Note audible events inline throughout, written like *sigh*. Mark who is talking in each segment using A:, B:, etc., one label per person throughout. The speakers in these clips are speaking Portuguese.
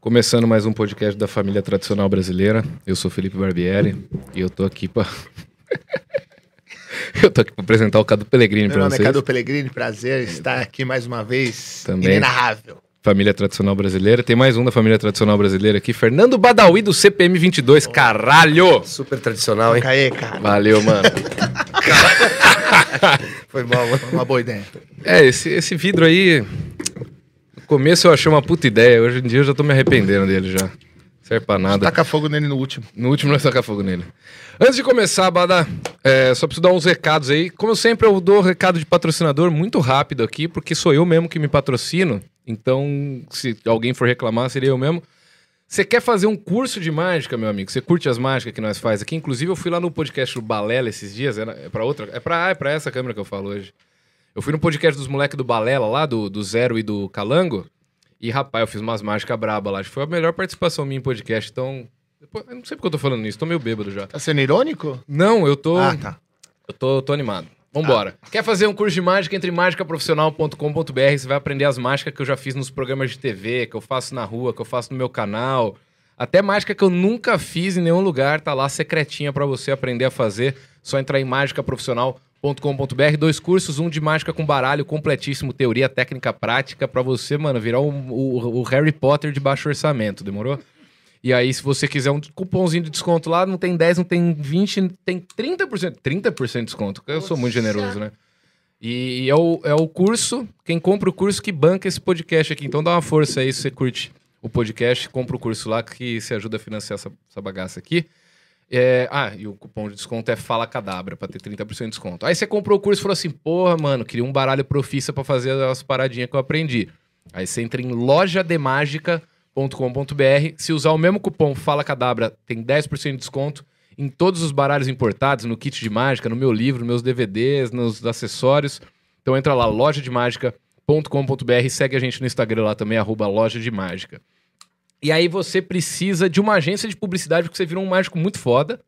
A: Começando mais um podcast da família tradicional brasileira. Eu sou Felipe Barbieri e eu tô aqui pra. *laughs* eu tô aqui pra apresentar o Cadu Pellegrini
B: Meu
A: pra
B: nome é
A: vocês.
B: Cadu Pellegrini, prazer estar aqui mais uma vez.
A: Também.
B: Inenarrável.
A: Família tradicional brasileira. Tem mais um da família tradicional brasileira aqui, Fernando Badawi do CPM 22. Caralho!
C: Super tradicional, hein?
B: Caê, cara.
A: Valeu, mano.
B: Foi mal, mano. Foi uma boa ideia.
A: É, esse, esse vidro aí. No começo eu achei uma puta ideia. Hoje em dia eu já tô me arrependendo dele já. Serve pra nada.
B: Taca fogo nele no último.
A: No último nós tacar fogo nele. Antes de começar, Bada, é, só preciso dar uns recados aí. Como eu sempre, eu dou recado de patrocinador muito rápido aqui, porque sou eu mesmo que me patrocino. Então, se alguém for reclamar, seria eu mesmo. Você quer fazer um curso de mágica, meu amigo? Você curte as mágicas que nós faz aqui? Inclusive, eu fui lá no podcast do Balela esses dias. Era- É pra outra? É pra, ah, é pra essa câmera que eu falo hoje. Eu fui no podcast dos moleques do Balela lá, do, do Zero e do Calango. E, rapaz, eu fiz umas mágicas braba lá. Acho que foi a melhor participação minha em podcast. Então, depois- eu não sei porque eu tô falando isso. Tô meio bêbado já.
B: Tá sendo irônico?
A: Não, eu tô...
B: Ah, tá.
A: Eu tô, tô animado. Vambora. Quer fazer um curso de mágica? Entre em mágicaprofissional.com.br. Você vai aprender as mágicas que eu já fiz nos programas de TV, que eu faço na rua, que eu faço no meu canal. Até mágica que eu nunca fiz em nenhum lugar. Tá lá secretinha pra você aprender a fazer. Só entrar em mágicaprofissional.com.br. Dois cursos, um de mágica com baralho, completíssimo, teoria, técnica, prática, pra você, mano, virar um- o, o Harry Potter de baixo orçamento. Demorou? E aí, se você quiser um cupomzinho de desconto lá, não tem 10, não tem 20, tem 30%. 30% de desconto. Eu sou muito generoso, né? E, e é, o, é o curso, quem compra o curso que banca esse podcast aqui. Então dá uma força aí se você curte o podcast, compra o curso lá que se ajuda a financiar essa, essa bagaça aqui. É, ah, e o cupom de desconto é Fala Cadabra, pra ter 30% de desconto. Aí você comprou o curso e falou assim: porra, mano, queria um baralho profissa pra fazer as paradinhas que eu aprendi. Aí você entra em lojademagica.com.br. Se usar o mesmo cupom Fala Cadabra, tem 10% de desconto em todos os baralhos importados, no kit de mágica, no meu livro, nos meus DVDs, nos acessórios. Então entra lá, lojademagica.com.br e segue a gente no Instagram lá também, arroba loja de mágica. E aí você precisa de uma agência de publicidade, porque você virou um mágico muito foda.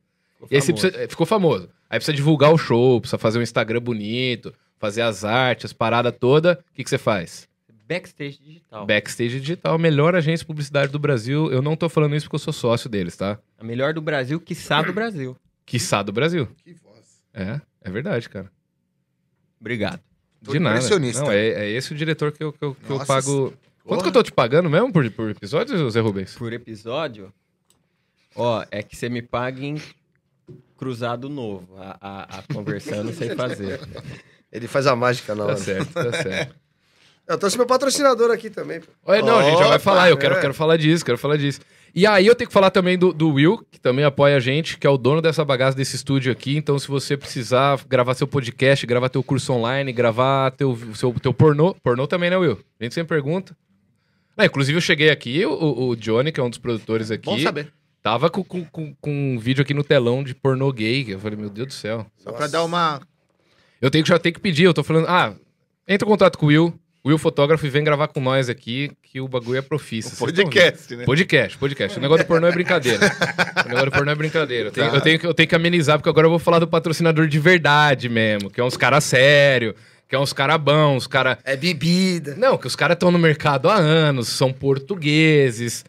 A: E aí você precisa- é, ficou famoso. Aí precisa divulgar o show, precisa fazer um Instagram bonito, fazer as artes, as paradas todas. O que, que você faz?
C: Backstage digital.
A: Backstage Digital, a melhor agência de publicidade do Brasil. Eu não tô falando isso porque eu sou sócio deles, tá?
C: A melhor do Brasil, quiçá do Brasil.
A: Quiçá do Brasil.
B: Que voz.
A: É, é verdade, cara.
C: Obrigado.
D: Tô
A: de nada.
D: impressionista.
A: Não, é, é esse o diretor que eu, que eu, que eu
D: Nossa,
A: pago. Quanto
B: porra.
A: que eu tô te pagando mesmo por, por episódio, Zé Rubens?
C: Por episódio, ó, é que você me paga em cruzado novo. A, a, a conversão eu não sei fazer.
D: Ele faz a mágica na
A: Tá
D: hora.
A: certo, tá certo.
D: Eu trouxe meu patrocinador aqui também. pô.
A: Olha, não, a gente já vai
D: Opa,
A: falar, eu quero,
D: é.
A: quero falar disso, quero falar disso. E aí eu tenho que falar também do, do Will, que também apoia a gente, que é o dono dessa bagaça desse estúdio aqui. Então, se você precisar gravar seu podcast, gravar teu curso online, gravar teu, seu, teu pornô, pornô também, né, Will? A gente sempre pergunta. Ah, inclusive, eu cheguei aqui, o- o, o Johnny, que é um dos produtores aqui,
B: Bom saber.
A: tava com, com, com- com um vídeo aqui no telão de pornô gay. Eu falei, meu Deus do céu.
B: Só
D: Nossa.
B: pra dar uma.
A: Eu tenho que já tenho que pedir, eu tô falando, ah, entra em contato com o Will, Will fotógrafo e vem gravar com nós aqui, que o bagulho é profissa. Vocês tão
B: né?
A: vendo? Podcast, podcast. O negócio do pornô é brincadeira. O negócio do pornô é brincadeira. Eu
B: Tá.
A: tenho, eu, tenho que, eu tenho que amenizar, porque agora eu vou falar do patrocinador de verdade mesmo, que é uns caras sério, que é uns caras bons, uns caras
D: É bebida.
A: não, que os caras estão no mercado há anos, são portugueses.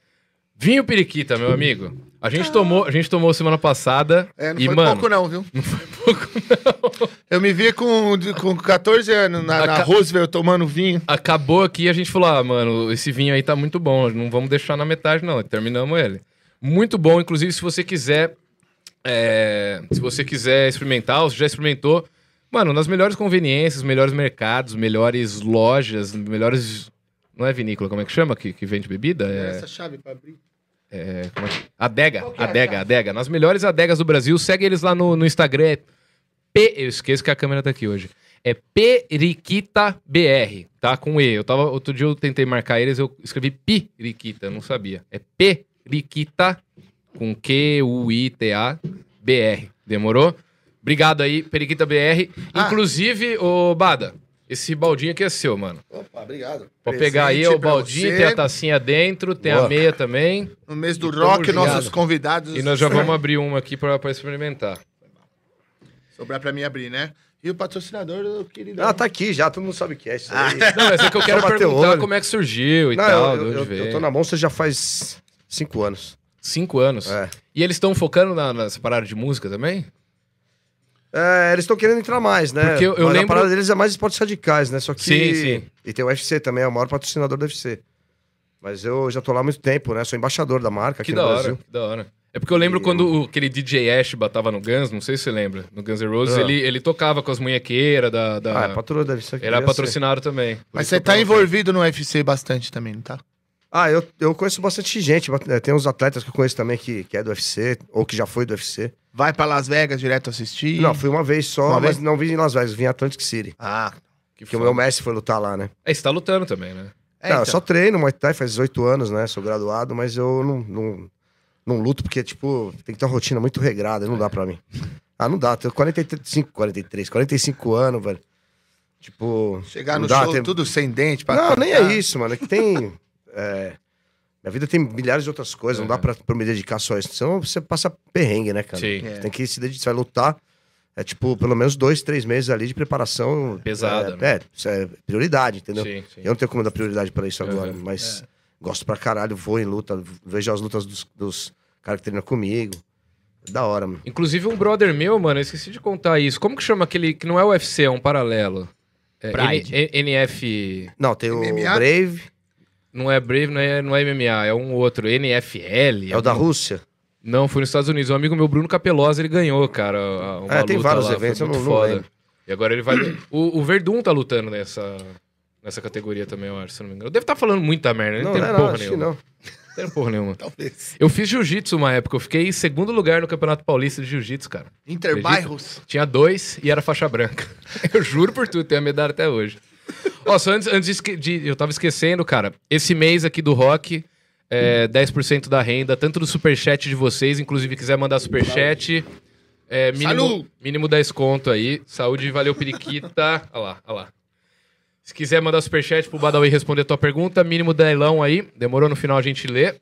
A: Vinho periquita, meu amigo. A gente tomou, a gente tomou semana passada
B: Ah. É, não
A: e
B: foi
A: mano,
B: pouco, não, viu? Não foi pouco, não. Eu me vi com, com 14 anos na, na
A: Aca-
B: Roosevelt tomando vinho.
A: acabou aqui e a gente falou: "Ah, mano, esse vinho aí tá muito bom, não vamos deixar na metade não". E Terminamos ele. Muito bom, inclusive se você quiser é, se você quiser experimentar, ou se já experimentou, mano, nas melhores conveniências, melhores mercados, melhores lojas, melhores não é vinícola, como é que chama que, que vende bebida? É...
B: chave pra abrir.
A: Como é que- Adega,
B: Qual que é a
A: adega,
B: chave?
A: adega. Nas melhores adegas do Brasil. Segue eles lá no, no Instagram. É P, eu esqueço que a câmera tá aqui hoje. É Periquita BR, tá? Com E. Eu tava, outro dia eu tentei marcar eles, eu escrevi Piriquita, eu não sabia. É Periquita com Q, U, I, T, A, BR. Demorou? Obrigado aí, Periquita BR.
B: Ah.
A: Inclusive, ô Bada, esse baldinho aqui é seu, mano.
D: Opa, obrigado.
A: Pode pegar aí
B: Presente
A: o
B: pra
A: baldinho,
B: você.
A: tem a tacinha dentro, tem a
C: Boa.
A: meia também.
B: No mês do
A: E tamo
B: rock,
A: ligado.
B: nossos convidados.
A: E nós já vamos abrir uma aqui pra, pra experimentar.
B: Sobrar pra mim abrir, né? E o patrocinador, eu queria
D: Ah, tá aqui já, todo mundo sabe o que é isso aí.
A: Não, mas
D: *laughs*
A: é que eu quero
D: Só bateu
A: perguntar
D: olho.
A: como é que surgiu e
D: Não,
A: tal,
D: eu,
A: de
D: eu,
A: onde
D: eu,
A: veio.
D: eu tô na Monster já faz cinco anos.
A: Cinco anos.
D: É.
A: E eles estão focando na, nessa parada de música também?
D: É, eles estão querendo entrar mais, né?
A: Porque eu- eu
D: Mas
A: lembro-
D: A parada deles é mais esportes radicais, né? Só que...
A: Sim, sim.
D: E tem o UFC também, é o maior patrocinador do UFC. Mas eu já tô lá há muito tempo, né? Sou embaixador da marca
A: Que
D: aqui
A: da
D: no
A: hora,
D: Brasil.
A: que da hora. É porque eu lembro
D: E-
A: quando o- aquele DJ Ash batava no Guns, não sei se você lembra, no Guns N' Roses,
D: Ah.
A: ele, ele tocava com as munhequeiras da... da-
D: Ah, é patrocinador da UFC.
A: Era
D: devia ser.
A: patrocinado também. Por
B: Mas
A: isso
B: você
A: que eu
B: tá
A: perguntei.
B: envolvido no UFC bastante também, não tá?
D: Ah, eu, eu conheço bastante gente. bat- é, Tem uns atletas que eu conheço também que, que é do UFC, ou que já foi do UFC.
B: Vai pra Las Vegas direto assistir?
D: Não, fui uma vez só,
B: Uma
D: mas
B: vez?
D: não vim em Las Vegas, vim em Atlantic City.
B: Ah,
A: Que
D: Porque o
A: foda.
D: meu mestre foi lutar lá, né?
A: É, você tá lutando também, né?
B: é,
D: não,
B: então.
D: eu só treino Muay Thai faz 18 anos, né? Sou graduado, mas eu não, não, não luto porque, tipo, tem que ter uma rotina muito regrada, não
A: É.
D: dá pra mim. Ah, não dá, tenho 45, 43, 45 anos, velho. Tipo,
B: Chegar
D: Não
B: no
D: dá,
B: show
D: tem-
B: tudo sem dente. Pra
D: Não, nem é
B: cantar.
D: isso, mano. É
A: *laughs*
D: que tem. é, Minha vida tem milhares de outras coisas, não
A: É.
D: dá pra, pra me dedicar só a isso. Senão você passa perrengue, né, cara?
A: Sim.
B: É.
D: Você tem que se dedicar, você vai lutar. É tipo, pelo menos dois, três meses ali de preparação.
A: Pesada,
D: É,
A: né?
D: é, isso é prioridade, entendeu?
A: Sim, sim.
D: Eu não tenho como dar prioridade pra isso agora,
A: Uhum.
D: mas gosto pra caralho, vou em luta, vejo as lutas dos, dos caras que treinam comigo. É Da hora, mano.
A: Inclusive um brother meu, mano, eu esqueci de contar isso. Como que chama aquele que não é UFC, é um paralelo? É,
C: Pride.
A: N- N- NF...
D: Não, tem
B: MMA?
D: o Brave,
A: Não é Brave, não é, não é MMA, é um outro. NFL.
D: é o da
A: algum-
D: Rússia.
A: Não, foi nos Estados Unidos. Um amigo meu, Bruno Capelosa, ele ganhou, cara. a- Uma
D: É, tem
A: luta
D: vários
A: lá, foi
D: eventos, eu
A: muito
D: não- não
A: foda.
D: lembro.
A: E agora ele vai. o, o Verdun tá lutando nessa, nessa categoria também, eu acho, se eu não me engano. Deve estar falando muita merda, ele
D: Não,
A: não,
D: não,
A: tem
D: é
A: porra
D: não, acho que
A: nenhuma.
D: não.
A: Não tem porra nenhuma. Eu fiz jiu-jitsu uma época, eu fiquei em segundo lugar no Campeonato Paulista de Jiu-Jitsu, cara.
B: Interbairros.
A: Tinha dois e era faixa branca. *laughs* Eu juro por tudo, tenho a medalha até hoje. Ó, só antes, antes de, esque- de- Eu tava esquecendo, cara. Esse mês aqui do rock, é, 10% da renda, tanto do superchat de vocês, inclusive quiser mandar superchat. É, mínimo,
B: Saúde!
A: mínimo 10 conto aí. Saúde, valeu, periquita. Olha lá, olha lá. Se quiser mandar superchat pro Badawi responder a tua pergunta, mínimo leilão aí. Demorou no final a gente lê.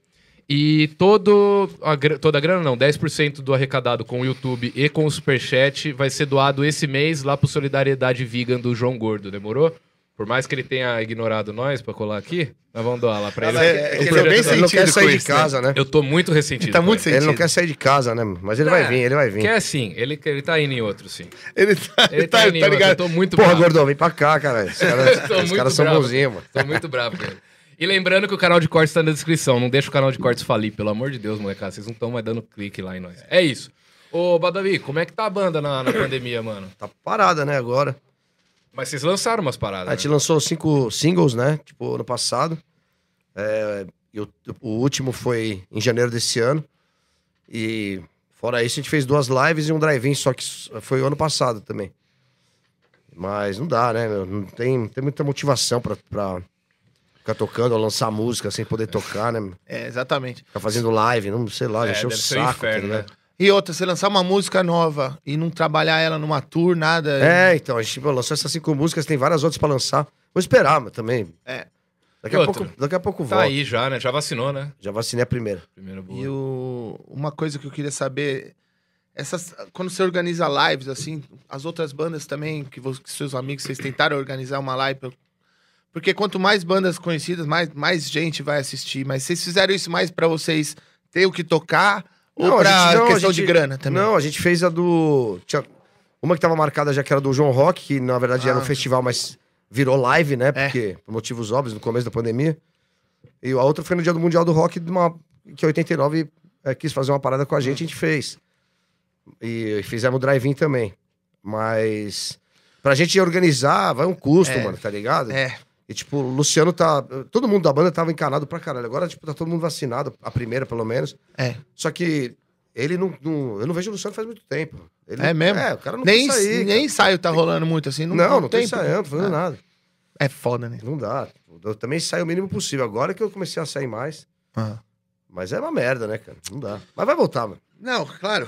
A: E todo a, gra- toda a grana, não, 10% do arrecadado com o YouTube e com o Superchat vai ser doado esse mês lá pro Solidariedade Vegan do João Gordo, demorou? Por mais que ele tenha ignorado nós pra colar aqui, nós vamos doar lá pra ele.
D: É, é que
A: O
D: ele
B: eu
A: projeto
B: bem
A: tá-
D: ele não
B: sentido
D: quer sair
B: com
D: de
B: isso, né?
D: casa, né?
A: Eu tô muito ressentido.
B: Ele tá
A: com
B: muito
D: Ele não
B: sentido.
D: quer sair de casa, né? mano? Mas ele vai
A: Ah,
D: vir, ele vai vir.
A: Quer sim, ele, ele tá indo em outro, sim.
B: Ele tá,
A: Ele tá, indo em outro, eu tô muito
D: Porra,
A: bravo.
D: gordão, vem pra cá,
A: *laughs*
D: cara. Os
A: Tô
D: caras, os
A: muito
D: caras são
A: bravo.
D: bonzinhos, mano.
A: Tô muito bravo com ele. E lembrando que o canal de cortes tá na descrição. Não deixa o canal de cortes falir, pelo amor de Deus, molecada. Vocês não estão mais dando clique lá em nós. É isso. Ô, Badawi, como é que tá a banda na, na pandemia, mano?
D: Tá parada, né, agora.
A: Mas vocês lançaram umas paradas.
D: Ah, A gente
A: né?
D: lançou cinco singles, né? Tipo, ano passado. É, e o, o último foi em janeiro desse ano. E fora isso, a gente fez duas lives e um drive-in, só que s- foi o ano passado também. Mas não dá, né? meu? Não tem, não tem muita motivação pra, pra ficar tocando ou lançar música sem poder tocar, né? meu?
B: É, exatamente.
D: Ficar fazendo live, não sei lá, já encheu o
A: deve ser um
D: saco,
A: inferno,
D: tá ligado?
A: né?
B: E outra, você lançar uma música nova e não trabalhar ela numa tour, nada.
D: É, então, a gente pô, lançou essas cinco músicas, tem várias outras pra lançar. Vou esperar, mas também.
B: É.
D: Daqui
A: E
D: a,
A: outra?
D: pouco, daqui a pouco
A: Tá
D: volta.
A: aí já, né? Já vacinou, né?
D: Já vacinei a primeira.
A: Primeira boa.
B: E o- uma coisa que eu queria saber, essas, quando você organiza lives, assim, as outras bandas também, que, vo- que seus amigos, vocês tentaram organizar uma live. pra- Porque quanto mais bandas conhecidas, mais, mais gente vai assistir. Mas vocês fizeram isso mais pra vocês ter o que tocar ou
D: Não, a
B: pra
D: gente- não, a
B: questão de
D: gente-
B: grana também?
D: Não, a gente fez a do. Tinha uma que tava marcada já que era do João Rock, que na verdade era
B: Ah.
D: um festival, mas virou live, né?
B: É.
D: Porque, por motivos óbvios, no começo da pandemia. E a outra foi no dia do Mundial do Rock, de uma- que 89 eh, quis fazer uma parada com a gente, a gente fez. E fizemos drive-in também. Mas. Pra gente organizar, vai um custo,
B: É.
D: mano, tá ligado?
B: É,
D: E, tipo, o Luciano tá. Todo mundo da banda tava encanado pra caralho. Agora, tipo, tá todo mundo vacinado, a primeira, pelo menos.
B: é.
D: Só que ele não, não- Eu não vejo o Luciano faz muito tempo. Ele-
B: É mesmo?
D: É, o cara não
B: nem
D: quer sair.
B: nem
D: cara.
B: ensaio tá rolando muito assim. Não,
D: Não, não, tô
B: tem
D: ensaiando, tô fazendo
B: Ah,
D: nada.
B: É foda, né?
D: Não dá. Eu também saio o mínimo possível. Agora que eu comecei a sair mais.
B: Ah.
D: Mas é uma merda, né, cara? Não dá. Mas vai voltar, mano.
B: Não, claro.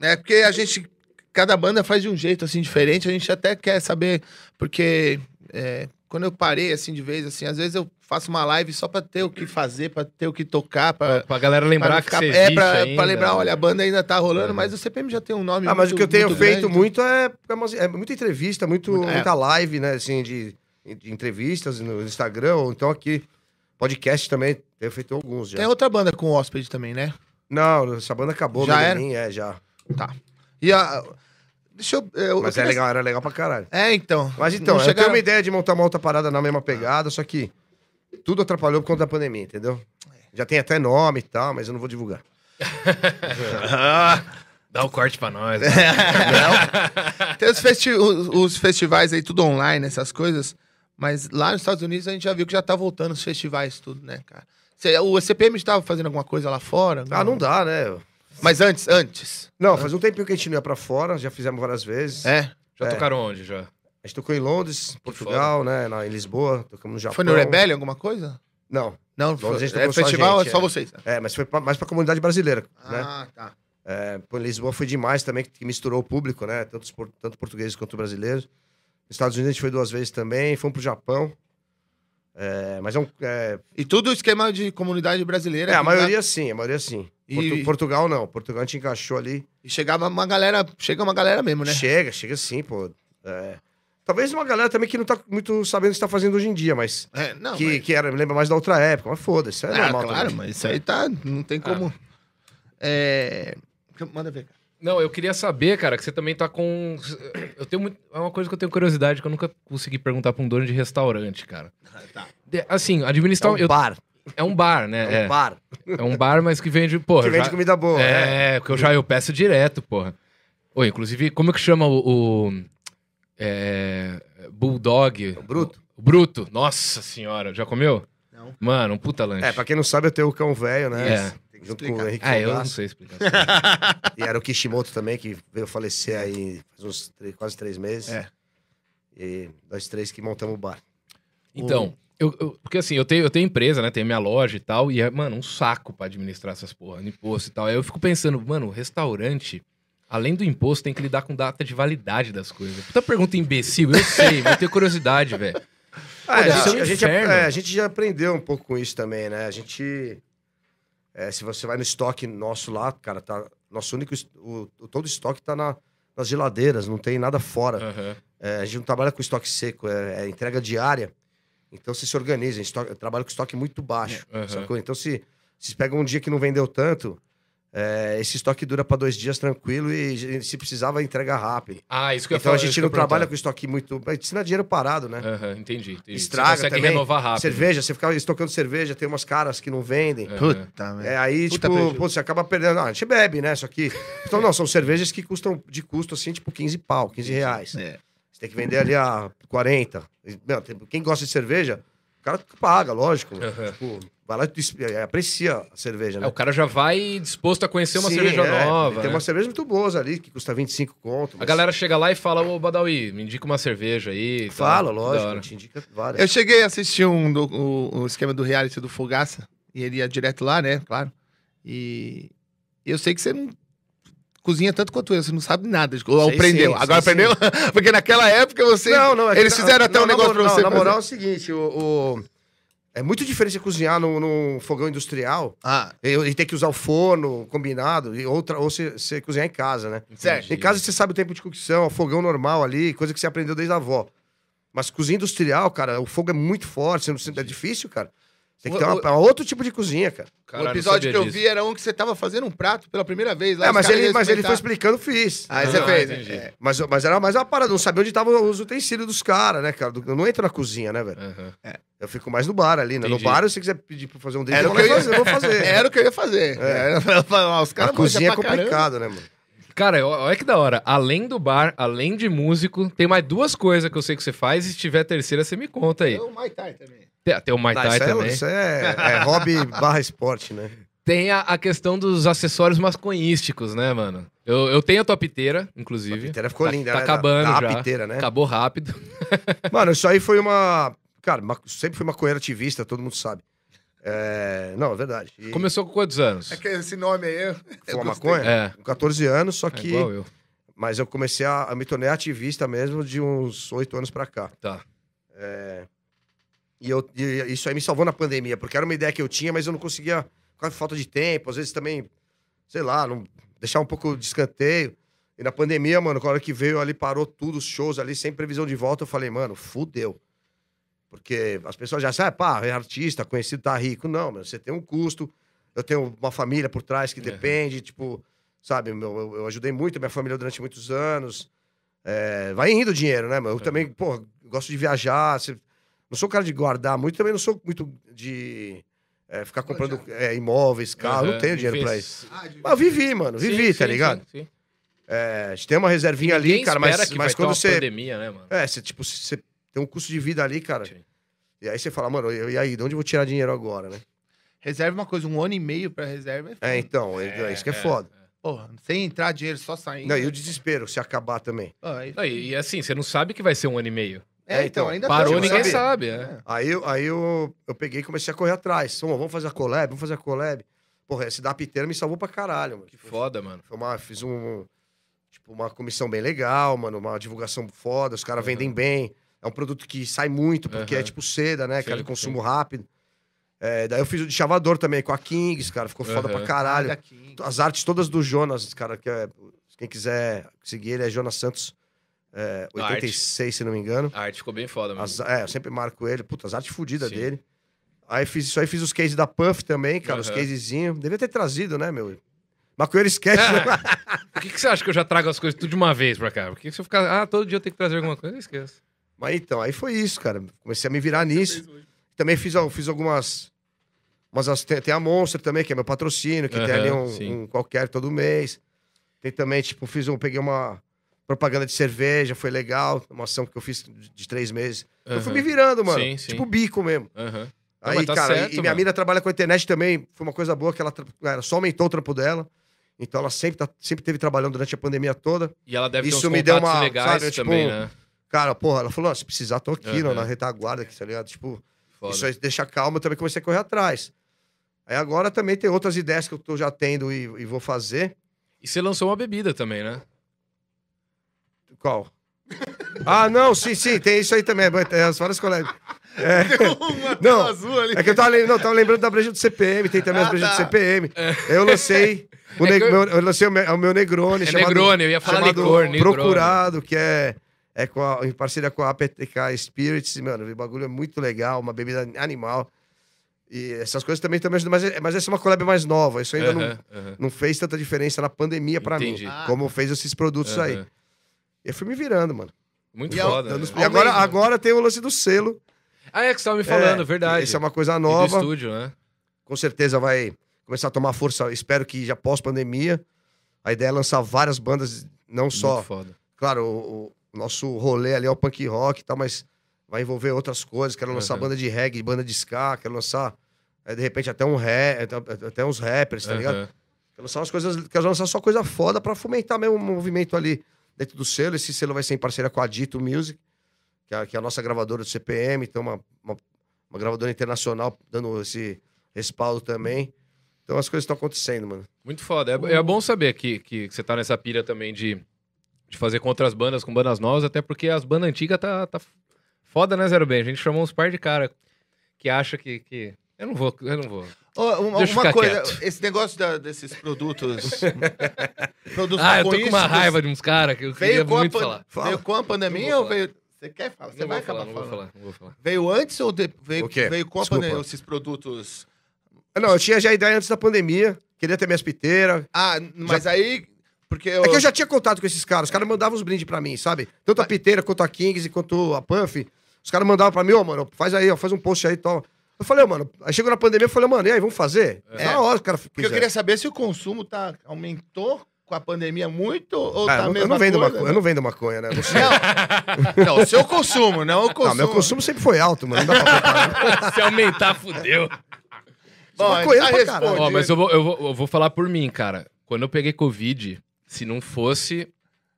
B: É porque a gente. Cada banda faz de um jeito assim diferente. A gente até quer saber. Porque é, quando eu parei assim de vez, assim, às vezes eu faço uma live só pra ter o que fazer, pra ter o que tocar, pra.
A: Pra galera
B: pra
A: lembrar
B: não
A: que você
B: é,
A: existe
B: pra, pra
A: ainda. né?
B: lembrar, olha, a banda ainda tá rolando,
A: É.
B: mas o CPM já tem um nome.
D: Ah, mas o que eu tenho feito
B: grande.
D: muito é, é umas- é muita entrevista, muito,
B: Muito- é.
D: muita live, né? Assim, de, de entrevistas no Instagram, ou então aqui. Podcast também, tenho feito alguns já.
B: Tem outra banda com hóspede também, né?
D: Não, essa banda acabou,
B: Já
D: Medellín, é, já.
B: Tá. E a. Deixa eu. eu
D: Mas
B: eu
D: é
B: queria-
D: legal, era legal pra caralho.
B: É, então.
D: Mas então,
B: Não
D: eu
B: chegaram-
D: tenho uma ideia de montar uma outra parada na mesma pegada, só que tudo atrapalhou por conta da pandemia, entendeu? Já tem até nome e tal, mas eu não vou divulgar.
A: Ah, Dá o corte pra nós. né?
D: *laughs*
B: Tem os, festi- os- os festivais aí, tudo online, essas coisas. Mas lá nos Estados Unidos a gente já viu que já tá voltando os festivais, tudo, né, cara? Cê- o CPM estava fazendo alguma coisa lá fora?
D: Ah, não dá, né?
B: Mas antes, antes.
D: Não, faz um tempinho que a gente não ia pra fora, já fizemos várias vezes.
B: É.
A: Já
D: É.
A: tocaram onde, já?
D: A gente tocou em Londres, Portugal, né? na- em Lisboa, tocamos no Japão.
B: Foi no Rebellion alguma coisa?
D: um Não,
B: Não,
D: Bom, a
B: foi.
D: gente
B: É
D: tocou só a
B: festival,
D: gente,
B: é só
D: é.
B: vocês.
D: é, mas foi pra, mais pra comunidade brasileira, né?
B: Ah, tá.
D: É, pô, em Lisboa foi demais também, que misturou o público, né? Tanto, os por- tanto portugueses quanto brasileiros. Nos Estados Unidos a gente foi duas vezes também, fomos pro Japão. É, mas é um. É,
B: E tudo esquema de comunidade brasileira. tá?
D: é, a
B: que
D: maioria sim, a maioria sim.
B: E-
D: Portu- Portugal não. Portugal a gente encaixou ali.
B: dá- E chegava uma galera, chega uma galera mesmo, né?
D: Chega, chega sim, pô. É, talvez uma galera também que não tá muito sabendo o que está fazendo hoje em dia, mas.
B: É, não,
D: que,
B: mas-
D: que era, me lembra mais da outra época. Mas foda-se, é
B: Ah,
D: normal.
B: claro,
D: também. Ah.
B: mas isso aí tá, não tem como. É. Manda ver, cara.
A: Não, eu queria saber, cara, que você também tá com. Eu tenho muito. É uma coisa que eu tenho curiosidade que eu nunca consegui perguntar pra um dono de restaurante, cara.
D: *laughs*
B: Tá.
A: De- Assim,
D: É
A: administrar.
D: um
A: eu-
D: bar,
A: É um bar, né?
D: é um
A: É.
D: bar.
A: É um bar, mas que vende, porra.
D: que vende
A: já-
D: comida boa. né?
A: É, porque eu já eu peço direto, porra. Ô, inclusive, como é que chama o. o- é, Bulldog.
D: É O Bruto.
A: O Bruto. Nossa senhora, já comeu?
B: Não.
A: Mano, um puta lanche.
D: É, pra quem não sabe, eu tenho o cão velho, né?
A: É.
B: Tem que
D: Junto
B: explicar.
D: com o Henrique
A: Ah, eu não
D: Fogaça.
A: sei explicar.
D: *laughs* E era o Kishimoto também, que veio falecer aí faz uns três- quase três meses.
B: É.
D: E nós três que montamos o bar.
A: Então, eu, eu- porque assim, eu tenho, eu tenho empresa, né? Tenho minha loja e tal, e é, mano, um saco pra administrar essas porra, no imposto e tal. Aí eu fico pensando, mano, restaurante, além do imposto, tem que lidar com data de validade das coisas. Puta pergunta imbecil, eu sei, mas eu tenho curiosidade,
D: *laughs*
A: velho.
D: Ah,
A: deve
D: a,
A: ser um
D: gente, a, gente,
A: inferno.
D: é, a gente já aprendeu um pouco com isso também, né? A gente. é, se você vai no estoque nosso lá, cara, tá. Nosso único. es- O, o- todo estoque tá na- nas geladeiras, não tem nada fora.
A: Aham.
D: É, a gente não trabalha com estoque seco, é, é entrega diária. Então você se organiza, a gente to- trabalha com estoque muito baixo.
A: É, Aham.
D: sacou? Então se vocês pegam um dia que não vendeu tanto, é, esse estoque dura para dois dias tranquilo e, e se precisar vai entrega rápido.
A: Ah, isso que eu ia
D: Então
A: falar,
D: a
A: isso
D: gente
A: que eu
D: não
A: ia perguntar.
D: trabalha com estoque muito. Isso não é dinheiro parado, né?
A: Aham, entendi, entendi.
D: Estraga
A: Você consegue
D: também.
A: renovar rápido.
D: Cerveja, você fica estocando cerveja, tem umas caras que não vendem.
A: Aham.
B: Puta, velho.
D: É, aí,
B: Puta
D: tipo,
B: prejuízo.
D: pô, você acaba perdendo. Ah, a gente bebe, né?
A: *laughs*
D: Só que. Então, não, são cervejas que custam de custo, assim, tipo, 15 pau, 15 reais.
B: É.
D: Você tem que vender ali a 40. E, meu, tem- quem gosta de cerveja, o cara paga, lógico.
A: Aham.
D: Tipo, vai lá e tu es- é, aprecia a cerveja,
A: É,
D: né?
A: o cara já vai disposto a conhecer uma
D: Sim,
A: cerveja
D: é.
A: nova.
D: Tem
A: né?
D: umas cervejas muito boas ali, que custa 25 conto.
A: A
D: mas
A: galera chega lá e fala, ô Badawi, me indica uma cerveja aí. e tal.
D: Fala,
A: Da hora.
D: lógico, te indica várias.
B: Eu cheguei a assistir um do- o, o esquema do reality do Fogaça. E ele ia direto lá, né? Claro. E eu sei que você não cozinha tanto quanto eu. Você não sabe nada. de- Ou
D: Sei
B: aprendeu.
D: sim, sei
B: Agora aprendeu? *laughs* Porque naquela época você...
D: não, é
B: Eles fizeram até um
D: na
B: negócio
D: moral-
B: pra você
D: não, Na
B: fazer.
D: moral é o seguinte, o, o- é muito diferente você cozinhar num, num fogão industrial
B: Ah,
D: e, e ter que usar o forno combinado, e outra, ou você, você cozinhar em casa, né?
A: Entendi.
B: Certo.
D: Em casa você sabe o tempo de cocção, o fogão normal ali, coisa que você aprendeu desde a avó. Mas cozinha industrial, cara, o fogo é muito forte, você não sente- é difícil, cara. Tem que ter uma-
B: O-
D: uma- outro tipo de cozinha, cara.
A: Caralho,
B: o
A: não
B: episódio
A: sabia
B: que eu
A: disso.
B: vi era um que você tava fazendo um prato pela primeira vez. Lá,
D: É,
B: os
D: mas
B: caras
D: ele,
B: iam
D: mas ele foi
B: experimentar.
D: explicando, fiz.
B: Ah, você
A: Ah,
B: fez, né?
A: entendi.
B: É.
D: Mas, mas era mais uma parada, não sabia onde estavam os utensílios dos caras, né, cara? Eu não entro na cozinha, né, velho?
A: Aham.
D: Eu fico mais no bar ali, né?
A: Entendi.
D: No bar, se você quiser pedir pra fazer um date,
B: Era
D: eu
B: o
D: vou
B: que eu ia-
D: fazer, eu vou
B: *laughs*
D: fazer.
B: Era o que *laughs* eu ia fazer. Era falar, ah, Os
D: É, a
B: caras
D: cozinha é
B: manjam pra caramba.
D: complicado, né, mano?
A: Cara, ó- olha que da hora. Além do bar, além de músico, tem mais duas coisas que eu sei que você faz. E se tiver terceira, você me conta aí.
B: É o Muay Thai também.
A: Tem, tem o Mai
D: Tá,
A: Tai
D: isso, é,
A: também.
D: isso é, é *laughs* hobby barra esporte, né?
A: Tem a, a questão dos acessórios masconísticos, né, mano? Eu, eu tenho a tua piteira, inclusive.
D: A piteira ficou
A: Tá-
D: linda,
A: tá
D: né?
A: acabando
D: da, da
A: já.
D: piteira, né?
A: Acabou rápido.
D: Mano, isso aí foi uma... Cara, ma- sempre fui maconheiro ativista, todo mundo sabe. É, Não, é verdade. E
A: Começou com quantos anos?
B: É que esse nome aí. eu- eu
D: Fumar
B: gostei.
D: maconha?
A: É.
D: Com 14 anos, só
A: É
D: que...
A: igual eu.
D: Mas eu comecei a, a me tornar ativista mesmo de uns 8 anos pra cá.
A: Tá.
D: E, eu, e isso aí me salvou na pandemia, porque era uma ideia que eu tinha, mas eu não conseguia, por causa de falta de tempo, às vezes também, sei lá, não, deixar um pouco de escanteio. E na pandemia, mano, com a hora que veio ali, parou tudo, os shows ali, sem previsão de volta, eu falei, mano, fudeu. Porque as pessoas já sabem, pá, é artista, conhecido, tá rico. Não, mano, você tem um custo, eu tenho uma família por trás que
A: Uhum.
D: depende, tipo, sabe, meu, eu, eu ajudei muito a minha família durante muitos anos. É, vai indo o dinheiro, né,
A: É.
D: mano? Eu também, pô, gosto de viajar, você- não sou um cara de guardar muito, também não sou muito de é, ficar comprando é, imóveis, carro, não tenho dinheiro pra isso. Mas eu vivi, mano, vivi, tá ligado?
A: Ah, Sim, sim.
D: É, a gente tem uma reservinha ali,
A: Ninguém
D: cara, mas,
A: espera que
D: mas
A: vai ter
D: quando
A: uma
D: você.
A: pandemia, né, mano?
D: É, você, tipo, você tem um custo de vida ali, cara.
A: Sim.
D: E aí você fala, mano, e e aí, de onde eu vou tirar dinheiro agora, né?
B: Reserva uma coisa, um ano e meio pra reserva.
D: É, então, é, isso que é, foda.
B: Porra, sem entrar dinheiro, só
A: é.
B: saindo.
D: Não, e o desespero se acabar também.
B: Pô, aí-
A: Não, e, e assim, você não sabe que vai ser um ano e meio.
B: É,
D: É, então,
B: então, ainda
A: Parou,
B: tem-
D: você
A: ninguém
D: sabe.
A: sabe. é.
D: Aí, eu- aí eu, eu peguei e comecei a correr atrás. Pô, vamos fazer a collab, vamos fazer a collab. Porra, esse da piteira me salvou pra caralho, mano. Tipo,
A: Que foda, mano.
D: Foi uma, fiz um, tipo, uma comissão bem legal, mano, uma divulgação foda, os caras vendem bem. É um produto que sai muito, porque
A: Aham.
D: é tipo seda, né, cara,
A: Sim,
D: de consumo rápido. É, daí eu fiz o de chavador também, com a Kings, cara, ficou foda
A: Aham.
D: pra caralho.
B: Daqui.
D: As artes todas do Jonas, cara, que é- quem quiser seguir ele é Jonas Santos é,
A: A arte.
D: 86, se não me engano.
A: A arte ficou bem foda, mano.
D: As- é, eu sempre marco ele. Puta, as artes fodidas
A: Sim.
D: dele. Aí fiz isso aí, fiz os cases da Puff também, cara, os
A: Aham.
D: casezinhos. Devia ter trazido, né, meu? Macoeiro esquece, né?
A: É. Por que, que você acha que eu já trago as coisas tudo de uma vez pra cá? Por que que se eu ficar. Ah, todo dia eu tenho que trazer alguma coisa? Eu esqueço.
D: *laughs* Mas então, aí foi isso, cara. Comecei a me virar nisso. Também fiz, al- fiz algumas. Mas as- tem, tem a Monster também, que é meu patrocínio, que tem
A: Aham,
D: ali
A: sim.
D: um, um qualquer todo mês. Tem também, tipo, fiz um, peguei uma propaganda de cerveja, foi legal. Uma ação que eu fiz de, de três meses. Eu fui
A: Aham.
D: me virando, mano.
A: Sim, sim.
D: Tipo bico mesmo.
A: Aham. Não,
D: Aí,
A: mas tá
D: cara,
A: certo,
D: e minha
A: mano.
D: mina trabalha com a internet também. Foi uma coisa boa que ela, tra- ela só aumentou o trampo dela. Então ela sempre, tá, sempre teve trabalhando durante a pandemia toda.
A: E ela deve ter
D: Isso
A: uns
D: me deu
A: contatos
D: uma,
A: legais
D: sabe, tipo,
A: também, né?
D: Cara, porra, ela falou: ó, se precisar, tô aqui,
A: Aham.
D: não, na retaguarda aqui, tá ligado? Tipo,
A: Foda.
D: isso aí deixa calma, eu também comecei a correr atrás. Aí agora também tem outras ideias que eu tô já tendo e, e vou fazer.
A: E você lançou uma bebida também, né?
D: Qual?
A: *laughs*
D: ah, não, sim, sim, tem isso aí também. mas Tem as várias colegas. É.
B: Uma
D: Não,
B: azul ali.
D: É que eu tava, lem- não, eu tava lembrando da breja do CPM, tem também
B: Ah,
D: as brejas
B: tá.
D: do CPM.
A: *laughs*
D: Eu lancei.
A: É
D: O
A: que
D: neg-
A: eu-
D: meu- eu... lancei o meu, o meu Negrone.
A: É Negrone, eu ia falar
D: chamado
A: licor, Negrone.
D: Procurado, que é, é com a- em parceria com a APTK Spirits. E, Mano, o bagulho é muito legal, uma bebida animal. E essas coisas também também ajudam. Mas, é- mas essa é uma collab mais nova. Isso ainda não,
A: Aham, aham.
D: não fez tanta diferença na pandemia pra mim,
A: Entendi.
B: Ah,
D: como fez esses produtos aí.
A: Aham.
D: Eu fui me virando, mano.
A: Muito
B: E a-
A: foda.
B: dando os-
A: né?
D: E é agora,
B: mesmo.
D: agora tem o lance do selo.
A: Ah, é que você tava me falando,
D: É,
A: verdade.
D: Isso é uma coisa
A: E do
D: nova.
A: estúdio, né?
D: com certeza vai começar a tomar força, espero que já pós-pandemia. A ideia é lançar várias bandas, não só,
A: Muito foda.
D: claro, o, o nosso rolê ali é o punk rock e tal, mas vai envolver outras coisas. Quero lançar
A: Aham.
D: banda de reggae, banda de ska, quero lançar, eh, de repente, até, um ré, até, até uns rappers, tá ligado?
A: Aham.
D: Quero lançar umas coisas, quero lançar só coisa foda pra fomentar mesmo o movimento ali dentro do selo. Esse selo vai ser em parceria com a Dito Music, que é, que é a nossa gravadora do CPM, então uma, uma, uma gravadora internacional dando esse respaldo também. Então as coisas estão acontecendo, mano.
A: Muito foda. É,
B: Uhum.
A: é bom saber que, que, que você tá nessa pilha também de, de fazer com outras bandas, com bandas novas, até porque as bandas antigas tá, tá foda, né, Zero Bem? A gente chamou uns par de cara que acha que. que... Eu não vou, eu não vou.
B: Ô, uma,
A: Deixa eu
B: uma
A: ficar
B: coisa,
A: quieto.
B: esse negócio da- desses produtos.
A: *laughs*
B: produtos
A: Ah, eu tô com uma
B: conhecidos,
A: raiva de uns caras que eu queria
B: Veio com, a
A: muito
B: pan-
A: falar.
B: veio com a pandemia
A: Não vou
B: ou veio. Você quer falar? Você
A: Não
B: vai
A: vou
B: acabar
A: falar, não vou
B: falando.
A: falar, não vou falar.
B: Veio antes ou de- veio,
D: O quê?
B: veio com a
D: Desculpa.
B: pandemia esses produtos?
D: Ah, Não, eu tinha já a ideia antes da pandemia, queria ter minhas piteiras.
B: Ah, mas aí. Porque eu.
D: É que eu já tinha contato com esses caras, os caras mandavam os brindes pra mim, sabe? Tanto a piteira quanto a Kings e quanto a Puff. Os caras mandavam pra mim, ô, mano, faz aí, ó, faz um post aí e tal. Eu falei, ô, mano, aí chegou na pandemia, eu falei, mano, e aí, vamos fazer? É. Na hora, os caras
B: Porque eu queria
A: é.
B: saber se o consumo tá, aumentou com a pandemia muito ou
D: Ah,
B: tá
D: eu, não-
B: mesmo.
D: eu não vendo
B: coisa,
D: maconha, eu não vendo maconha, né? Não, sei.
B: Não, não, o seu consumo, não o *laughs* consumo.
D: Não, meu consumo sempre foi alto, mano. Não dá pra
B: *laughs*
A: *laughs*
D: comparar.
A: Se aumentar, fudeu.
B: Bom,
D: maconha
B: tá
D: pra caralho.
B: respondido.
A: Ó, mas eu vou, eu, vou, eu vou falar por mim, cara. Quando eu peguei Covid, se não fosse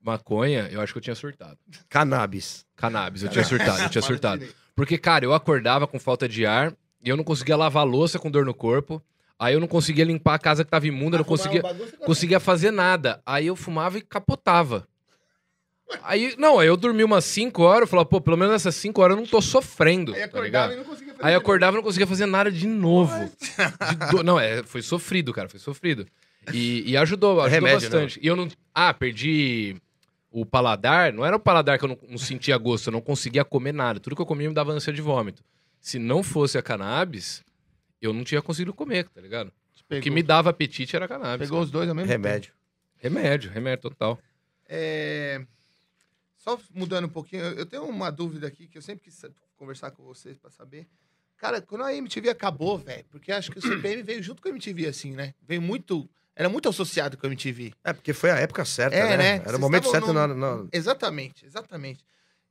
A: maconha, eu acho que eu tinha surtado.
D: Cannabis.
A: Cannabis, eu tinha surtado, eu tinha surtado. Porque, cara, eu acordava com falta de ar e eu não conseguia lavar a louça com dor no corpo. Aí eu não conseguia limpar a casa que tava imunda, eu não conseguia, conseguia fazer nada. Aí eu fumava e capotava. Aí, não, aí eu dormi umas 5 horas, eu falava, pô, pelo menos essas 5 horas eu não tô sofrendo.
B: Aí
A: tá
B: acordava
A: ligado?
B: e não conseguia fazer
A: Aí eu
B: nada.
A: acordava e não conseguia fazer nada de novo. De do- Não, é, foi sofrido, cara, foi sofrido. E, e ajudou,
B: É
A: ajudou
D: remédio,
B: né?
A: bastante. E eu não. Ah, perdi o paladar. Não era o paladar que eu não, não sentia gosto, eu não conseguia comer nada. Tudo que eu comia me dava ânsia de vômito. Se não fosse a cannabis, eu não tinha conseguido comer, tá ligado? O que
B: Pegou-
A: me dava apetite era a cannabis.
B: Pegou os dois ao mesmo
D: Remédio.
A: Remédio, remédio total.
B: É, Só mudando um pouquinho, eu eu tenho uma dúvida aqui que eu sempre quis sa- conversar com vocês pra saber. Cara, quando a MTV acabou, velho, porque acho que o CPM veio junto com a MTV, assim, né? Veio muito. Era muito associado com a MTV.
D: É, porque foi a época certa,
B: É,
D: né?
B: né?
D: Era
B: Vocês
D: o momento certo
B: estavam
D: na,
B: num-
D: na-
B: Exatamente, exatamente.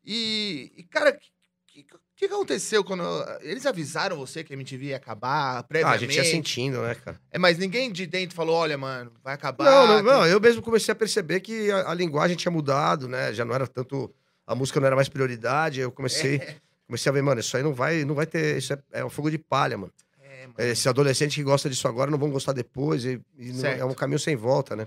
B: E, e, cara, o que, que- que aconteceu quando. eh, Eles avisaram você que a MTV ia acabar
D: Ah, a
B: previamente?
D: gente ia sentindo, né, cara?
B: É, mas ninguém de dentro falou: olha, mano, vai acabar.
D: Não, não,
B: tem-
D: não, eu mesmo comecei a perceber que a, a linguagem tinha mudado, né? Já não era tanto. A música não era mais prioridade. Eu comecei,
B: É.
D: comecei a ver, mano, isso aí não vai, não vai ter. Isso é, é um fogo de palha, mano.
B: É, mano.
D: Esse adolescente que gosta disso agora não vão gostar depois. E, e não-
B: Certo.
D: é um caminho sem volta, né?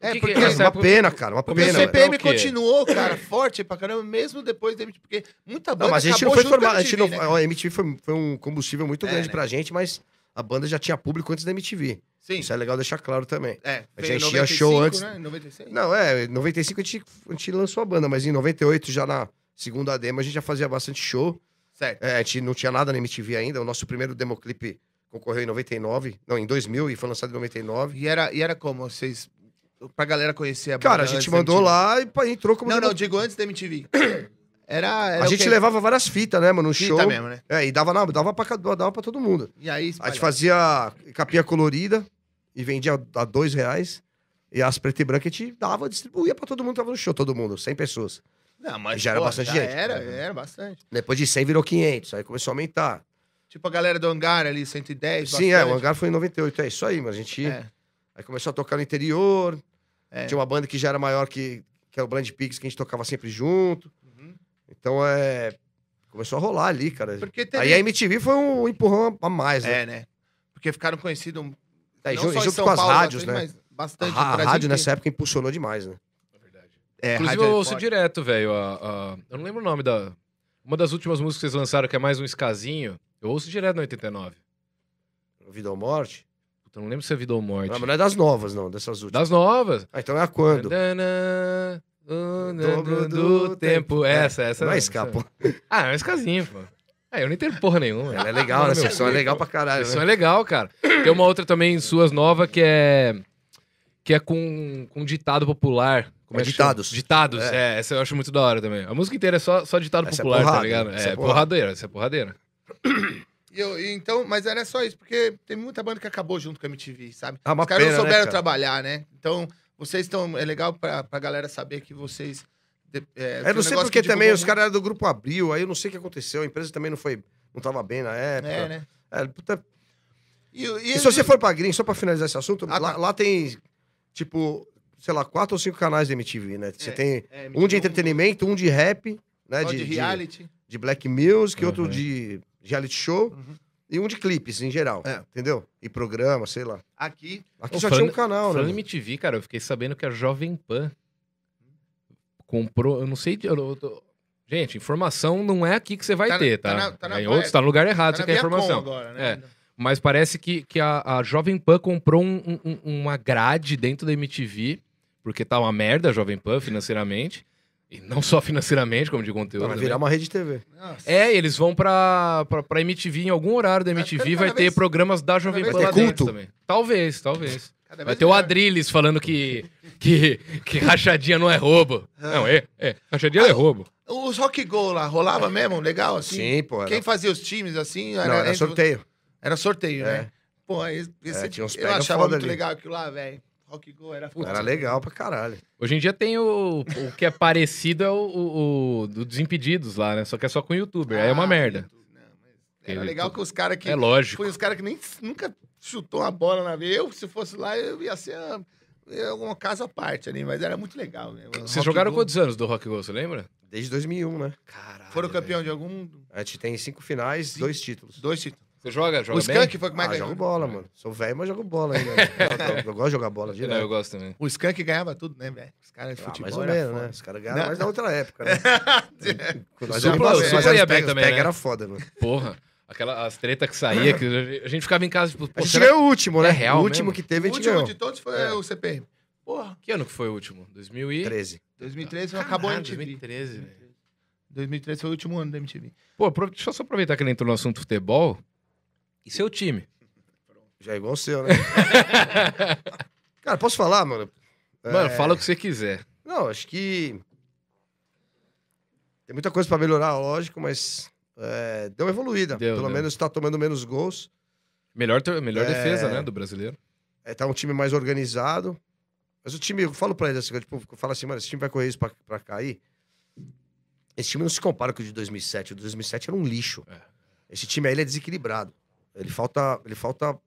B: É,
A: O que que
B: porque-
A: é essa
D: uma
A: época-
D: pena, cara, uma
A: Porque
B: Porque
D: pena.
B: o
D: velho.
A: CP
B: CPM
A: É o quê?
B: continuou, cara, forte pra caramba, mesmo depois da MTV. Porque muita banda
D: Não, mas a gente
B: acabou
D: não foi
B: junto com
D: formado. A gente não,
B: MTV, né?
D: a MTV foi, foi um combustível muito
B: É,
D: grande
B: né?
D: pra gente, mas a banda já tinha público antes da MTV.
B: Sim.
D: Isso é legal deixar claro também.
B: É,
D: A
B: veio em
D: gente tinha show
B: 95,
D: antes-
B: Né? 96?
D: Não, é, em 95 a gente, a gente lançou a banda, mas em 98, já na segunda demo, a gente já fazia bastante show.
B: Certo.
D: É, a gente não tinha nada na MTV ainda. O nosso primeiro democlipe concorreu em 99, não, em 2000 e foi lançado em 99.
B: E era, e era como? Vocês. Pra galera conhecer a banda.
D: Cara, a
B: antes
D: gente
B: da
D: mandou
B: MTV.
D: lá e pá, entrou como
B: Não, não,
D: demo-
B: digo antes da MTV. Era. era
D: A
B: o
D: gente
B: quê?
D: levava várias fitas, né, mano, no
B: Fita
D: show.
B: mesmo, né?
D: É, e dava, na, dava, pra, ca- dava pra todo mundo.
B: E aí.
D: A gente
B: espalhava.
D: fazia capinha colorida e vendia a dois reais. E as preto e branca a gente dava, distribuía pra todo mundo que tava no show, todo mundo, 100 pessoas.
B: Não, mas,
D: já era bastante
B: já
D: gente. né?
B: Era, era bastante.
D: Depois de 100 virou 500, aí começou a aumentar.
B: Tipo a galera do hangar ali, 110.
D: Sim, é, o
B: bastante.
D: hangar foi em 98, é isso aí, mas a gente.
B: É.
D: Aí começou a tocar no interior.
B: É.
D: Tinha uma banda que já era maior que, que é o Blind Pigs, que a gente tocava sempre junto.
B: Uhum.
D: Então é. Começou a rolar ali, cara.
B: Porque teve.
D: Aí a MTV foi um empurrão a mais, né?
B: É, né? Porque ficaram conhecidos. não
D: Aí,
B: só
D: junto,
B: em
D: junto
B: São
D: com as
B: Paulo,
D: rádios, né?
B: bastante, mas
D: A,
B: Bastante. no
D: ra- a
B: Brasil
D: rádio
B: inteiro.
D: nessa época impulsionou demais, né?
B: É,
A: Inclusive,
B: rádio
A: eu
B: é
A: ouço
B: forte.
A: direto, velho. a- a- Eu não lembro o nome da. Uma das últimas músicas que vocês lançaram, que é mais um escasinho, eu ouço direto na 89.
D: Vida ou Morte.
A: Puta, não lembro se é Vida ou Morte.
D: Não, mas não é das novas, não, dessas últimas.
A: Das novas.
D: Ah, então é a quando?
A: Tadana, o
D: Dobro
A: dobro
D: do
A: do tempo. Essa, essa.
D: não é
A: mesmo,
D: escapa.
A: essa. Ah, é um escasinho, pô. É, eu não entendo porra nenhuma.
D: Ela é legal, né?
A: Mano,
D: Essa
A: meu,
D: versão é legal pra
A: A
D: caralho.
A: versão
D: Né?
A: é legal, cara. Tem uma outra também, suas nova, que é. Que é com, com ditado popular. Como
D: É
A: que
D: ditados.
A: chama? Ditados, é. Essa eu acho muito da hora também. A música inteira é só, só ditado
D: Essa é
A: popular, tá
D: porrada,
A: ligado?
D: essa
A: É,
D: é porrada.
A: porradeira, essa é porradeira.
B: E eu- e então, mas era só isso, porque tem muita banda que acabou junto com a MTV, sabe?
D: Ah, uma
B: Os caras não
D: pena, né,
B: souberam
D: cara?
B: trabalhar, né? Então, vocês estão. É legal pra, pra galera saber que vocês. de- é,
D: Eu
B: foi um
D: não sei
B: negócio
D: porque
B: que
D: também
B: divulgou
D: os caras eram do grupo Abril, aí eu não sei o que aconteceu, a empresa também não foi, não tava bem na
B: muito,
D: época.
B: É, né?
D: É, puta-
B: E, e-
D: E se você for pra Green, só pra finalizar esse assunto,
B: Ah, tá.
D: lá, lá tem, tipo, sei lá, quatro ou cinco canais da MTV, né? Você
B: É,
D: tem
B: é,
D: um de entretenimento, um de rap, né?
B: só
D: De,
B: de
D: de-
B: reality.
D: de black music, outro
A: Uhum.
D: de reality show
B: Uhum.
D: e um de clipes em geral,
B: É.
D: entendeu? E programa, sei lá.
B: Aqui.
D: Aqui
A: Ô,
D: só
A: falando-
D: tinha um canal,
A: Falando
D: né?
A: em MTV, cara, eu fiquei sabendo que a Jovem Pan comprou. Eu não sei. de- eu- eu tô- Gente, informação não é aqui que você vai
B: Tá na-
A: ter,
B: tá
A: tá?
B: na- tá na
A: em
B: Viacom.
A: outros, tá no lugar
B: tá
A: errado,
B: na
A: você quer
B: Viacom
A: informação.
B: agora, né?
A: É. Mas parece que, que a, a Jovem Pan comprou um- um- um- uma grade dentro da MTV, porque tá uma merda a Jovem Pan financeiramente. E não só financeiramente, como de conteúdo.
D: Pra
A: né?
D: virar uma rede de TV.
B: Nossa.
A: É, e eles vão pra, pra, pra MTV, em algum horário da
B: Vai
A: MTV,
B: ficando
A: vai
B: cada
A: ter
B: vez-
A: programas da Jovem
B: vez
A: Pan lá
D: mais
A: dentro
D: culto.
A: também. Talvez, talvez.
B: Cada
A: Vai
B: vez
A: ter o
B: melhor.
A: Adrilles falando que, que, que rachadinha não é roubo. Não, é, é. Rachadinha não é roubo.
B: Os rock go lá,
A: É.
B: rolava mesmo? Legal, assim?
D: Sim, pô. Era,
B: Quem fazia os times, assim?
D: não, era
B: entre-
D: sorteio.
B: Era sorteio,
D: É.
B: né? Pô, aí esse,
D: É, tinha uns
B: eu
D: pega
B: achava
D: foda
B: muito
D: ali.
B: legal aquilo lá, velho. Rock Go era foda.
D: Era legal pra caralho.
A: Hoje em dia tem o, o que é parecido é o, o, o do Desimpedidos lá, né? Só que é só com youtuber. aí é uma
B: Ah,
A: merda.
B: YouTube, não, mas
A: Ele-
B: Era legal que os caras que.
A: É lógico.
B: Foi os caras que nem nunca chutou uma bola na veia. Eu, se fosse lá, eu ia ser ah, eh, alguma casa à parte ali, mas era muito legal mesmo.
A: Vocês
B: Rock
A: jogaram
B: Go.
A: quantos anos do Rock Go, você lembra?
D: Desde 2001, né?
A: Caralho.
B: Foram campeão de algum.
D: A gente tem cinco finais, dois títulos.
B: Dois títulos.
A: Você joga? Joga
B: o
A: bem?
B: Skank foi é que mais
D: ah,
B: ganhou.
D: jogo bola, mano. Sou velho, mas jogo bola ainda. né? *laughs* eu, eu- eu gosto de jogar bola
A: Não, né, eu
D: direto.
A: gosto é também.
B: O Skank ganhava tudo, né, velho? Os caras de
D: Ah,
B: futebol.
D: mais ou
B: era
D: menos,
B: foda.
D: né? Os caras ganharam
B: Não.
D: mais na outra época, *laughs* né? Quando nós
A: Supla-
D: era moleque,
A: supla
D: mas
A: ia
D: era
A: bem
D: pega,
A: também,
D: pega
A: né?
D: era foda, mano.
A: Porra, aquela, as tretas que saía, que a gente ficava em casa, tipo,
D: A
A: pô,
D: gente
A: será...
D: ganhou o último, né?
A: É real
D: o último
A: mesmo?
D: que teve,
B: O
D: a gente
B: último
A: um.
D: ganhou.
B: de todos foi
D: É.
B: o CPM. Porra,
A: que ano que foi o último? 2000 e...
D: 13.
B: 2013 não acabou a
A: Ah, Caralho,
B: MTV.
A: 2013, velho.
B: 2013 foi o último ano da MTV.
A: Pô, apro- deixa eu só aproveitar que ele entrou no assunto futebol. E seu *laughs* time?
D: Já é igual o seu, né? Cara, posso falar, mano?
A: Mano,
D: É.
A: fala o que você quiser.
D: Não, acho que. Tem muita coisa pra melhorar, lógico, mas. é, deu uma evoluída.
A: Deu,
D: Pelo
A: deu.
D: menos tá tomando menos gols.
A: Melhor, ter- melhor
D: É.
A: defesa, né, do brasileiro.
D: É, tá um time mais organizado. Mas o time, eu falo pra eles assim, eu, tipo, eu falo assim, mano, esse time vai correr isso pra, pra cair. Esse time não se compara com o de 2007. O de 2007 era um lixo.
A: É.
D: Esse time aí ele é desequilibrado. Ele falta, ele falta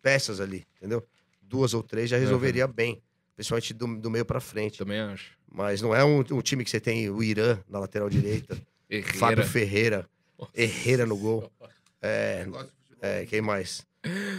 D: peças ali, entendeu? Duas ou três já
A: Uhum.
D: resolveria bem. Principalmente do, do meio pra frente.
A: Também acho.
D: Mas não é um, um time que você tem o Irã na lateral direita,
A: *laughs* Herrera.
D: Fábio Ferreira,
A: Nossa
D: Herrera no gol. É, é, quem mais?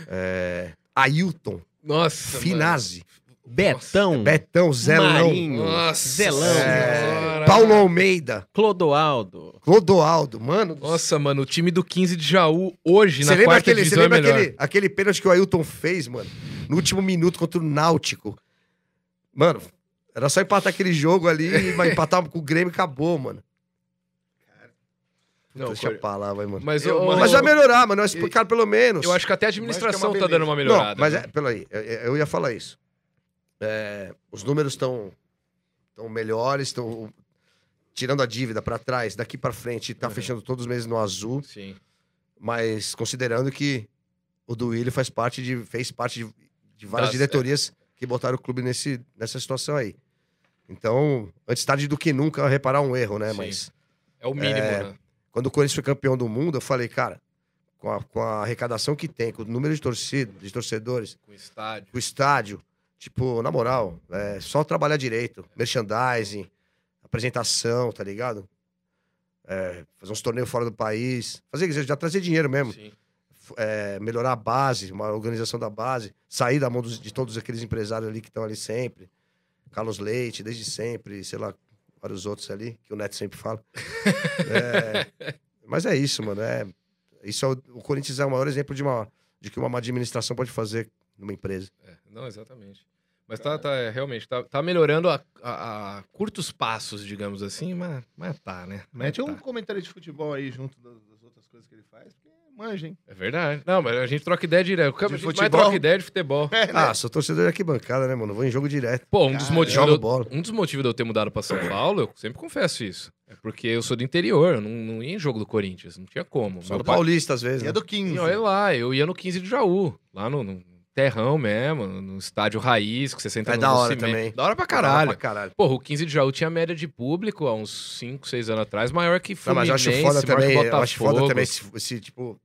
D: É, Ailton,
A: Nossa,
D: Finazzi.
C: *laughs* Betão,
D: Betão, Zelão,
C: Hum.
D: É.
C: Marinho,
A: Nossa
C: Zelão,
A: senhora.
D: Paulo Almeida,
C: Clodoaldo.
D: Clodoaldo, mano. do
A: Nossa, mano, o time do 15 de Jaú hoje
D: Você
A: na
D: lembra,
A: quarta
D: aquele, você
A: divisão
D: lembra
A: é melhor.
D: aquele, aquele pênalti que o Ailton fez, mano? No último minuto contra o Náutico. Mano, era só empatar aquele jogo
A: *laughs*
D: ali, mas empatar com o Grêmio e acabou, mano.
A: Não,
D: Deixa
A: Cor-
D: pra lá, vai, mano.
A: mas,
B: Eu-
A: ô,
D: Mas
A: ô,
D: vai melhorar, mano. Nós,
A: e-
D: cara, pelo menos.
A: eu acho que até a administração
B: Mas que é
A: tá
B: uma
A: dando uma melhorada.
D: Não, mas
A: né?
D: é, peraí, eu, eu ia falar isso. É, os números estão tão melhores, estão tirando a dívida pra trás, daqui pra frente, tá
A: Uhum.
D: fechando todos os meses no azul,
A: Sim.
D: mas considerando que o do Willi faz parte de, fez parte de, de várias
A: Das-
D: diretorias que botaram o clube nesse, nessa situação aí. Então, antes tarde do que nunca, reparar um erro, né?
A: Sim.
D: Mas
A: É o mínimo, né?
D: quando o Corinthians foi campeão do mundo, eu falei, cara, com a, com a arrecadação que tem, com o número de, torcida, de torcedores,
A: Com o estádio.
D: com o estádio, tipo, na moral, é só trabalhar direito. Merchandising, apresentação, tá ligado? É, fazer uns torneios fora do país. Fazer já trazer dinheiro mesmo.
A: Sim.
D: É, melhorar a base, uma organização da base, sair da mão dos- de todos aqueles empresários ali que estão ali sempre. Carlos Leite, desde sempre, sei lá, vários outros ali, que o Neto sempre fala. É, mas é isso, mano. É, isso é o, o Corinthians é o maior exemplo de, uma, de que uma má administração pode fazer numa empresa.
A: É, Não, exatamente. Mas tá, tá é, realmente, tá, tá melhorando a, a- a curtos passos, digamos assim, mas, mas tá, né? Mas
B: Mete um
A: tá.
B: comentário de futebol aí junto das, das outras coisas que ele faz, porque manja, hein?
A: É verdade. Não, mas a gente troca ideia direto. A
B: De
A: gente mais
B: futebol?
A: troca ideia de
B: *laughs*
A: futebol.
B: É, né?
D: Ah, sou torcedor de arquibancada, né, mano? Vou em jogo direto.
A: Pô, um dos,
B: Cara,
A: motivos de
D: Jogo
A: eu,
D: bola.
A: um dos motivos de eu ter mudado pra São Paulo, eu sempre confesso isso. É porque eu sou do interior, eu não, não ia em jogo do Corinthians, não tinha como.
D: Sou
A: Meu
D: do
A: pai-
D: Paulista, às vezes.
B: E
D: Né?
B: é do 15.
A: Não, eu ia lá, eu ia no 15 de Jaú, lá no, no Terrão mesmo, no estádio Raiz, que você senta
D: É
A: no
D: da
A: no
D: hora
A: cimento.
D: também.
A: Da hora pra caralho.
D: Pra caralho.
A: Porra, o 15 de Jaú tinha média de público há uns 5, 6 anos atrás, maior que
D: Não,
A: Fluminense,
D: mas eu acho foda
A: maior
D: também.
A: que
D: Eu acho foda
A: Botafogo.
D: também esse, esse, tipo,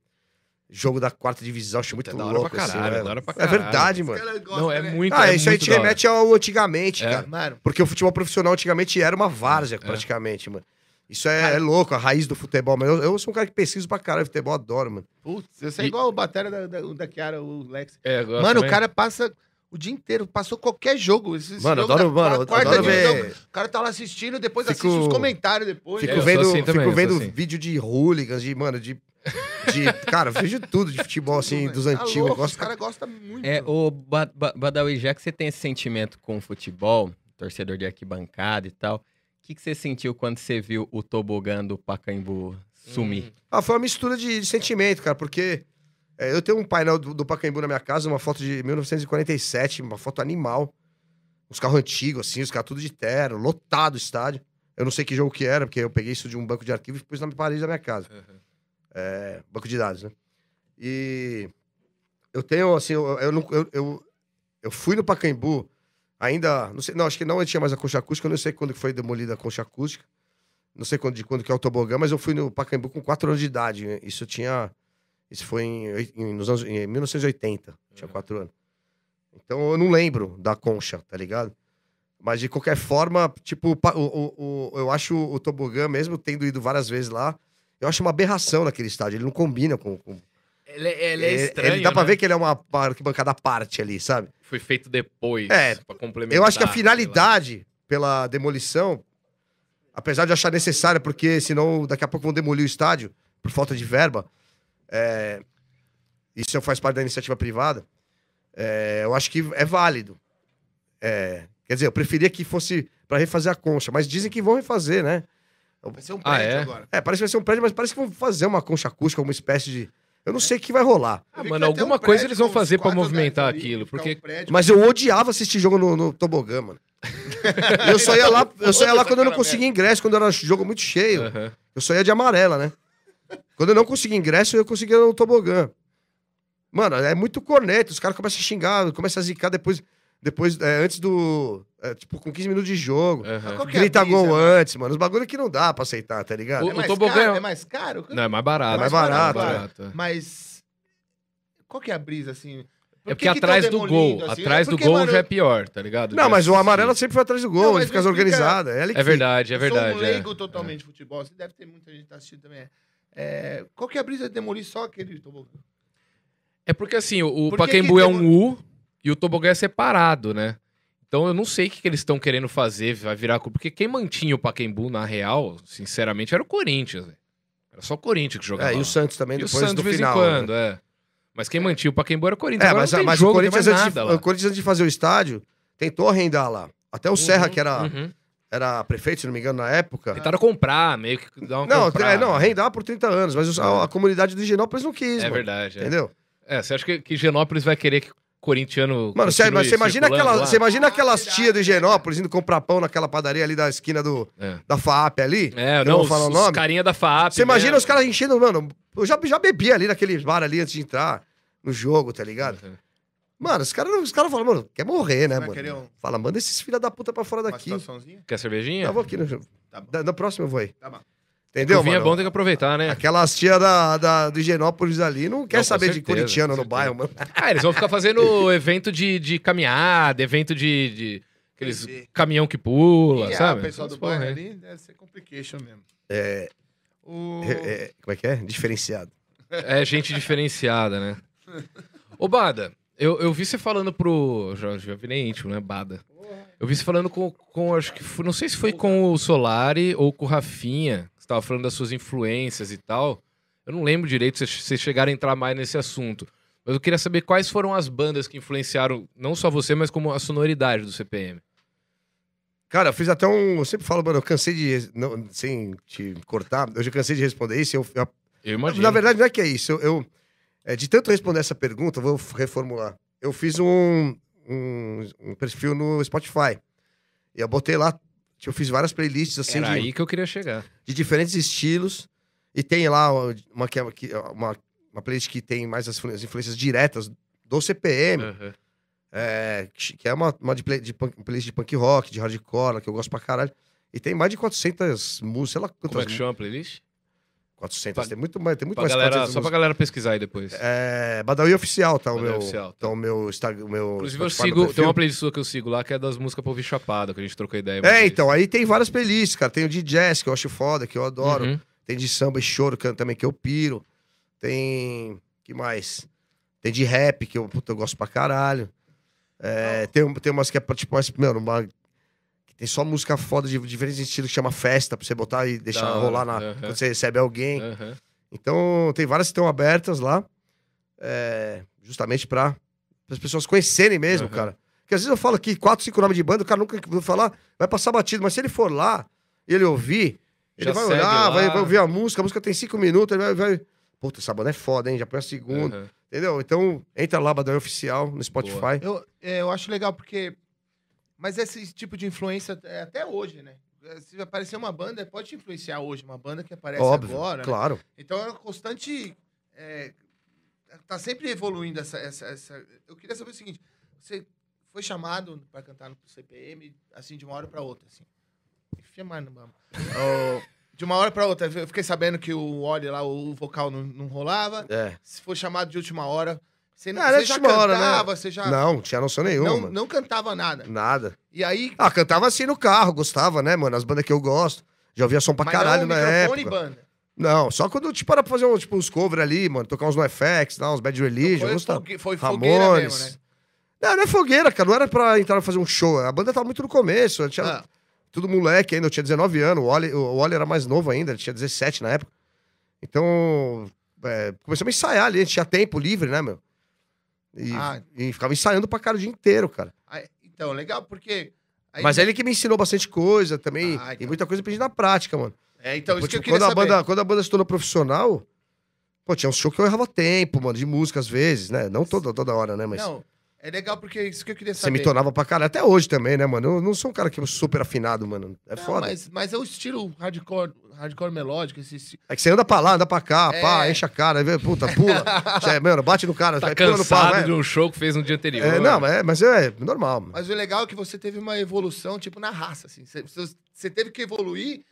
D: jogo da quarta divisão. Acho muito
A: É da hora
D: louco.
A: pra
D: assim,
A: caralho,
D: né?
A: da hora pra
D: É
A: caralho.
D: verdade,
B: Os
D: mano.
B: caras gostam,
A: Não, é
B: né?
A: muito,
D: Ah,
A: é
D: isso aí
A: muito
D: te
A: da hora.
D: remete ao antigamente,
A: É.
D: cara.
B: Mano,
D: Porque o futebol profissional antigamente era uma várzea, praticamente, mano. Isso é, é louco, a raiz do futebol. Mas eu, eu sou um cara que pesquiso pra caralho, futebol adoro, mano.
B: putz, você é
A: E-
B: igual o Batera da, da, da Chiara, o Lex.
A: É, agora
B: Mano,
A: também.
B: o cara passa o dia inteiro, passou qualquer jogo. Esse
D: Mano,
B: jogo da
D: adoro- mano,
B: quarta
D: adoro
B: divisão,
D: ver-
B: O cara tá lá assistindo, depois
D: Fico-
B: assiste os comentários depois. É,
A: eu
D: Fico
A: sou
D: vendo,
A: assim também, eu
D: fico
A: sou
D: vendo
A: assim.
D: vídeo de hooligans, de, mano, de. de cara, vejo tudo de futebol, assim, dos
B: Tá
D: antigos.
B: louco,
D: eu gosto
B: Os caras gostam muito.
C: É, o Ba- Ba- Badawi, já que você tem esse sentimento com o futebol, torcedor de arquibancada e tal, o que, que você sentiu quando você viu o tobogã do Pacaembu sumir?
D: Ah, foi uma mistura de, de sentimento, cara, porque é, eu tenho um painel do, do Pacaembu na minha casa, uma foto de 1947, uma foto animal. Os carros antigos, assim, os caras tudo de terra, lotado o estádio. Eu não sei que jogo que era, porque eu peguei isso de um banco de arquivo e pus na parede da minha casa.
A: Uhum.
D: É, banco de dados, né? E eu tenho, assim, eu, eu, não- eu, eu, eu fui no Pacaembu ainda, não sei, não, acho que não tinha mais a concha acústica, eu não sei quando que foi demolida a concha acústica. Não sei quando, de quando que é o tobogã, mas eu fui no Pacaembu com 4 anos de idade. né? Isso tinha. Isso foi em, oi- em- nos anos, em 1980.
A: Uhum.
D: Tinha 4 anos. Então eu não lembro da concha, tá ligado? Mas de qualquer forma, tipo, o pa- o, o- o- eu acho o tobogã, mesmo tendo ido várias vezes lá, eu acho uma aberração naquele estádio. Ele não combina com. com-
A: Ele, ele é
D: Ele-
A: estranho.
D: ele dá pra
A: né?
D: ver que ele é uma par- arquibancada à parte ali, sabe?
A: Foi feito depois.
D: É,
A: pra complementar.
D: Eu acho que a
A: sei lá.
D: finalidade pela demolição, apesar de eu achar necessária, porque senão daqui a pouco vão demolir o estádio por falta de verba, é, isso faz parte da iniciativa privada, é, eu acho que é válido. É, quer dizer, eu preferia que fosse pra refazer a concha, mas dizem que vão refazer, né?
B: Vai ser um
A: Ah,
B: prédio
A: é?
B: agora.
D: É, parece que vai ser um prédio, mas parece que vão fazer uma concha acústica, alguma espécie de. Eu não sei o que vai rolar.
A: Ah,
B: Eu vi que
A: mano,
B: vai ter
A: alguma
B: um
A: coisa
B: prédio
A: eles vão
B: com
A: fazer
B: uns
A: pra
B: quatro
A: movimentar
B: andares ali,
A: aquilo,
B: ficar um
A: porque-
B: prédio.
D: Mas eu odiava assistir jogo no, no tobogã, mano. Eu só ia lá, eu só ia lá quando eu não conseguia ingresso, quando era jogo muito cheio.
A: Aham.
D: Eu só ia de amarela, né? Quando eu não conseguia ingresso, eu conseguia no tobogã. Mano, é muito corneta, os caras começam a xingar, começam a zicar depois, depois é, antes do. é, tipo, com 15 minutos de jogo.
A: aham.
B: Qual que é a
D: Grita
B: brisa,
D: gol
B: mano?
D: antes, mano. Os bagulho que não dá pra aceitar, tá ligado?
A: né? O-
B: É mais
A: tobogã
B: caro?
A: é-
B: É mais caro?
A: Não, é mais barato.
D: É mais barato,
A: é.
B: Mas. Qual que é a brisa, assim? Por
A: É
B: que
A: porque
B: que
A: atrás
B: tão
A: do
B: demolindo,
A: gol,
B: assim?
A: atrás
B: É
A: do
B: porque,
A: gol
B: mano,
A: já é pior, tá ligado?
D: Não,
A: Já
D: mas o
A: assisti.
D: amarelo sempre foi atrás do
B: Não,
D: gol,
B: mas
D: ele fica
B: explica-
D: organizado. É, ele que
A: É verdade, é
B: Eu
A: verdade.
B: sou um leigo
A: é.
B: totalmente de futebol. assim, Deve ter muita gente que tá assistindo também. É, qual que é a brisa de demolir só aquele tobogã?
A: É porque assim, o, o
B: Por que
A: Pacaembu
B: que
A: é
B: tem
A: um U e o tobogã é separado, né? Então eu não sei o que, que eles estão querendo fazer, vai virar. cu- Porque quem mantinha o Pacaembu na real, sinceramente, era o Corinthians. velho. Era só o Corinthians que jogava.
D: É, e
A: lá.
D: o Santos também,
A: E o
D: depois
A: Santos de
D: do
A: vez
D: final.
A: em
D: né?
A: quando, é. Mas quem mantinha o Pacaembu era o Corinthians.
D: É,
A: Agora
D: mas,
A: não tem
D: mas
A: jogo,
D: o,
A: não tem
D: Corinthians
A: mais
D: antes de,
A: nada lá.
D: o Corinthians, antes de fazer o estádio, tentou arrendar lá. Até o Serra, que era,
A: Uhum.
D: era prefeito, se não me engano, na época.
A: Tentaram comprar, meio que dar um uma
D: Não,
A: comprada.
D: é, não, arrendar por 30 anos, mas os- a, a comunidade do Higienópolis não
A: né?
D: quis,
A: É
D: mano.
A: verdade. É.
D: Entendeu?
A: É, você acha que, que Genópolis vai querer que o corintiano.
D: Mano, você, mas
A: continue
D: você imagina,
A: circulando
D: aquela,
A: lá?
D: você imagina aquelas
B: Ah,
D: tias do
B: verdade,
D: Higienópolis indo comprar pão naquela padaria ali da esquina do,
A: É.
D: da FAAP ali?
A: É,
D: Eu
A: não,
D: vou
A: os,
D: falar o
A: os
D: nome.
A: carinha da FAAP.
D: Você imagina
A: mesmo.
D: os caras enchendo, mano. Eu já, já bebi ali naquele bar ali antes de entrar no jogo, tá ligado?
A: Uhum.
D: Mano, os caras os cara falam, mano, quer morrer, né,
B: Vai querer
D: mano?
B: um-
D: Fala, manda esses filha da puta pra fora
B: Uma
D: daqui.
B: situaçãozinha?
A: Quer cervejinha?
D: Eu vou aqui no jogo.
B: Tá bom.
D: Da, da próxima eu vou aí.
B: Tá bom.
D: Entendeu,
A: Vinho é
D: mano?
A: bom, tem que aproveitar,
D: *laughs*
A: né?
D: Aquelas tias da, da, do Higienópolis ali não quer
A: com
D: saber de
A: certeza,
D: corintiano
A: com
D: no bairro, mano.
A: Ah, eles vão ficar fazendo evento de, de caminhada, evento de, de aqueles
B: Entendi.
A: caminhão que pula,
B: E, ah,
A: sabe?
B: O pessoal do
A: Essas porra
B: bairro
A: aí.
B: ali deve ser complication mesmo. É. O...
D: É, é, como é que é? Diferenciado.
A: É gente diferenciada, né? Ô, Bada, eu, eu vi você falando pro. Já, já virei íntimo, né, Bada? Eu vi você falando com. com acho que foi- não sei se foi com o Solari ou com o Rafinha. que Você tava falando das suas influências e tal. Eu não lembro direito se vocês chegaram a entrar mais nesse assunto. Mas eu queria saber quais foram as bandas que influenciaram não só você, mas como a sonoridade do CPM.
D: Cara, eu fiz até um. Eu sempre falo, mano, eu cansei de. não- sem te cortar, eu já cansei de responder isso. Eu, eu-
A: Eu imagino.
D: na verdade, não é que é isso. Eu, eu- é, de tanto responder essa pergunta, eu vou reformular. Eu fiz um, um, um perfil no Spotify. E eu botei lá. Eu fiz várias playlists assim
A: Era
D: de-
A: aí que eu queria chegar.
D: de diferentes estilos. E tem lá uma, que é- que- uma, uma playlist que tem mais as influ- as influências diretas do CPM,
A: Aham.
D: é, que que é uma, uma de play- de punk- playlist de punk rock, de hardcore, que eu gosto pra caralho. E tem mais de 400 músicas, sei lá quantas.
A: Como é que chama a playlist?
D: 400,
A: Pra-
D: tem muito mais, tem muito
A: Pra
D: mais
A: galera, só
D: 400
A: pra
D: músicas.
A: galera pesquisar aí depois.
D: É, Badawi Oficial tá o
A: Badawi
D: meu,
A: Oficial, tá.
D: tá o meu Instagram, o meu
A: Inclusive, eu
D: Spotify, meu
A: sigo. Tem
D: perfil.
A: uma playlist sua que eu sigo lá, que é das músicas pra ouvir chapada, que a gente trocou ideia. uma
D: É,
A: vez.
D: então, aí tem várias playlists, cara. Tem o de jazz, que eu acho foda, que eu adoro.
A: Uhum.
D: Tem de samba e choro que eu- também, que eu piro. Tem. que mais? Tem de rap, que eu, puta, eu gosto pra caralho. É, tem, um- tem umas que é pra, tipo, mais, mano, uma, que tem só música foda de diferentes estilos que chama festa, pra você botar e deixar
A: Da hora,
D: rolar na,
A: aham. É.
D: quando você recebe alguém.
A: Aham.
D: Então, tem várias que estão abertas lá, é, justamente pra as pessoas conhecerem mesmo,
A: Aham.
D: cara. Porque às vezes eu falo aqui quatro, cinco nomes de banda, o cara nunca vai falar, vai passar batido, mas se ele for lá e ele ouvir, ele
A: Já
D: vai
A: segue
D: olhar,
A: lá.
D: vai, vai ouvir a música, a música tem cinco minutos, ele vai. vai Puta, essa banda é foda, hein? Já põe a segunda,
A: Aham.
D: entendeu? Então, entra lá, Badalho Oficial, no Spotify.
B: Eu, é, eu acho legal porque. Mas esse tipo de influência é até hoje, né? Se aparecer uma banda, pode te influenciar hoje. Uma banda que aparece
D: Óbvio,
B: agora. né?
D: claro.
B: Então é uma constante. é, tá sempre evoluindo essa, essa, essa- Eu queria saber o seguinte: você foi chamado para cantar no CPM, assim, de uma hora para outra, assim. Enfia mais no
D: *laughs*
B: mamo. Ó, né, De uma hora para outra. Eu fiquei sabendo que o óleo lá, o vocal não, não rolava.
D: É.
B: Se foi chamado de última hora. Você, não,
D: Ah, era
B: você
D: de
B: já
D: última hora, né?
B: cantava, você já.
D: Não, não tinha noção nenhuma.
B: não,
D: mano.
B: não cantava nada.
D: Nada.
B: E aí.
D: Ah, cantava assim no carro, gostava, né, mano? As bandas que eu gosto. Já ouvia som pra
B: mas
D: caralho
B: não, um
D: na época.
B: microfone e banda.
D: Não, só quando eu te para pra fazer uns, tipo, uns cover ali, mano, tocar uns NoFX, tá, uns Bad
B: Então,
D: Religion, eu
B: foi,
D: gostava.
B: fogue- foi fogueira
D: Ramones.
B: mesmo, né?
D: Não, não é fogueira, cara. Não era pra entrar e fazer um show. A banda tava muito no começo. Eu tinha
B: Ah,
D: tudo moleque ainda. Eu tinha 19 anos. O Wally, o Wally era mais novo ainda. Ele tinha 17 na época. Então, é, começamos a ensaiar ali. A gente tinha tempo livre, né, meu? E,
B: Ah.
D: e ficava ensaiando pra cara o dia inteiro, cara.
B: aí- então, legal, porque. aí-
D: Mas ele que me ensinou bastante coisa também.
B: Ah, então.
D: E muita coisa eu aprendi na prática, mano.
B: É, então, isso
D: Tipo,
B: que eu queria
D: quando, a
B: saber.
D: banda, quando a banda se tornou profissional, pô, tinha um show que eu errava tempo, mano, de música às vezes, né? Não toda, toda hora, né? Mas
B: Não, é legal porque isso que eu queria
D: você
B: saber.
D: me tornava pra caralho. Até hoje também, né, mano? Eu não sou um cara que é super afinado, mano. É
B: Não,
D: foda.
B: Mas, mas é o estilo hardcore, hardcore melódico, esse esti-
D: É que você anda pra lá, anda pra cá,
B: É.
D: pá, enche a cara, aí vem, puta, pula.
B: *laughs*
D: Cê, é, mano, bate no cara,
A: Tá
D: aí pula no pau,
A: cansado né? de
D: né?
A: um show que fez no dia anterior.
D: É, não, mas é, mas é normal. mano.
B: Mas o legal é que você teve uma evolução, tipo, na raça, assim. Você- Você você teve que evoluir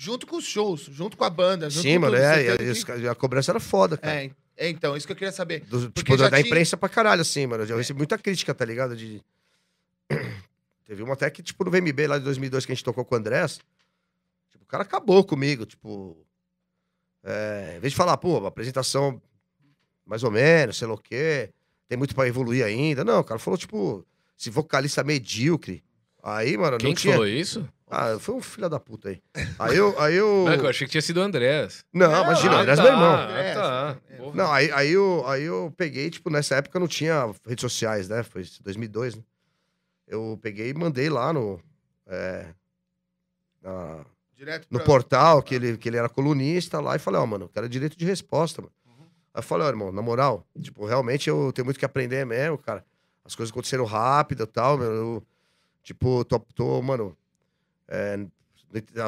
B: junto com os shows, junto com a banda. Junto
D: Sim,
B: com
D: mano,
B: tudo.
D: é,
B: Você
D: e a,
B: teve que-
D: e a cobrança era foda, cara.
B: é, é, então, isso que eu queria saber.
D: Do-
B: porque
D: tipo, da,
B: já
D: da
B: tinha-
D: imprensa pra caralho, assim, mano.
A: É.
D: Eu recebi muita crítica, tá ligado? De... *clears throat* Teve uma até que, tipo, no VMB lá de 2002 que a gente tocou com o Andrés, tipo, o cara acabou comigo, tipo... É, em vez de falar, pô, uma apresentação mais ou menos, sei lá o quê, tem muito pra evoluir ainda. Não, o cara falou, tipo, se vocalista medíocre, aí, mano,
A: Quem
D: não
A: que
D: tinha...
A: falou isso?
D: Ah, foi um filho da puta aí. Aí eu... Aí eu...
A: Não, é que eu achei que tinha sido o Andrés.
D: Não,
B: Não,
D: imagina, o
B: ah,
D: Andrés
A: tá,
D: é meu irmão.
A: Ah, tá.
B: É.
A: Porra.
D: Não, aí, aí, eu, aí eu peguei, tipo, nessa época não tinha redes sociais, né? Foi isso, 2002, né? Eu peguei e mandei lá no... é, na-
B: Direto
D: no
B: pra- é.
D: portal, que ele, que ele era colunista lá, e falei, ó, mano, eu quero direito de resposta, mano.
B: Uhum.
D: Aí eu falei, ó, irmão, na moral, tipo, realmente eu tenho muito que aprender mesmo, cara. As coisas aconteceram rápido e tal, meu. Eu, tipo, tô, tô mano... é,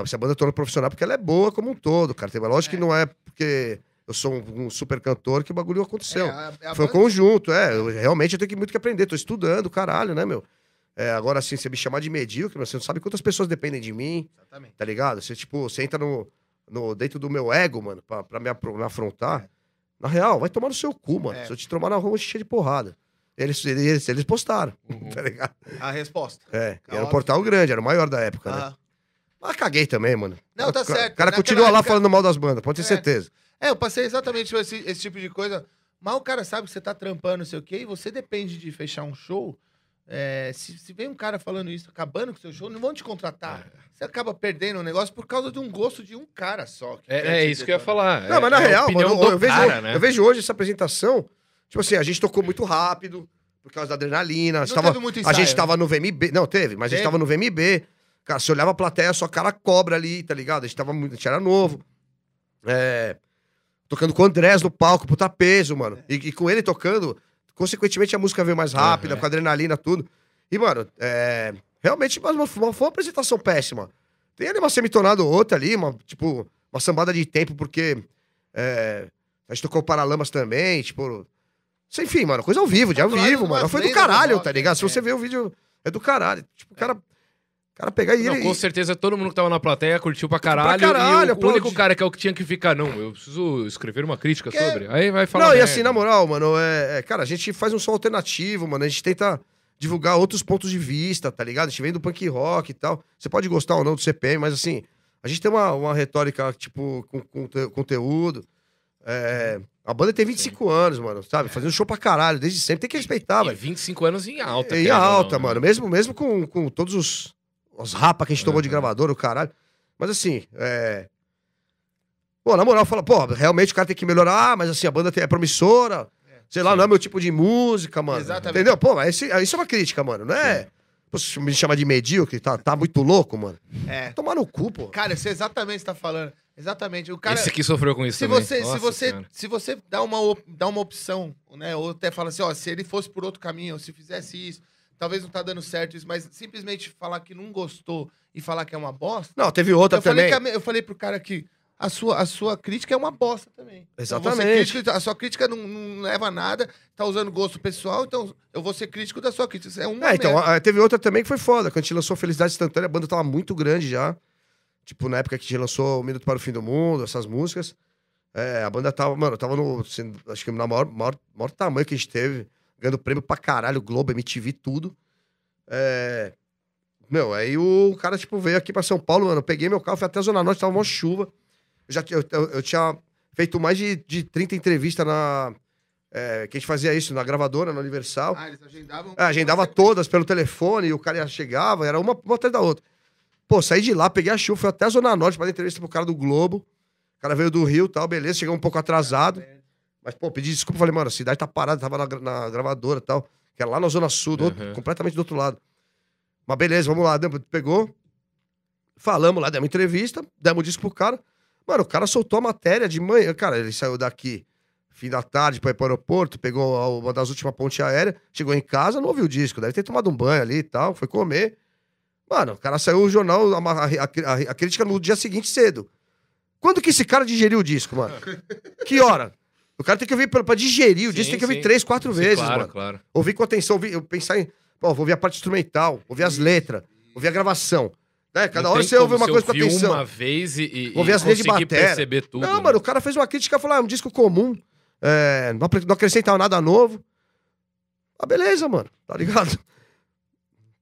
D: se a banda torna profissional, porque ela é boa como um todo, cara. Tem- Lógico que não é porque eu sou um, um super cantor que o bagulho aconteceu.
B: É, a- a
D: Foi um
B: banda-
D: conjunto, é. Eu- realmente eu tenho que- muito que aprender. Tô estudando, caralho, né, meu? É, agora, assim, você me chamar de medíocre, mas você não sabe quantas pessoas dependem de mim,
B: Exatamente.
D: tá ligado? Você, tipo, você entra no, no, dentro do meu ego, mano, pra, pra me, apro- me afrontar. Na real, vai tomar no seu cu, mano.
B: É.
D: Se eu te tomar na rua, eu te cheio de porrada. Eles, eles, eles postaram, *laughs*
A: Uhum.
D: tá ligado?
B: A resposta.
D: É, e era um
B: Óbvio.
D: portal grande, era o maior da época, né?
B: Ah.
D: Mas caguei também, mano.
B: Não, tá
D: O cara-
B: certo.
D: O cara
B: Naquela
D: continua lá
B: época-
D: falando mal das bandas, pode ter
B: É.
D: certeza.
B: É, eu passei exatamente esse, esse tipo de coisa. Mal o cara sabe que você tá trampando, não sei o quê, e você depende de fechar um show. É, se, se vem um cara falando isso, acabando com o seu show, não vão te contratar.
A: É.
B: Você acaba perdendo o negócio por causa de um gosto de um cara só. que quer
A: É, é
B: te
A: isso que eu ia
B: detonar.
A: falar.
D: Não,
A: É-
D: mas na
A: é a
D: real,
A: opinião
D: mano,
A: do
D: eu, vejo,
A: cara,
D: hoje-
A: né?
D: eu vejo hoje essa apresentação. Tipo assim, a gente tocou muito rápido, por causa da adrenalina. a gente
B: Não
D: tava-
B: teve muito
D: a
B: ensaio,
D: gente
B: né?
D: tava no VMB. Não, teve, mas a
B: Teve?
D: gente tava no VMB. Cara, você olhava a plateia, sua cara cobra ali, tá ligado? A gente tava muito. A gente era novo. É, tocando com o Andrés no palco, puta peso, mano. E, e com ele tocando, consequentemente a música veio mais rápida,
A: Aham.
D: com a adrenalina, tudo. E, mano, é, realmente mas, mano, foi uma, foi uma apresentação péssima. Tem ali uma semitonada ou outra ali, uma, tipo, uma sambada de tempo, porque é, a gente tocou o Paralamas também, tipo. Sei, Enfim, mano, coisa ao vivo, de ao
B: Claro,
D: vivo, mano.
B: umas
D: Foi do
B: leis do
D: caralho,
B: rock,
D: tá ligado? Se
B: é.
D: você ver o vídeo, é do caralho. Tipo, o cara, o cara pegar e
A: Não,
D: ele.
A: com certeza todo mundo que tava na plateia curtiu pra caralho. e o-
D: caralho,
A: o,
D: aplaude.
A: único cara que é o que tinha que ficar, não, eu preciso escrever uma crítica
B: Que-
A: sobre. Aí vai falar.
D: é- Não, e
A: merda.
D: assim, na moral, mano, é, é, Cara, a gente faz um som alternativo, mano. A gente tenta divulgar outros pontos de vista, tá ligado? A gente vem do punk rock e tal. Você pode gostar ou não do CPM, mas assim, a gente tem uma, uma retórica, tipo, com, com te- conteúdo. É, a banda tem 25 anos, mano, sabe? Fazendo show pra caralho, desde sempre. Tem que respeitar,
A: E
D: velho.
A: 25 anos em alta.
D: Em
A: querendo ou não,
D: alta,
A: né?
D: mano. Mesmo, mesmo com, com todos os, os rapas que a gente tomou de
A: Aham.
D: gravador, o caralho. Mas assim, é. Pô, na moral, fala, pô, realmente o cara tem que melhorar, mas assim, a banda tem- é promissora. Sei lá, não é meu tipo de música, mano.
B: Exatamente.
D: Entendeu? Pô, mas esse- isso é uma crítica, mano, não é? Pô, se me chamar de medíocre, tá, tá muito louco, mano.
B: É.
D: Tomar no cu, pô.
B: Cara, você exatamente tá falando. Exatamente. O cara.
A: Esse aqui sofreu com isso
B: se
A: também.
B: você, se
A: Nossa
B: você,
A: Senhora.
B: se você dá uma, op- dá uma opção, né? Ou até fala assim, ó, se ele fosse por outro caminho, ou se fizesse isso, talvez não tá dando certo isso, mas simplesmente falar que não gostou e falar que é uma bosta.
D: Não, teve outra
B: eu,
D: também.
B: falei que a me- eu falei pro cara que a sua, a sua crítica é uma bosta também.
D: Exatamente.
B: Então, você crítica- a sua crítica não, não leva a nada, tá usando gosto pessoal, então eu vou ser crítico da sua crítica. Isso É uma
D: É, então,
B: merda.
D: a- teve outra também que foi foda. Quando a gente lançou Felicidade Instantânea, a banda tava muito grande já. Tipo, na época que a gente lançou O Minuto para o Fim do Mundo, essas músicas. É, a banda tava, mano, tava no. assim, acho que no maior, maior, maior tamanho que a gente teve. Ganhando prêmio pra caralho, Globo, MTV, tudo. É. Meu, aí o cara, tipo, veio aqui pra São Paulo, mano. Eu peguei meu carro, fui até a Zona Norte, tava uma chuva. Eu, já, eu, eu- eu tinha feito mais de, de 30 entrevistas na. é, que a gente fazia isso na gravadora, na Universal.
B: Ah, eles agendavam.
D: É, agendava todas pelo telefone e o cara chegava, era uma, uma atrás da outra. Pô, saí de lá, peguei a chuva, fui até a Zona Norte pra dar entrevista pro cara do Globo. O cara veio do Rio e tal, beleza, chegou um pouco atrasado. Mas, pô, pedi desculpa, falei, mano, a cidade tá parada, tava na, gra- na gravadora e tal, que era lá na Zona Sul, do outro-
A: Uhum.
D: completamente do outro lado. Mas beleza, vamos lá, deu- pegou, falamos lá, demos entrevista, demos disco pro cara. Mano, o cara soltou a matéria de manhã, cara, ele saiu daqui fim da tarde pra ir pro aeroporto, pegou a- uma das últimas pontes aéreas, chegou em casa, não ouviu o disco, deve ter tomado um banho ali e tal, foi comer. Mano, o cara saiu o jornal, a, a- a- a crítica no dia seguinte cedo. Quando que esse cara digeriu o disco, mano? que hora? O cara tem que ouvir pra, pra digerir o
A: Sim,
D: disco, tem que ouvir
A: sim.
D: três, quatro vezes,
A: claro,
D: mano.
A: claro.
D: Ouvir com atenção, ouvir, eu pensar em. Pô, vou ouvir a parte instrumental, ouvir as letras, ouvir a gravação. Né? Cada
A: Não
D: hora
A: tem
D: você ouve
A: como
D: uma
A: você
D: coisa com
A: ouvir
D: atenção.
A: uma vez e, e,
D: Ouvir
A: e
D: as linhas de
A: conseguir
D: bateria.
A: perceber tudo.
D: não,
A: né?
D: mano, o cara fez uma crítica e falou: ah, é um disco comum, é, não apre- não acrescentava nada novo. Ah, beleza, mano, tá ligado?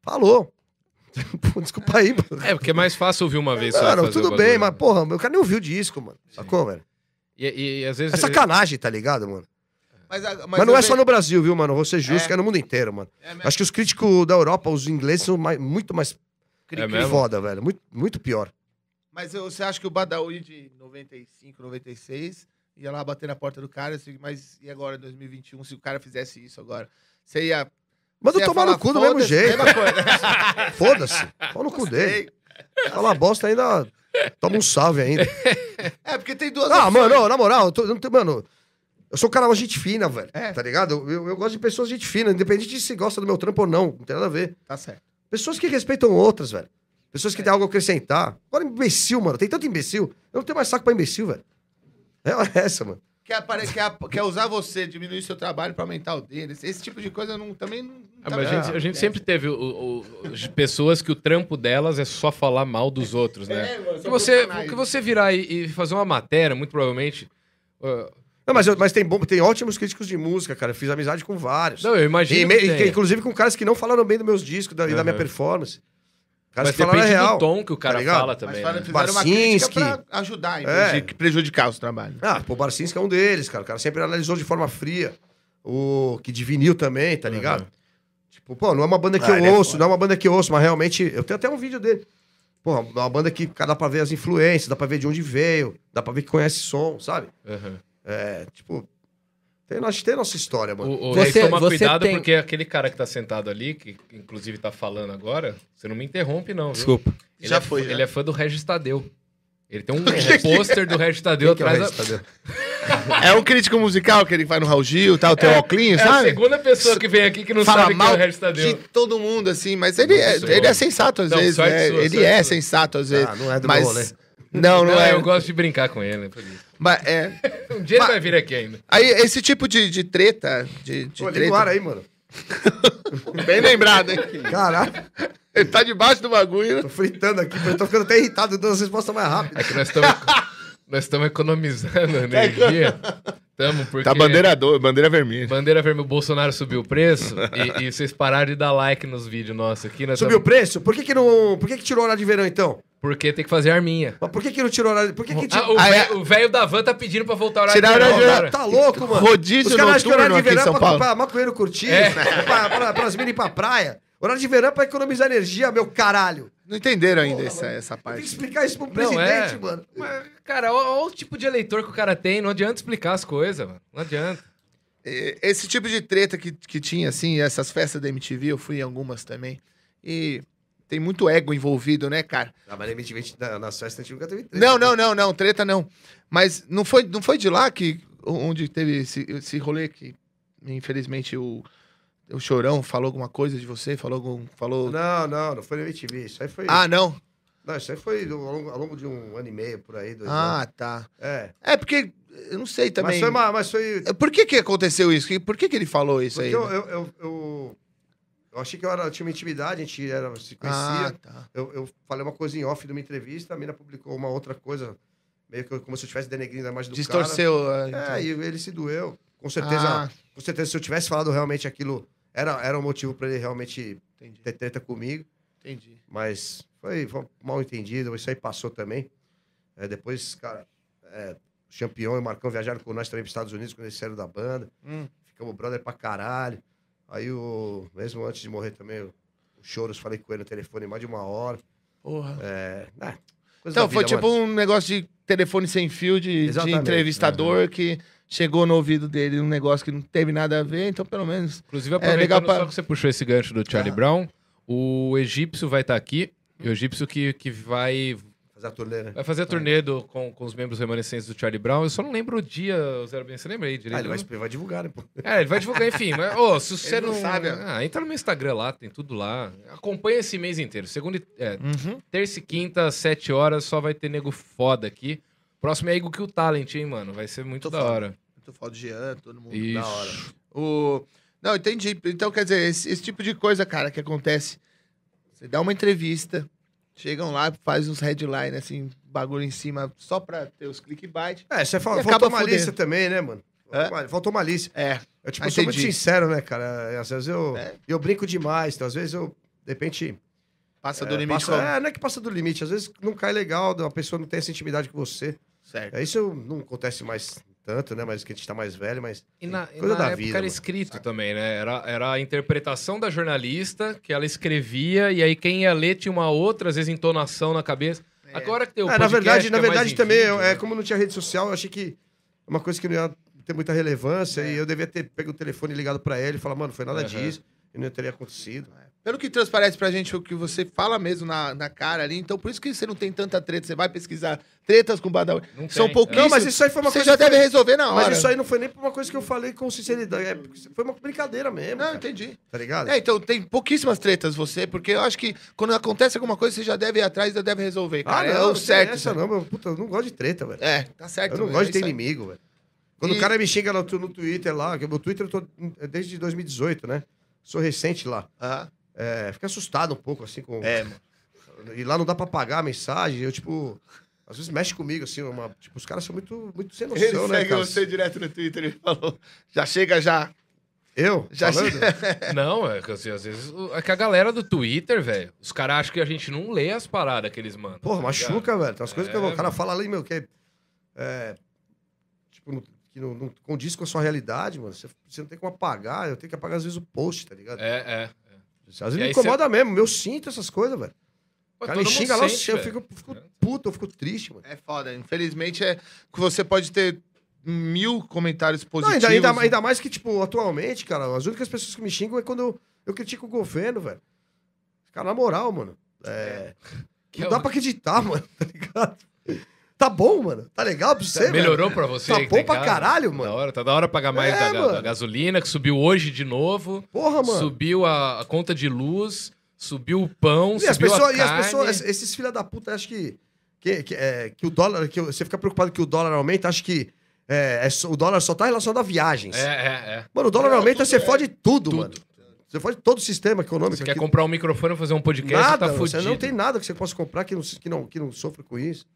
D: Falou. *laughs* Pô, Desculpa aí, mano.
A: É, porque é mais fácil ouvir uma vez só. e
D: Mano,
A: fazer o
D: tudo
A: um bagulho. né?
D: bem, mas, porra, o cara nem ouviu o disco, mano. Sacou, velho?
A: E, e- e às vezes.
D: É sacanagem, tá ligado, mano?
B: Mas, a-
D: Mas, não
B: eu
D: é só
B: vejo-
D: no Brasil, viu, mano? Vou ser justo,
B: É.
D: que é no mundo inteiro, mano.
B: É mesmo.
D: Acho que os críticos da Europa, os ingleses, são mais- muito mais
A: É
D: que
A: mesmo?
D: foda, velho. Muito, muito pior.
B: Mas eu- você acha que o Badawi de 95, 96 ia lá bater na porta do cara, assim, mas e agora, em 2021, se o cara fizesse isso agora? Você ia.
D: Manda
B: você ia
D: tomar
B: falar,
D: no cu do mesmo
B: "Foda-se",
D: jeito.
B: mesma
D: *laughs*
B: coisa.
D: Foda-se. Pau no cu dele. Fala bosta ainda. Toma um salve ainda.
B: *laughs* É, porque tem duas.
D: Ah,
B: opções.
D: mano, não, na moral, eu tô- eu não tenho- mano, eu sou um cara uma gente fina, velho.
B: É.
D: Tá ligado? Eu, eu- eu gosto de pessoas gente fina, independente de se gosta do meu trampo ou não. Não tem nada a ver.
B: Tá certo.
D: Pessoas que respeitam outras, velho. Pessoas
A: É.
D: que têm algo a acrescentar. Agora, imbecil, mano. Tem tanto imbecil. Eu não tenho mais saco pra imbecil, velho. É essa, mano.
B: Quer, apare- quer, quer usar você, diminuir seu trabalho pra aumentar o deles. Esse tipo de coisa não, também não.
A: Ah,
B: também
A: mas a gente, a gente sempre teve o- o- o- pessoas que o trampo delas é só falar mal dos outros, né?
B: É, mano,
A: Que
B: só
A: você,
B: profissionais.
A: que você virar e, e fazer uma matéria, muito provavelmente. ah,
D: Não, mas, eu- mas tem, bom, tem ótimos críticos de música, cara. Eu fiz amizade com vários.
A: não, eu
D: E,
A: imagino.
D: me-
A: que
D: e-
A: tenha.
D: inclusive com caras que não falaram bem dos meus discos da- e da minha
A: Aham.
D: performance. Caras
A: mas
D: que falaram a
A: depende
D: real. tá
A: do tom que o cara
D: ligado?
A: fala
B: Mas
A: também.
B: fala-
A: né?
B: fizeram uma
D: Barcinski.
B: crítica pra ajudar, em
D: É.
B: vez de prejudicar os trabalhos.
D: Ah, pô, o Barcinski é um deles, cara. O cara sempre analisou de forma fria. O que de vinil também, tá ligado? Tipo, pô, não é uma banda que
B: Ah, ele é
D: eu ouço,
B: foda.
D: não é uma banda que eu ouço, mas realmente. Eu tenho até um vídeo dele. Porra, uma banda que cara, dá pra ver as influências, dá pra ver de onde veio, dá pra ver que conhece som, sabe?
A: Aham.
D: É, tipo. Tem, acho que tem nossa história, mano.
A: O, o,
C: Você-
A: você, toma
C: você
A: cuidado
C: tem-
A: porque aquele cara que tá sentado ali, que inclusive tá falando agora, você não me interrompe, não. Viu?
C: Desculpa.
A: Ele
B: Já
A: é,
B: foi,
A: fã-
B: já.
A: Ele é fã do Regis Tadeu. Ele tem um pôster do Regis Tadeu
D: *laughs* Que é o
A: atrás. da-
D: resto, tá vendo?
B: É um crítico musical que ele vai no Raul Gil e tal, tem o Oclinho,
A: É a
B: sabe?
A: segunda pessoa que vem aqui que não
B: Fala
A: sabe
B: mal
A: quem é o Regis Tadeu.
B: de todo mundo, assim, mas ele, é,
A: Isso,
B: ele
A: mano.
B: é sensato às
A: Não,
B: vezes,
A: sorte
B: né?
A: sua,
B: ele
A: sorte
B: é
A: sua.
B: sensato às vezes.
D: Ah, não é do
B: mas...
D: meu rolê.
B: Não, não,
A: Não,
B: é.
A: eu gosto de brincar com ele. né, por isso.
B: Mas é.
A: Um dia
B: Mas-
A: ele vai vir aqui ainda.
B: Aí, esse tipo de, de treta, de, de
D: Pô, liga o
B: treta.
D: ar aí, mano.
B: Bem
D: *laughs*
B: lembrado, hein?
D: Caralho.
B: Ele tá debaixo do bagulho.
D: Tô fritando aqui, eu tô ficando até irritado dando as respostas mais rápido.
A: É que nós
B: *laughs*
A: estamos nós estamos economizando energia. Tamo porque
B: Tá bandeira do, bandeira vermelha.
A: bandeira vermelha, o Bolsonaro subiu o
B: *laughs*
A: preço e, e vocês pararam de dar like nos vídeos nossos aqui, nós
D: Subiu o
A: tamo-
D: preço? Por que que não... Por que que tirou horário de verão, então?
A: porque tem que fazer arminha.
D: Mas por que que não tirou horário... Por que tipo que tirou...
A: Ah, o
B: Ah, é.
A: velho- o velho da van tá pedindo pra voltar o horário
B: Tiraram
A: de verão,
B: a hora
A: cara.
B: de
D: Tá louco, mano.
B: Rodízio
D: Os caras acham que
B: noturno
D: horário de
B: aqui em
D: verão
B: São
D: é pra,
B: Paulo.
D: pra maconheiro curtir, né?
A: É.
D: pra, pra, pras minas ir pra praia. Horário de verão é pra economizar energia, meu caralho.
B: Não entenderam ainda essa, essa
D: Tem que
B: parte.
D: explicar isso pro
A: Não,
D: presidente,
A: é.
D: mano.
A: Mas, cara, olha o tipo de eleitor que o cara tem, não adianta explicar as coisas, mano. Não adianta.
B: E- Esse tipo de treta que, que tinha, assim, essas festas da MTV, eu fui em algumas também. E tem muito ego envolvido, né, cara?
D: Ah, mas evidentemente, na, nas festas a gente nunca teve treta.
B: Não, não, não, não, treta não. Mas não foi, não foi de lá que onde teve esse, esse rolê que, infelizmente, o, o Chorão falou alguma coisa de você, falou algum. Falou.
D: Não, não, não foi na MTV. Isso aí foi...
B: Ah, não?
D: Não, isso aí foi ao longo, ao longo de um ano e meio, por aí. Dois anos.
B: Ah, tá.
D: É.
B: É porque. Eu não sei também.
D: Mas foi uma... Mas foi...
B: Por que, que aconteceu isso? Que- Por que, que ele falou isso
D: Porque
B: aí?
D: eu,
B: né?
D: eu, eu, eu- eu achei que eu, era, eu tinha uma intimidade, a gente era, se
B: Ah,
D: conhecia.
B: tá.
D: Eu, eu falei uma coisa em off de uma entrevista, a mina publicou uma outra coisa, meio que eu- como se eu estivesse denegrindo a imagem do
B: Distorceu.
D: cara.
B: ah,
D: É, e ele se doeu. Com certeza,
B: Ah.
D: com certeza, se eu tivesse falado realmente aquilo, era, era um motivo pra ele realmente
B: Entendi,
D: ter treta comigo,
B: entendi.
D: mas foi, foi mal entendido, isso aí passou também. É, depois, cara, o Champion e o Marcão viajaram com nós também para Estados Unidos quando eles saíram da banda.
B: Hum.
D: Ficamos brother pra caralho. Aí, o, mesmo antes de morrer também, o, o Choros, falei com ele no telefone mais de uma hora.
B: Porra.
D: É, né, coisa
B: Então,
D: da
B: foi
D: vida,
B: tipo
D: mano.
B: um negócio de telefone sem fio de, de
D: Exatamente. né?
B: entrevistador que chegou no ouvido dele um negócio que não teve nada a ver, então pelo menos.
A: Inclusive, aproveitando
B: legal pra-
A: só que você puxou esse gancho do Charlie
D: Ah.
A: Brown, o egípcio vai estar aqui. E o egípcio que, que vai,
D: Fazer a turnê, né?
B: É,
A: vai fazer a turnê do- com, com os membros remanescentes do Charlie Brown. Eu só não lembro o dia, Zero Bem. Você lembra aí direito?
D: Ah, ele vai, vai divulgar, né? pô?
A: É, ele vai divulgar, enfim. Mas, ô, se você
B: não
A: não.
B: sabe, ó.
A: ah, entra no meu Instagram lá, tem tudo lá. Acompanha esse mês inteiro. Segunda, e- é,
D: Uhum.
A: terça e quinta, às sete horas, só vai ter nego foda aqui. Próximo é Eagle Kill Talent, hein, mano? Vai ser muito
B: Tô
A: da
B: foda.
A: hora.
B: Tô falando de Jean, todo mundo.
A: Isso.
D: hora.
B: O... Não, entendi. Então, quer dizer, esse, esse tipo de coisa, cara, que acontece. Você dá uma entrevista, chegam lá, faz uns headline, assim, bagulho em cima, só pra ter os clickbait.
D: É, você
B: E
D: fala,
B: acaba
D: faltou malícia
B: fudendo.
D: também, né, mano?
B: Hã?
D: Faltou malícia- Faltou malícia.
B: É.
D: Eu, tipo,
B: Ah,
D: eu sou muito
B: entendi.
D: sincero, né, cara? Às vezes eu,
B: É.
D: eu brinco demais, então, às vezes eu, de repente,
B: Passa
D: É,
B: do limite.
D: passa-
B: como?
D: é, não é que passa do limite. Às vezes não cai legal, a pessoa não tem essa intimidade com você.
B: Certo.
D: É, isso não acontece mais tanto, né? Mas que a gente tá mais velho, mas.
A: E na, e
D: Coisa
A: na
D: da
A: época
D: vida,
A: era
D: mano. É.
A: escrito também, né? Era, era a interpretação da jornalista que ela escrevia, e aí quem ia ler tinha uma outra, às vezes, entonação na cabeça. Agora que tem
B: um
A: o
D: É, na
A: podcast,
D: verdade,
A: que
D: na
A: é mais
D: verdade
A: em
D: também,
A: vídeo,
D: eu-
A: né?
D: é, como não tinha rede social, eu achei que é uma coisa que não ia ter muita relevância.
B: É.
D: E eu devia ter pego o telefone e ligado pra ele e falar, mano, foi nada
A: Aham.
D: disso. E não teria acontecido.
B: Pelo que transparece pra gente o que você fala mesmo na, na cara ali, então por isso que você não tem tanta treta. Você vai pesquisar tretas com o Badawi.
A: Não
B: São
A: tem.
B: pouquinhos.
D: Não, mas isso aí foi uma
B: você
D: coisa
B: já
D: que
B: deve
D: foi-
B: resolver na hora.
D: Mas isso aí não foi nem por uma coisa que eu falei com sinceridade. é, porque foi uma brincadeira mesmo.
B: Não,
D: cara,
B: entendi.
D: Tá ligado?
B: É, então tem pouquíssimas tretas você, porque eu acho que quando acontece alguma coisa, você já deve ir atrás e já deve resolver.
D: ah,
B: Cara.
D: não,
B: é o
D: não certo.
B: certo.
D: Essa
B: né?
D: não, meu, puta, eu não gosto de treta, velho.
B: É, tá certo.
D: Eu não
B: é
D: gosto de ter
B: isso aí.
D: inimigo, velho. Quando
B: E-
D: o cara me xinga no, tu- no Twitter lá, que o meu Twitter eu tô é desde 2018, né? Sou recente lá.
B: Aham.
D: É, fica assustado um pouco, assim, com.
B: É, mano.
D: E lá não dá pra pagar a mensagem. Eu, tipo, às vezes mexe comigo, assim, uma- tipo, os caras são muito, muito sem
B: Ele
D: noção, né,
B: segue
D: cara?
B: você direto no Twitter e falou: já chega já.
D: Eu?
B: *laughs* Já
D: falando?
B: chega.
A: Não, é que assim, às vezes. o- É que a galera do Twitter, velho, os caras acham que a gente não lê as paradas que eles mandam.
D: Porra,
A: tá ligado?
D: machuca, velho. Tem umas coisas que
A: É,
D: o cara fala ali, meu, que é. é, tipo, não- que não, não condiz com a sua realidade, mano. Você, você não tem como apagar. Eu tenho que apagar, às vezes, o post, tá ligado?
A: É, é.
D: Às vezes
A: E
D: me
A: aí cê-
D: incomoda mesmo. Eu sinto essas coisas, velho. O cara me xinga lá, eu fico, fico puto, eu fico triste, mano.
B: É foda. Infelizmente, é que você pode ter mil comentários
D: Não,
B: positivos. né?
D: ainda, ainda, ainda mais que, tipo, atualmente, cara, as únicas pessoas que me xingam é quando eu, eu critico o governo, velho. Cara, na moral, mano. É.
A: Que
D: Não
A: é
D: dá
A: o-
D: pra acreditar, *laughs* mano, tá ligado? Tá bom, mano. Tá legal pra você, velho?
A: Melhorou pra você?
D: Tá
A: que
D: bom
A: tem
D: pra
A: carro?
D: caralho,
A: Tá da
D: mano.
A: hora, tá da hora pagar mais
D: É,
A: da, ga-
D: mano.
A: da gasolina, que subiu hoje de novo.
D: Porra, mano.
A: Subiu a, a conta de luz, subiu o pão,
D: E
A: subiu
D: as, pessoas,
A: a
D: e as
A: carne.
D: pessoas- esses filha da puta, acho que. Que, que, é, que o dólar. Que você fica preocupado que o dólar aumenta, acho que. É, é só- o dólar só tá relacionado a viagens.
A: É, é, é.
D: Mano, o dólar
B: Não,
D: aumenta,
B: tudo
D: você
B: é.
D: fode tudo,
A: Tudo.
D: mano. Você fode todo o sistema econômico.
A: Você quer
D: aqui.
A: comprar um microfone fazer um podcast,
D: nada,
A: tá
D: você
A: fudido.
D: não tem nada que você possa comprar que não, que não, que não sofra com isso.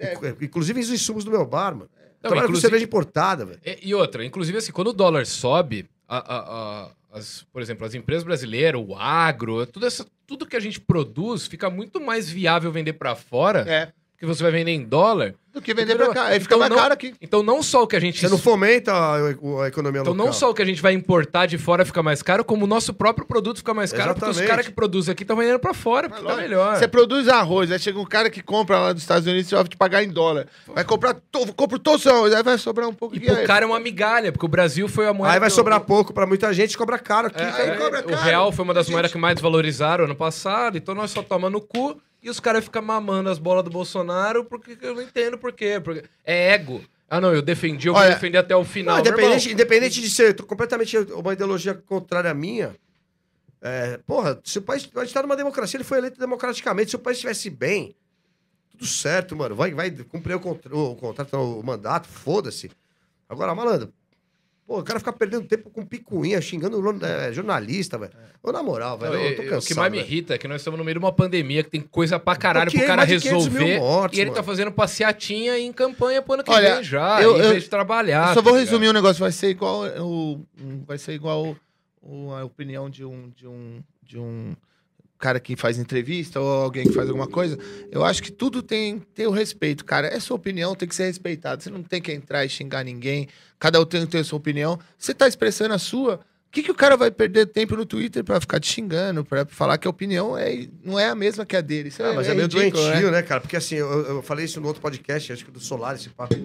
B: É.
D: Incu- Inclusive os insumos do meu bar, mano.
A: Não,
D: Trabalho
A: inclusive-
D: com cerveja importada, velho.
A: E, e outra, inclusive assim, quando o dólar sobe, a- a- a- as, por exemplo, as empresas brasileiras, o agro, tudo, essa, tudo que a gente produz fica muito mais viável vender pra fora,
B: É.
A: porque você vai vender em dólar.
B: Do que vender pra cá. Aí fica
A: Então
B: mais
A: não-
B: caro aqui.
A: Então não só o que a gente...
D: Você não fomenta a, o- a economia
A: Então
D: local.
A: não só o que a gente vai importar de fora fica mais caro, como o nosso próprio produto fica mais caro, porque os
D: Exatamente.
A: caras que produzem aqui estão vendendo pra fora, porque tá
B: lógico.
A: melhor.
B: Você produz arroz, aí chega um cara que compra lá dos Estados Unidos e vai te pagar em dólar. Vai comprar, to, compra todo o seu arroz, aí vai sobrar um pouco
A: E
B: aqui,
A: pro
B: aí-
A: cara é uma migalha, porque o Brasil foi a moeda...
D: Aí vai
A: que-
D: sobrar pouco pra muita gente, cobra caro aqui.
A: É,
D: cara.
A: é,
B: cobra
A: o
B: caro.
A: real foi uma das moedas que mais desvalorizaram ano passado, então nós só toma no cu e os caras ficam mamando as bolas do Bolsonaro, porque eu não entendo por quê. Porque é ego. Ah, não, eu defendi, eu
B: Olha,
A: vou defender até o
D: Não,
A: final.
D: independente,
A: meu irmão.
D: independente de ser completamente uma ideologia contrária à minha, é, porra, se o país. A gente tá numa democracia, ele foi eleito democraticamente. Se o país estivesse bem, tudo certo, mano. Vai, vai cumprir o, contra- o contrato, não, o mandato, foda-se. Agora, malandro, pô, o cara fica perdendo tempo com picuinha, xingando lo- é, jornalista, velho. Ô, na moral, velho, eu, tô
A: E- e-
D: cansado.
A: o que mais me
D: velho.
A: irrita é que nós estamos no meio de uma pandemia que tem coisa pra caralho
D: Ok,
A: pro cara
D: mais de 500 mil
A: resolver.
D: mortes,
A: e ele tá
D: mano.
A: fazendo passeatinha em campanha pro ano que
B: Olha,
A: vem já,
B: eu-
A: em
B: eu-
A: vez de trabalhar.
D: Ah,
B: Eu só vou
A: tá ligado?
B: resumir um negócio. Vai ser igual é, o, um- vai ser igual o- a opinião de um de um de um cara que faz entrevista ou alguém que faz alguma coisa, eu acho que tudo tem, tem o respeito, cara. É sua opinião, tem que ser respeitada. Você não tem que entrar e xingar ninguém. Cada um tem, tem a sua opinião. Você tá expressando a sua. O que, que o cara vai perder tempo no Twitter pra ficar te xingando, pra falar que a opinião é, não é a mesma que a dele? Isso
D: Ah, mas é, meio
B: ridículo, né?
D: doentio, né? cara? Porque assim, eu, eu falei isso no outro podcast, acho que do Solar, esse papo.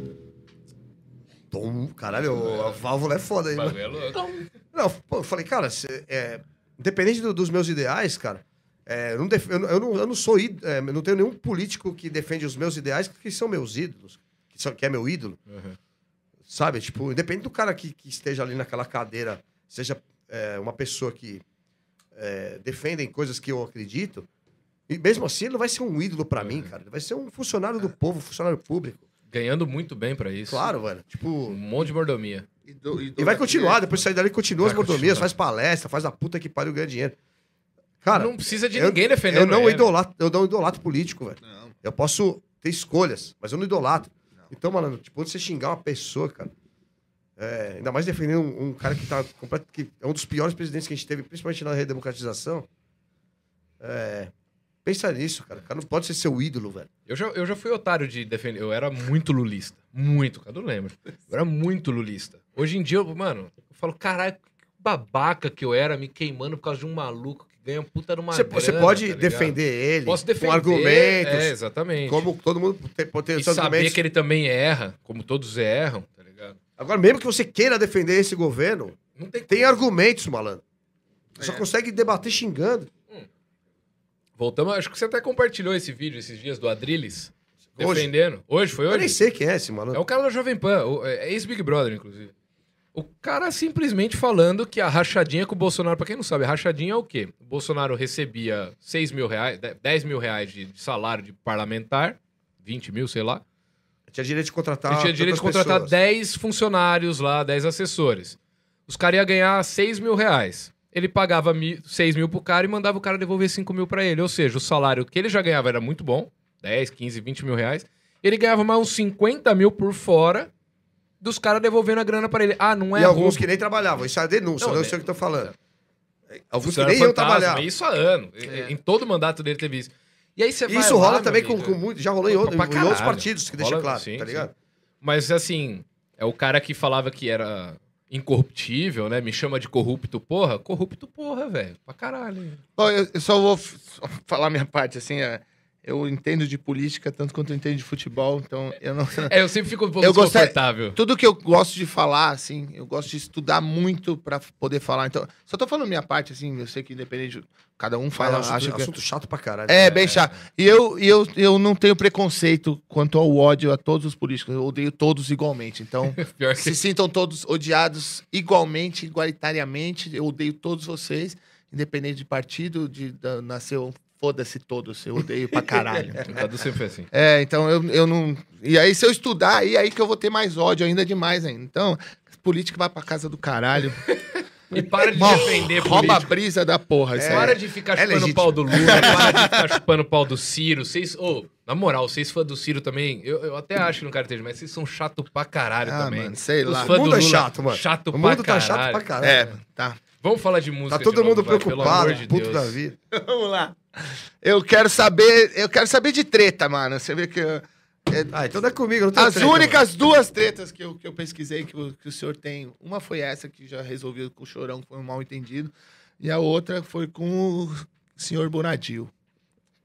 D: Tom, caralho, o- a válvula é foda aí.
A: O
D: mano.
A: bagulho é louco.
D: Não, pô, eu falei, cara, cê, é, independente do- dos meus ideais, cara, é, eu, não def- eu não- eu não, eu não sou í- é, eu não tenho nenhum político que defende os meus ideais que são meus ídolos, que, são- que é meu ídolo. Sabe? Tipo, independente do cara que, que esteja ali naquela cadeira, seja é, uma pessoa que é, defendem coisas que eu acredito, e mesmo assim ele não vai ser um ídolo pra mim, cara. Ele vai ser um funcionário do povo, funcionário público.
A: Ganhando muito bem pra isso.
D: Claro, velho. Tipo,
A: Um monte de mordomia.
B: E, do-
D: e vai continuar, depois sair dali continua as
A: é. Vai
D: mordomias,
A: continuar.
D: faz palestra, faz a puta que pariu ganha dinheiro. Cara,
A: não precisa de
D: eu-
A: ninguém defendendo né?
D: eu não
A: ele.
D: idolato, eu não idolato político, velho.
B: Não.
D: Eu posso ter escolhas, mas eu não idolatro. Então, mano, tipo, você xingar uma pessoa, cara. é, ainda mais defendendo um, um cara que tá completo, que é um dos piores presidentes que a gente teve, principalmente na redemocratização. É, pensa nisso, cara. O cara não pode ser seu ídolo, velho.
A: Eu já, eu já fui otário de defender. Eu era muito lulista. Muito, Cadu lembra. Eu era muito lulista. Hoje em dia, eu, mano, eu falo, caralho, que babaca que eu era me queimando por causa de um maluco que ganha puta numa
D: Você,
A: grana,
D: você pode
A: tá ligado?
D: defender ele
A: Posso defender.
D: com argumentos,
A: É, exatamente.
D: como todo mundo tem- pode ter
A: e
D: seus
A: saber
D: argumentos.
A: que ele também erra, como todos erram, tá ligado?
D: Agora, mesmo que você queira defender esse governo,
A: Não tem,
D: tem
A: como.
D: argumentos, malandro. Você
B: É.
D: só consegue debater xingando.
A: Voltamos, acho que você até compartilhou esse vídeo esses dias do Adrilles.
D: Hoje.
A: Defendendo. Hoje, foi
D: Eu nem
A: hoje?
D: sei quem é esse malandro.
A: É o cara da Jovem Pan, o- é ex-Big Brother, inclusive. O cara simplesmente falando que a rachadinha com o Bolsonaro, pra quem não sabe, a rachadinha é o quê? O Bolsonaro recebia 6 mil reais, de- 10 mil reais de de salário de parlamentar, 20 mil, sei lá.
D: Tinha direito de contratar.
A: Ele tinha direito de
D: tantas
A: contratar
D: pessoas.
A: 10 funcionários lá, 10 assessores. Os caras iam ganhar 6 mil reais. Ele pagava mi- 6 mil pro cara e mandava o cara devolver 5 mil pra ele. Ou seja, o salário que ele já ganhava era muito bom, 10, 15, 20 mil reais. Ele ganhava mais uns 50 mil por fora dos caras devolvendo a grana pra ele. Ah, não é
D: E alguns
A: roubo.
D: que nem trabalhavam. Isso é denúncia,
A: Não,
D: não, eu
A: né?
D: sei o que eu tô falando. Alguns
A: Isso
D: que
A: era
D: nem iam
A: fantasma,
D: trabalhar.
A: Isso há aano. E- Em todo o mandato dele teve isso. E aí você vai
D: Isso
A: lá,
D: rola
A: meu
D: também com,
A: amigo.
D: com muito. Já rolou em,
A: Pra
D: outro- em
A: caralho.
D: outros partidos, que deixa
A: Rola-
D: claro,
A: sim,
D: tá
A: sim.
D: ligado?
A: Mas assim, é o cara que falava que era incorruptível, né? Me chama de corrupto, porra. Corrupto, porra, velho. Pra caralho.
B: Bom, eu, eu só vou f- só *laughs* falar minha parte, assim, é, eu entendo de política tanto quanto eu entendo de futebol, então eu não...
A: É, eu sempre fico um pouco
B: Eu gostei-
A: desconfortável. *laughs*
B: Tudo que eu gosto de falar, assim, eu gosto de estudar muito pra poder falar, então... Só tô falando minha parte, assim, eu sei que independente... de- Cada um fala,
D: Fala, assunto,
A: é
B: acha que...
D: assunto chato pra caralho.
B: É, bem chato. E eu, e eu, eu não tenho preconceito quanto ao ódio a todos os políticos, eu odeio todos igualmente, então...
A: Pior que
B: se sintam todos odiados igualmente, igualitariamente. Eu odeio todos vocês, independente de partido, de da, nasceu, foda-se todos, eu odeio
A: *laughs*
B: pra caralho.
A: *laughs* o Cadu sempre foi assim.
B: É, então eu, eu não. E aí, se eu estudar, aí, aí que eu vou ter mais ódio ainda demais ainda. Então, política vai pra casa do caralho.
A: E para de
B: Mó-
A: *laughs* defender
B: Rouba a
A: político.
B: brisa da porra. Isso
A: Para
B: aí.
A: de ficar
D: É
A: chupando o
D: legítimo.
A: pau do Lula,
D: *laughs*
A: para de ficar chupando o pau do Ciro. Vocês, ô, na moral, vocês fã do Ciro também, eu, eu até acho que não quero ter, mas vocês são chato pra caralho
B: Ah,
A: também.
B: mano, sei
A: Os
B: lá.
A: fã
D: O mundo
A: do
D: é
A: Lula,
D: chato, mano.
A: Chato
D: o mundo
A: pra
D: tá
A: caralho.
D: chato pra caralho.
B: É, tá.
A: Vamos falar de música
D: Tá todo
A: de novo,
D: mundo
A: vai, pelo
D: preocupado,
A: amor de
D: puto
A: Deus.
D: da vida.
B: Vamos lá. Eu quero saber. Eu quero saber de treta, mano. Você vê que. eu- é,
D: Ah, então não é comigo, eu não tenho
B: As
D: treta,
B: únicas duas tretas que eu, que eu pesquisei que o, que o senhor tem, uma foi essa que já resolveu com o Chorão, que foi um mal entendido, e a outra foi com o senhor Bonadil.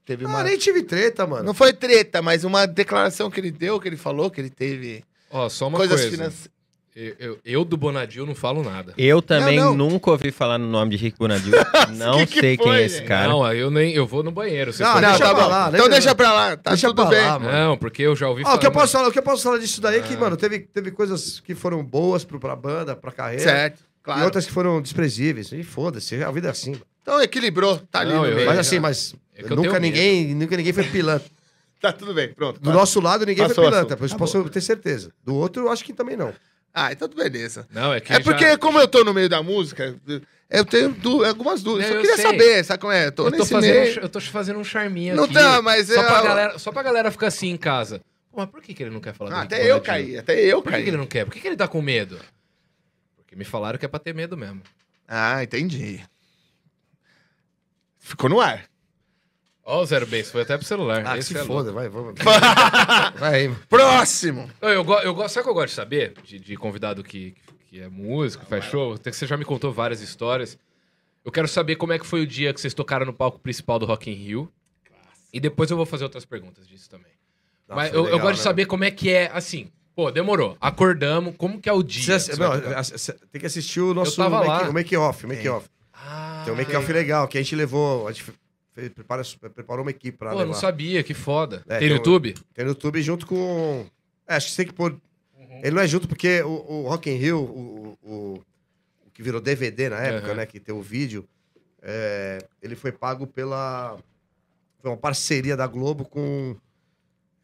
B: Teve
D: mano.
B: uma.
D: Ah, nem tive treta, mano.
B: Não foi treta, mas uma declaração que ele deu, que ele falou, que ele teve
A: Ó, só uma
B: coisas
A: coisa.
B: financeiras.
A: Eu, eu- eu do Bonadil não falo nada.
C: Eu também
B: Não, não.
C: nunca ouvi falar no nome de Rick Bonadil. não
B: Que que
C: sei quem
B: foi,
C: é esse
B: gente?
C: cara.
A: Não, eu nem eu vou no banheiro. Vocês
D: Não,
A: podem
D: não,
A: deixar
D: tá
A: pra
D: bom.
A: lá.
D: lá,
B: Então
D: deixa-
B: deixa pra lá, tá
D: Deixa
B: tudo
D: pra
B: bem.
D: lá, mano.
A: Não, porque eu já ouvi
D: Ó, o que eu
A: falar-
D: posso falar, o que eu posso falar disso daí é que, mano, teve, teve coisas que foram boas pro, pra banda, pra carreira.
B: Certo,
D: E
B: claro.
D: outras que foram desprezíveis. E foda-se, a vida é assim.
B: Então equilibrou, tá ali
A: Não,
B: no
A: eu-
B: meio.
D: Mas assim, mas
A: É que eu
D: nunca
A: tenho
D: ninguém, nunca ninguém
B: *laughs*
D: foi pilantra.
B: Tá tudo bem, pronto.
D: Do
B: tá.
D: nosso lado, ninguém
B: Passou Tá o
D: foi pilantra.
B: assunto.
D: Isso posso ter certeza. Do outro, eu acho que também não.
A: É,
B: Ah, então beleza.
A: Não, é que
B: É porque,
A: já-
B: como eu tô no meio da música, eu tenho du- algumas dúvidas.
A: Não,
B: eu
A: eu
B: queria
A: sei.
B: saber, sabe como é? Eu tô,
A: eu tô,
B: nesse
A: fazendo, um
B: meio.
A: cha- eu tô fazendo um charminho
B: Não
A: aqui.
B: tá, mas
A: só
B: é-
A: Pra galera, só pra galera ficar assim em casa. Pô, mas por que, que ele não quer falar do
B: Ah,
A: Rick
B: até eu
A: Bonadil?
B: caí, até eu
A: Por que,
B: caí.
A: que ele não quer? Por que, que ele tá com medo? Porque me falaram que é pra ter medo mesmo.
B: Ah, entendi. Ficou no ar.
A: Ó, o Zero Base, foi até pro celular.
D: Ah, que
A: Esse
D: se
A: é louco.
D: foda, vai, vamos.
A: *laughs*
D: vai aí, mano.
B: Próximo!
A: Não, eu, go- eu gosto, sabe o que eu gosto de saber? De, de convidado que, que é músico, faz show. Até que você já me contou várias histórias. Eu quero saber como é que foi o dia que vocês tocaram no palco principal do Rock in Rio. E depois eu vou fazer outras perguntas disso também.
D: Nossa,
A: Mas eu, eu
D: legal,
A: gosto de
D: né?
A: saber como é que é, assim... Pô, demorou. Acordamos. Como que é o dia?
D: Você,
A: que
D: assi-
A: você vai
D: não,
A: tocar?
D: ass- ass- tem que assistir o nosso
A: tava
D: make-
A: lá.
D: o make-off. Make off.
A: ah,
D: tem um make-off legal que a gente levou. A gente fe- fe- prepara- preparou uma equipe pra
A: Ah, Pô, eu
D: levar.
A: não sabia. Que foda. tem
D: É, tem
A: no
D: um-
A: YouTube?
D: Tem no YouTube junto com. É, acho que tem que pôr. Ele não é junto porque o, o Rock in Rio, o, o, o- o que virou DVD na época,
A: Aham.
D: né? Que tem o vídeo, é, ele foi pago pela. Foi uma parceria da Globo com,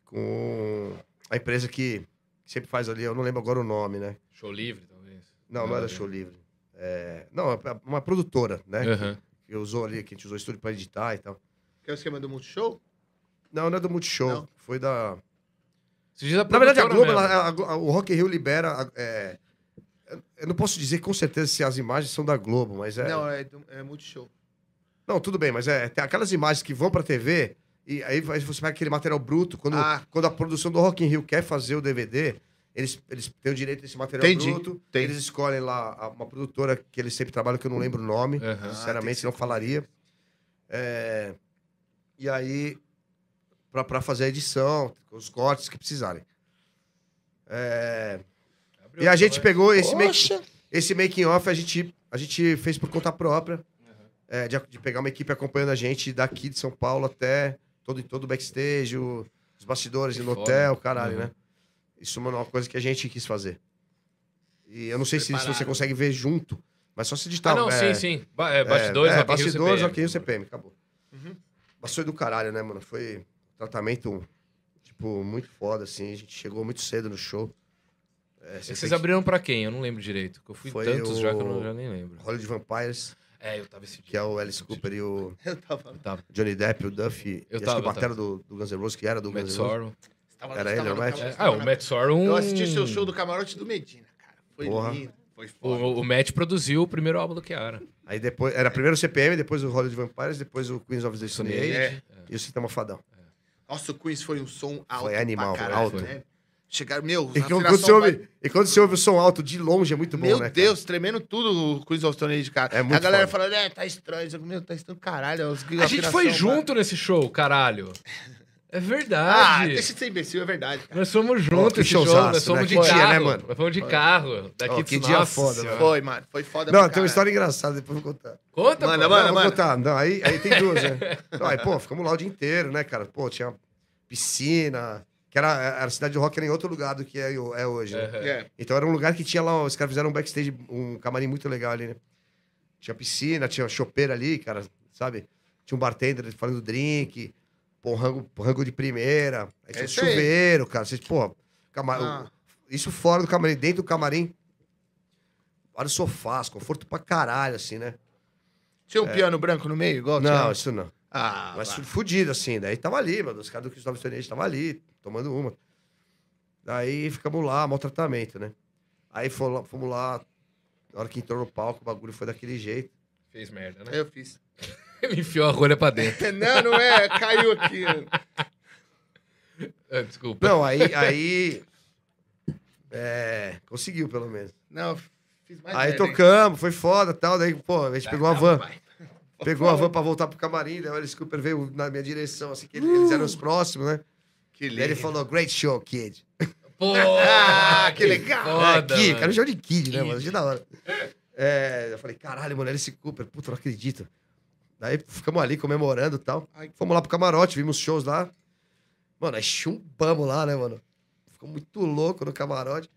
D: com a empresa que, que sempre faz ali, eu não lembro agora o nome, né?
A: Show livre, talvez.
D: Não, não
A: Nada a
D: era
A: ver.
D: show livre. É, não, é uma produtora, né?
A: É. Aham.
D: Que, que usou ali, que a gente usou o estúdio pra editar e tal.
B: Que é o esquema do Multishow?
D: Não, não é do Multishow.
B: Não.
D: Foi da.
A: Você diz a
D: Na verdade, a
A: produtora mesmo.
D: Globo, ela- é a Glo- a- o Rock in Rio libera. a- é, eu- eu não posso dizer com certeza se as imagens são da Globo, mas é. Não,
B: Não, é, do- é Multishow. *laughs*
D: tudo bem, mas é. Tem aquelas imagens que vão pra TV e aí vai- você pega aquele material bruto. Quando,
B: Ah.
D: quando a produção do Rock in Rio quer fazer o DVD, eles, eles têm o direito desse material
B: Entendi,
D: bruto.
B: entendi.
D: Eles escolhem lá a- uma produtora que eles sempre trabalham, que eu não lembro o nome.
A: Aham.
D: Sinceramente, não falaria. É, e aí, pra, pra fazer a edição, os cortes que precisarem.
A: Abriu
D: E a
A: outra,
D: gente
A: vai.
D: pegou esse, make,
B: Poxa!
D: esse making off a gente, a gente fez por conta própria. é, de, de pegar uma equipe acompanhando a gente daqui de São Paulo até todo, todo o backstage, o- os bastidores
A: Que
D: no
A: foda.
D: hotel, caralho,
A: Uhum.
D: né? Isso mano, é uma coisa que a gente quis fazer. E eu não sei se, se você
B: Prepararam.
D: consegue ver junto, mas só se digitar.
A: Ah, não,
D: é,
A: sim, sim. Ba é, bastidores,
D: é,
A: Rock in Rio,
D: bastidores,
A: CPM.
D: ok, o CPM, acabou.
A: Uhum.
D: Passou do caralho, né, mano? Foi um tratamento, tipo, muito foda, assim. A gente chegou muito cedo no show. É, você tem
A: Vocês
D: que-
A: abriram pra quem? Eu não lembro direito. que Eu fui
D: Foi
A: tantos já que eu
D: o-
A: não, já nem lembro.
D: Hollywood Vampires,
A: É, eu tava esse dia.
D: que é o Alice Cooper e o
B: Eu tava.
A: Tava.
D: Johnny Depp, o Duffy,
A: Eu
D: e
A: tava,
D: acho que o batera do, do Guns N' Roses, que era do
A: Matt
D: Guns N' Roses.
A: Sorrow.
B: Tava
D: Era
B: tava
D: ele,
B: no
D: o Matt?
B: camarote,
A: Ah,
B: tava
A: o
B: na-
A: Matt Sorrow.
B: Eu
A: um-
B: assisti seu show do camarote do Medina, cara. Foi
D: Porra.
B: lindo. Foi foda.
A: O, o Matt produziu o primeiro álbum do Kiara.
D: Aí depois, era primeiro o CPM, depois o Hollywood Vampires, depois o Queens of the Stone Age
B: É.
D: e o Sistema Fadão.
B: Nossa, o Queens foi um som alto.
D: animal,
B: pra caralho,
D: alto.
B: Né? Chegaram, meu,
D: E
B: a
A: um
D: quando,
B: afinação
D: você
B: vai-
D: ouve, e quando você ouve o som alto de longe, é muito bom,
B: Meu
D: né? cara?
B: Deus, tremendo tudo o Queens of Stone Age, cara.
D: É muito
B: a galera
D: foda.
B: falando, é, tá estranho. Eu, meu, tá estranho, caralho. os-
A: A gente
B: afinação,
A: foi
B: vai-
D: né?
A: junto nesse show, caralho. É
B: Ah,
A: verdade.
B: deixa de ser imbecil, é verdade.
A: Nós fomos
D: Pô,
A: juntos
D: que
A: esse show.
D: showzaço,
A: Nós fomos
D: né?
A: de
D: Que
A: carro.
D: dia, né, mano?
A: Nós fomos de carro. Daqui
D: Ó,
A: de
D: que dia
A: Nossa
D: foda, né?
A: Senhora.
B: Foi, mano, foi foda pra
D: Não, tem uma
B: caralho.
D: história engraçada, depois eu vou contar.
A: Conta,
B: Manda,
A: pô.
B: manda.
D: não, vou contar. Não, aí, aí tem duas,
B: *laughs*
D: né? Não, aí, pô, ficamos lá o dia inteiro, né, cara? Pô, tinha piscina, que era, era a cidade de rock era em outro lugar do que é, é hoje, né?
A: É.
B: É.
D: Então era um lugar que tinha lá, os caras fizeram um backstage, um camarim muito legal ali, né? Tinha piscina, tinha chopeira ali, cara, sabe? Tinha um bartender fazendo drink, pô, um rango, rango de primeira, aí tinha um
B: É isso aí.
D: chuveiro, cara. Vocês, pô, cama-
B: Ah.
D: o- isso fora do camarim, dentro do camarim, vários sofás, conforto pra caralho, assim, né?
B: Tinha um piano branco no meio, igual?
D: é. Não,
B: Tinha...
D: isso não.
B: Ah,
D: Mas
B: vá.
D: fudido, assim. Daí tava ali, mano. Os caras do Cristóvão Stone Age tava ali, tomando uma. Daí ficamos lá, maltratamento, né? Aí fomos lá, fomos lá, na hora que entrou no palco, o bagulho foi daquele jeito.
A: Fez merda, né? *laughs*
B: eu fiz. *laughs*
A: Ele enfiou a rolha pra dentro.
B: Não, não é, caiu aqui.
A: Ah, Desculpa.
B: *laughs*
D: Não, aí. aí é, conseguiu, pelo menos.
B: Não, eu fiz mais
D: aí
B: merda, hein?
D: tocamos, foi foda tal. Daí, pô, a
B: Tá,
D: gente pegou uma van.
B: vai.
D: Pegou
B: *laughs*
D: a van pra voltar pro camarim. Daí o Alice Cooper veio na minha direção, assim, que ele- eles eram
B: Uh!
D: os próximos, né?
B: Que
D: Daí ele
B: lindo.
D: falou: Great show, kid.
A: Pô,
B: Ah, que legal.
A: Foda,
D: é, Kid,
A: mano.
D: cara, eu chamo de Kid, né,
A: Kid.
D: mano? Achei da hora. É, eu falei, caralho, mano, Alice Cooper, puta, não acredito. Daí ficamos ali comemorando e tal.
B: Ai, que-
D: Fomos lá pro camarote, vimos shows lá. Mano, aí chumbamos lá, né, mano? Ficou muito louco no camarote.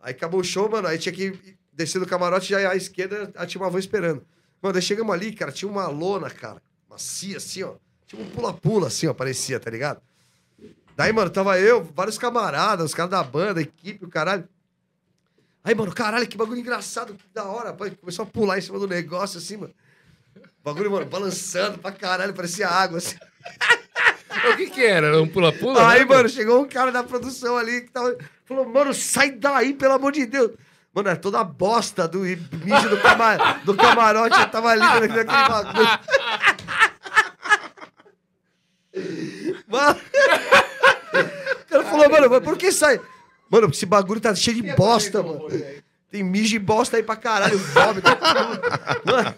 D: Aí acabou o show, mano, aí tinha que descer do camarote, já à esquerda aí tinha uma van esperando. Mano, aí chegamos ali, cara, tinha uma lona, cara, macia assim, ó. Tinha um pula-pula assim, ó, parecia, tá ligado? Daí, mano, tava eu, vários camaradas, os caras da banda, equipe, o caralho. Aí, mano, caralho, que bagulho engraçado, que da hora. Pô, Começou a pular em cima do negócio, assim, mano. O Bagulho, mano, balançando pra caralho, parecia água, assim.
A: O que que era? Era Um pula-pula?
D: Aí,
A: né,
D: mano, chegou um cara da produção ali que tava. Falou, mano, sai daí, pelo amor de Deus. Mano, era toda a bosta do mijo do, cama- do camarote, eu tava ali naquele bagulho. Mano. O cara falou, mano, mas por que sai? Mano, esse bagulho tá cheio de bosta, mano. Tem mijo e bosta aí pra caralho, vômito. Mano,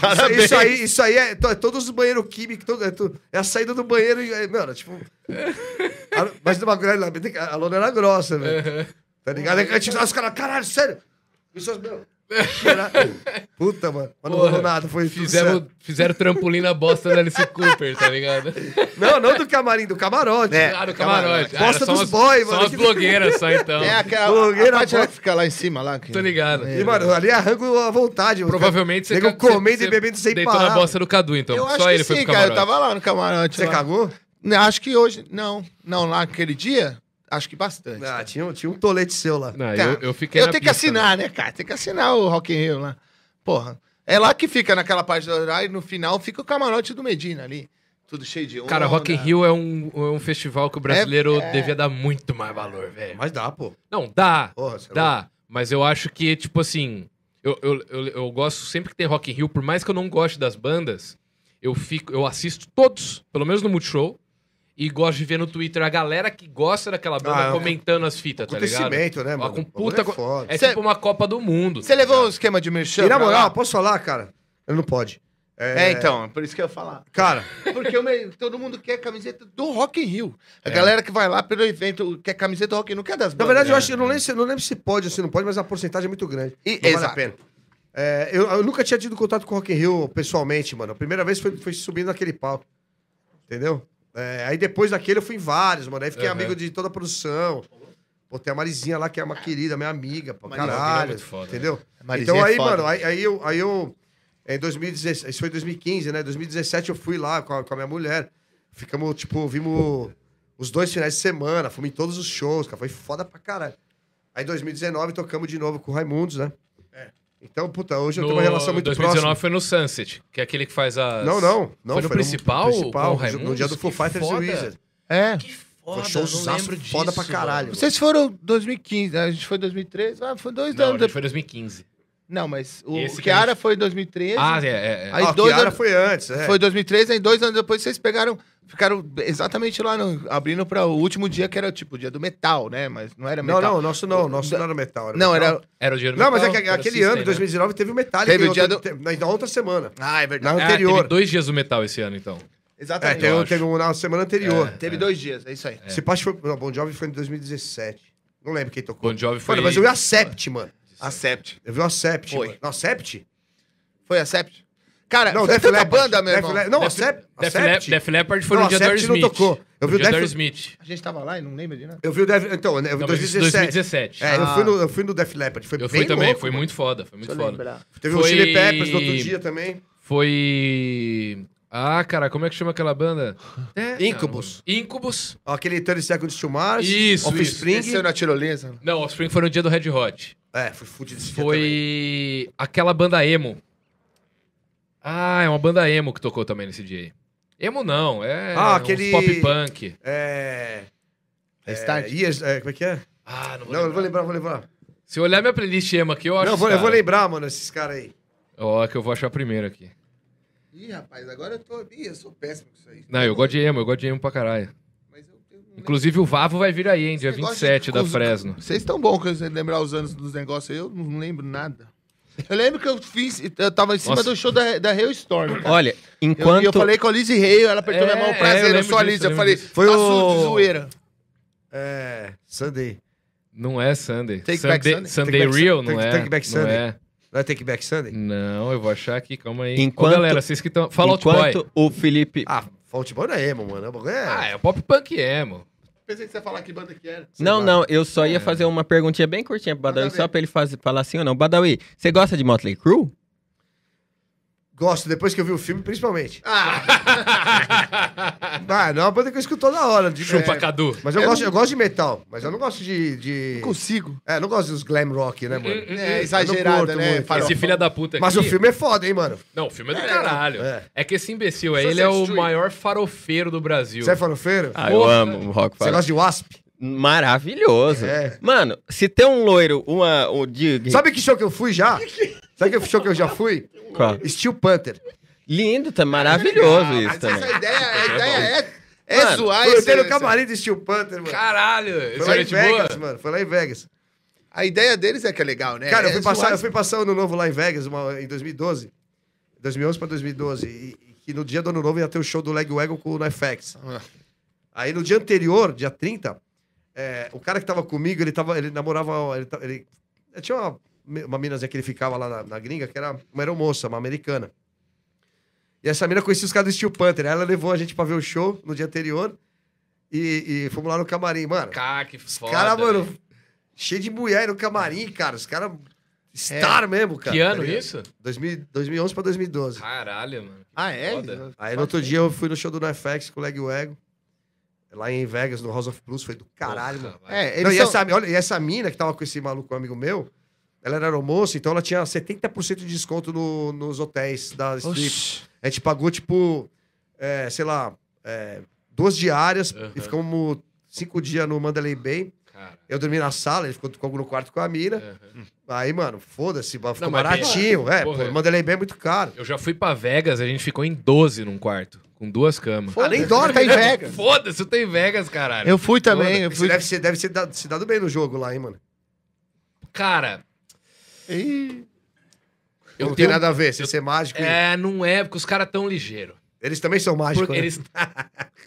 B: Parabéns.
D: Isso aí, isso aí é, to- é todos os banheiros químicos, todo, é, tu- é a saída do banheiro e. é,
A: *laughs*
D: Mano, tipo. a- mas no bagulho lá, tem que- a lona era grossa, velho. Tá ligado? Aí, tipo, os caras, caralho, sério. Isso, é meu. cheirar.
A: *laughs*
D: Puta, mano. Mas não
A: Porra,
D: rolou nada, foi tudo
A: Fizeram, fizeram trampolim na bosta da Alice Cooper, tá ligado?
D: certo. Não, não do camarim, do camarote.
B: É.
A: Ah, do camarote. Ah,
D: Bosta
A: são
D: dos
A: as-
D: boy,
A: São
D: mano.
A: as blogueiras só, então.
B: É aquela
D: Blogueira
B: a parte
D: boa.
B: lá que fica lá em cima, lá. Que...
A: Tô ligado.
D: E, é, mano, ali arranco à vontade. mano.
A: Provavelmente você...
D: Nego
A: ca-
D: comendo
A: você-
D: e bebendo sem
A: deitou
D: parar.
A: na bosta do Cadu, então.
B: Eu acho
A: só ele
B: que
A: foi
B: sim,
A: pro camarote.
B: cara. Eu tava lá no camarote.
D: Você
B: lá.
D: cagou?
B: Não, Né, Acho que hoje. Não, não, lá naquele dia, acho que bastante.
D: Ah, tinha, um- tinha um tolete seu lá.
A: Não, é.
B: Cara,
A: Ah, eu, eu fiquei
B: eu
A: na
B: tenho que
A: pista,
B: assinar, né, cara? Tem que assinar o Rock in Rio lá. Porra. É lá que fica naquela parte do horário, no final fica o camarote do Medina ali. Tudo cheio de onda.
A: Cara,
D: né?
A: Rock in Rio é um, é um festival que o brasileiro
B: é.
A: devia dar muito mais valor, velho.
D: Mas dá, pô.
A: Não, dá,
D: Porra, você é louco.
A: dá. Mas eu acho que, tipo assim, eu, eu, eu, eu gosto sempre que tem Rock in Rio, por mais que eu não goste das bandas, eu fico, eu assisto todos, pelo menos no Multishow, e gosto de ver no Twitter a galera que gosta daquela banda
D: Ah, é um
A: comentando as fitas, tá ligado?
D: Acontecimento, né,
A: Ó,
D: mano?
A: com
D: O
A: puta
D: bagulho
A: co-
D: É foda.
A: É
B: Cê-
A: tipo uma Copa do Mundo.
B: Você
A: tá
B: levou o
A: ligado?
B: esquema de merchan?
D: E na
B: pra
D: moral,
B: lá?
D: posso falar, cara? Ele não pode.
B: É, então, é por isso que eu ia falar.
D: Cara,
B: Porque o me- todo mundo quer camiseta do Rock in Rio. A galera que vai lá pelo evento quer camiseta do Rock in Rio, não quer das
D: É. na
B: bandas. né?
D: verdade, eu acho eu não lembro, se- eu não lembro se pode ou se não pode, mas a porcentagem é muito grande.
B: E-
D: não
B: exato.
D: vale a pena. É, eu, eu nunca tinha tido contato com o Rock in Rio pessoalmente, mano. A primeira vez foi, foi subindo naquele palco. Entendeu? É, aí depois daquele eu fui em vários, mano. Aí fiquei
A: Aham.
D: amigo de toda a produção. Pô, tem a Marizinha lá, que é uma querida, minha amiga, pra
B: Marizinha,
A: ela é
D: caralho.
A: muito foda,
D: entendeu?
B: Marizinha
D: Então
B: é
D: aí,
B: foda.
D: mano, aí, aí eu, aí eu. é, Em 2016, isso foi 2015, né? 2017 eu fui lá com a, com a minha mulher. Ficamos, tipo, vimos os dois finais de semana, fomos em todos os shows, cara. Foi foda pra caralho. Aí em 2019 tocamos de novo com o Raimundos, né?
A: É.
D: Então, puta, hoje eu tenho uma
A: No-
D: relação muito
A: 2019
D: próxima.
A: foi no Sunset, que é aquele que faz as...
D: Não, não. não
A: Foi no principal,
D: No,
A: com
D: principal,
A: o
D: no- no
A: Raimundos?
D: dia do Foo
A: Que
D: Fighters e
A: foda.
D: Wizard.
B: É.
A: Que foda,
D: Foi
A: não
D: showzaço
A: lembro disso.
D: foda pra caralho.
A: mano.
B: Vocês foram 2015, né? a gente foi 2013, ah, foi dois
A: Não,
B: anos
A: gente,
B: depois.
A: foi 2015.
B: Não, mas o
A: Esse que a
B: Kiara
A: gente-
B: foi em 2013.
A: Ah, é, é, é.
B: Aí
D: Ah, o
B: dois
D: Kiara
B: anos-
D: foi antes, é.
B: Foi 2013, aí dois anos depois vocês pegaram, ficaram exatamente lá, no- abrindo para o último dia, que era tipo o dia do metal, né? Mas não era
D: Não,
B: metal.
D: não, o nosso não, o nosso não era metal. Era
B: Não,
D: metal.
B: era.
A: Era né? o dinheiro
D: Não, mas é que aquele ano, 2019, teve o Metallica.
B: Teve
D: em
B: o dia
D: outra- te- Na outra semana.
B: Ah, é
D: Na
B: verdade.
A: anterior.
D: anterior.
A: teve dois dias do metal esse ano, então.
D: É,
B: Exatamente.
D: teve,
A: eu
D: um-
A: acho.
D: teve um na semana anterior.
B: Teve dois dias, é isso aí.
D: Se pá, acho que foi. Não, Bon Jovi foi em 2017. Não lembro quem tocou.
A: Bon Jovi foi-
D: Mano, mas eu vi a Sept, mano.
B: A Sept.
D: Eu vi a Sept.
B: Foi.
D: mano. Não, a Sept?
B: Foi a Sept?
A: É,
B: Cara,
D: Não,
B: foi
D: Def
B: tanta
D: Leppard.
B: banda, meu
D: Def
B: irmão.
D: Le- Não, a
A: Def-
D: Sept. a
A: Def,
D: Sept.
A: Lep- Def Leppard foi
D: Não,
A: no
D: a
A: dia do
D: Sept não
A: Aerosmith.
D: tocou. Eu vi
A: no dia
D: o
A: do
D: Def-
A: Aerosmith.
B: A gente tava lá e não lembra de nada.
D: Eu vi o Def... Então, eu vi
A: Não,
D: em
A: mas isso é
D: 2017.
A: 2017.
D: É, eu
B: Ah.
D: fui no, eu fui no Def Leppard. Foi
A: Eu
D: bem
A: fui também,
D: louco, né?
A: foi
D: mano.
A: muito foda, foi muito
B: Deixa eu
A: foda.
B: lembrar.
D: Teve o
A: Foi-
D: Chili Peppers no outro dia também.
A: Foi... Ah, cara, como é que chama aquela banda? É,
D: *laughs* Incubus.
A: não. Incubus.
D: Ó, Aquele 30 Seconds to Mars.
A: Isso,
D: Offspring.
B: Desceu na tirolesa.
A: Não, Offspring foi no dia do Red Hot.
D: É, foi fudido esse dia também.
A: Foi aquela banda emo. Ah, é uma banda emo que tocou também nesse dia aí. Emo não, é
D: Ah,
A: uns
D: aquele-
A: pop punk.
D: É...
B: Restart.
D: É, years, é, como é que é?
A: Ah, não vou
D: Não, eu
A: lembrar.
D: vou lembrar, vou lembrar.
A: Se eu olhar minha playlist emo aqui, eu acho
D: Não, eu vou,
A: os
D: eu vou
A: cara.
D: lembrar, mano, esses caras aí.
A: Ó, que eu vou achar primeiro aqui.
B: Ih, rapaz, agora eu tô. Ih, eu sou péssimo com isso aí.
A: Não, eu gosto de emo, eu gosto de emo pra caralho.
B: Mas eu tenho um
A: Inclusive o Vavo vai vir aí, hein? Dia
B: Esse negócio
A: 27
B: de-
A: da
B: os-
A: Fresno.
B: Vocês estão bom com você lembrar os anos dos negócios aí, eu não lembro nada. Eu lembro que eu fiz, eu tava em cima
A: Nossa.
B: do show da, da Hailstorm. cara.
C: Olha,
B: Eu- e
C: enquanto.
B: eu, falei com a Liz Rei, ela
A: É,
B: apertou minha mão,
A: é, eu
B: prazer, eu,
A: lembro
B: sou a Liz.
A: disso,
B: Eu
A: eu
B: falei,
A: lembro
D: Foi
B: tá
D: o-
B: surdo de zoeira.
D: É. Sunday.
A: Não é Sunday.
B: Take
A: Sunday,
B: Back Sunday.
A: Sunday
D: Take Back
A: Real,
D: Sun-
A: não
D: Take-
A: é?
D: Take Back
A: não
D: Sunday.
A: é.
D: Não é Take Back Sunday?
A: Não, eu vou achar aqui, calma aí.
C: Enquanto-
A: Ô, galera, vocês que estão... Fala Out Boy.
C: enquanto o Felipe.
D: Ah, futebol não é emo, mano. É um bagulho-
A: Ah,
D: É.
A: é pop punk
D: *laughs*
A: emo.
B: Pensei que você ia falar que banda que era.
C: não,
D: lá.
C: não, eu só ia fazer uma perguntinha bem curtinha pro Badawi,
B: Manda
C: só
B: ver.
C: pra ele fazer, falar assim ou não. Badawi, você gosta de Motley Crue?
D: Gosto, depois que eu vi o filme, principalmente.
B: Ah,
D: Ah, não é uma banda que eu escuto toda hora. De,
A: Chupa, um-
D: é,
A: Cadu.
D: Mas eu,
B: Eu
D: gosto,
B: não-
D: eu gosto de metal, mas eu não gosto de. de...
B: não consigo.
D: É, eu não gosto dos glam rock, né, mano?
B: É, exagerada,
D: curto
B: né?
D: muito.
B: farofa.
A: Esse filho da puta Hum, tá aqui...
D: Mas o filme é foda, hein, mano?
A: Não, o filme é do caralho.
D: é.
A: É, que esse imbecil aí,
B: Sunset
A: ele é o
B: Street.
A: maior farofeiro do Brasil.
D: Você é farofeiro?
C: Ah, eu
A: Porra.
C: amo o rock.
D: Você
C: fala-
D: gosta de Wasp?
C: Maravilhoso.
D: É.
C: Mano, se tem um loiro, uma. Um, de,
D: Sabe que show que eu
A: *laughs*
D: fui já? Sabe que show que eu já fui?
C: Qual?
D: Steel Panther.
C: Lindo, tá maravilhoso
B: Ah,
C: isso
B: Mas essa
C: também.
B: ideia, a ideia é, É
A: Mano,
B: zoar
D: Foi
B: esse-
D: no camarim do Steel Panther, mano.
A: Caralho!
D: Foi
A: Esse é
D: lá em
A: gente boa?
D: Vegas, mano. Foi lá em Vegas.
B: A ideia deles é que é legal, né?
D: Cara, eu
B: É
D: fui, passar,
B: zoar
D: eu fui passar ano novo lá em Vegas, uma- em 2012. 2011 pra 2012. E, e que no dia do ano novo ia ter o show do Leg Wagon com o NFX.
B: Ah.
D: Aí no dia anterior, dia 30, é, o cara que tava comigo, ele, tava, ele namorava. Ele, ta- ele- é, tinha uma, uma minazinha que ele ficava lá na, na gringa, que era uma aeromoça, uma americana. E essa mina conhecia os caras do Steel Panther. Aí ela levou a gente pra ver o show no dia anterior. E, e fomos lá no camarim, mano.
A: Cara, que foda. né?
D: Cara, mano,
A: velho.
D: cheio de mulher no camarim, cara. Os caras. Star mesmo, cara.
A: Que
D: tá
A: ano
D: ligado?
A: isso?
D: 2000 2011 pra 2012.
A: Caralho, mano.
B: Ah, é?
A: Foda.
D: Aí no outro dia eu fui no show do NoFX com o Leg Wego. Lá em Vegas, no House of Blues. Foi do caralho, mano.
A: É.
B: É, eles
D: Não, e,
B: são...
D: essa, olha, e essa mina que tava com esse maluco um amigo meu, ela era aeromoça, então ela tinha 70% de desconto no- nos hotéis da strip.
B: Oxi.
D: A gente pagou, tipo, é, sei lá, é, duas diárias
A: Aham.
D: e ficamos cinco dias no Mandalay Bay.
A: Cara.
D: Eu dormi na sala, ele ficou ficou no quarto com a mina.
A: Aham.
D: Aí, mano, foda-se, mas ficou
A: mas
D: baratinho. É,
A: Porra.
D: pô, Mandalay Bay é muito caro.
A: Eu já fui pra Vegas, a gente ficou em 12 num quarto, com duas camas.
D: Ah, nem dorme,
B: Tá em
D: né?
B: Vegas.
A: Foda-se, eu tenho Vegas, caralho.
B: Eu fui também, eu
D: Você
B: fui...
D: deve, ser, deve ser da- se dado bem no jogo lá, hein, mano.
A: Cara,
B: Ih,
A: eu
D: não tem
A: tenho...
D: nada a ver, você ser mágico.
A: É, não é, porque os caras tão ligeiros.
D: Eles também são mágicos, né? *laughs*
A: Eles...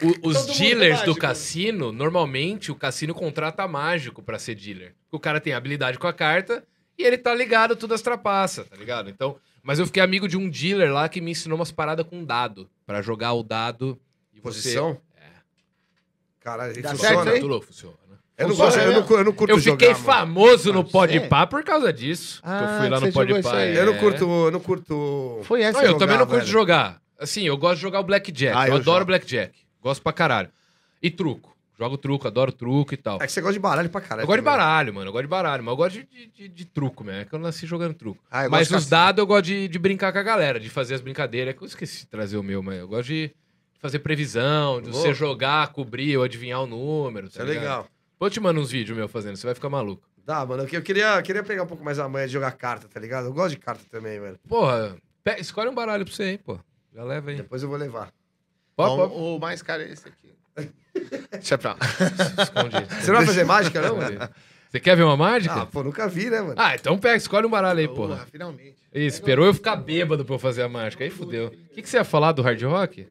A: O- os
B: Todo mundo é
A: dealers do
B: mágico.
A: cassino, normalmente o cassino contrata mágico pra ser dealer. O cara tem habilidade com a carta e ele tá ligado tudo as trapaças, tá ligado? Então, mas eu fiquei amigo de um dealer lá que me ensinou umas paradas com dado, Pra jogar o dado e você
D: Posição.
A: É.
D: Caralho,
B: Dá
D: ele
B: certo
D: funciona.
B: aí?
A: Tulo, funciona.
D: Eu não,
B: Funciona,
D: gosto, eu,
B: né?
D: não, cu- eu não curto
A: eu fiquei
D: jogar, mano.
A: famoso no
B: Pode ser?
A: Podpah por causa disso. que eu
B: Ah,
A: fui lá
B: que
A: no
B: você jogou isso
A: Podpah.
B: aí.
A: é.
D: Eu não curto, eu não curto...
B: foi essa.
A: Não, eu também não
D: jogar,
A: curto
D: velho.
A: jogar. Assim, eu gosto de jogar o Blackjack.
D: Ah,
A: eu,
D: eu
A: adoro
D: jogo.
A: Blackjack. Gosto pra caralho. E truco. Jogo truco, adoro truco e tal.
D: É que você gosta de baralho pra caralho.
A: Eu gosto de
D: também.
A: baralho, mano. Eu gosto de baralho, mas eu gosto de, de- de- de truco, mesmo. É que eu nasci jogando truco.
D: Ah, eu
A: mas
D: gosto de
A: os dados eu gosto de, de brincar com a galera, de fazer as brincadeiras. É que Eu esqueci de trazer o meu, mas eu gosto de fazer previsão, de
D: Louco.
A: você jogar, cobrir ou adivinhar o número. tá
D: Isso é legal.
A: Vou te mandar uns vídeos meu fazendo, você vai ficar maluco.
D: Dá, mano, eu que- eu queria, eu queria pegar um pouco mais a manha de jogar carta, tá ligado? Eu gosto de carta também, velho.
A: Porra, pe- escolhe um baralho pra você, hein, pô. Já leva aí.
D: Depois eu vou levar.
A: Pô, pô,
B: O mais caro é esse aqui. Deixa pra lá.
A: esconde.
D: *laughs* Você não vai fazer mágica, não,
A: Esconde.
D: velho?
A: Você quer ver uma
C: *laughs*
D: Ah,
A: mágica?
D: pô, nunca vi, né, mano?
A: Ah, então pega, escolhe um baralho aí, porra.
B: Porra, finalmente.
A: Ih, esperou eu ficar bêbado pra eu fazer a mágica. Aí fudeu. O que, que você ia falar do hard rock?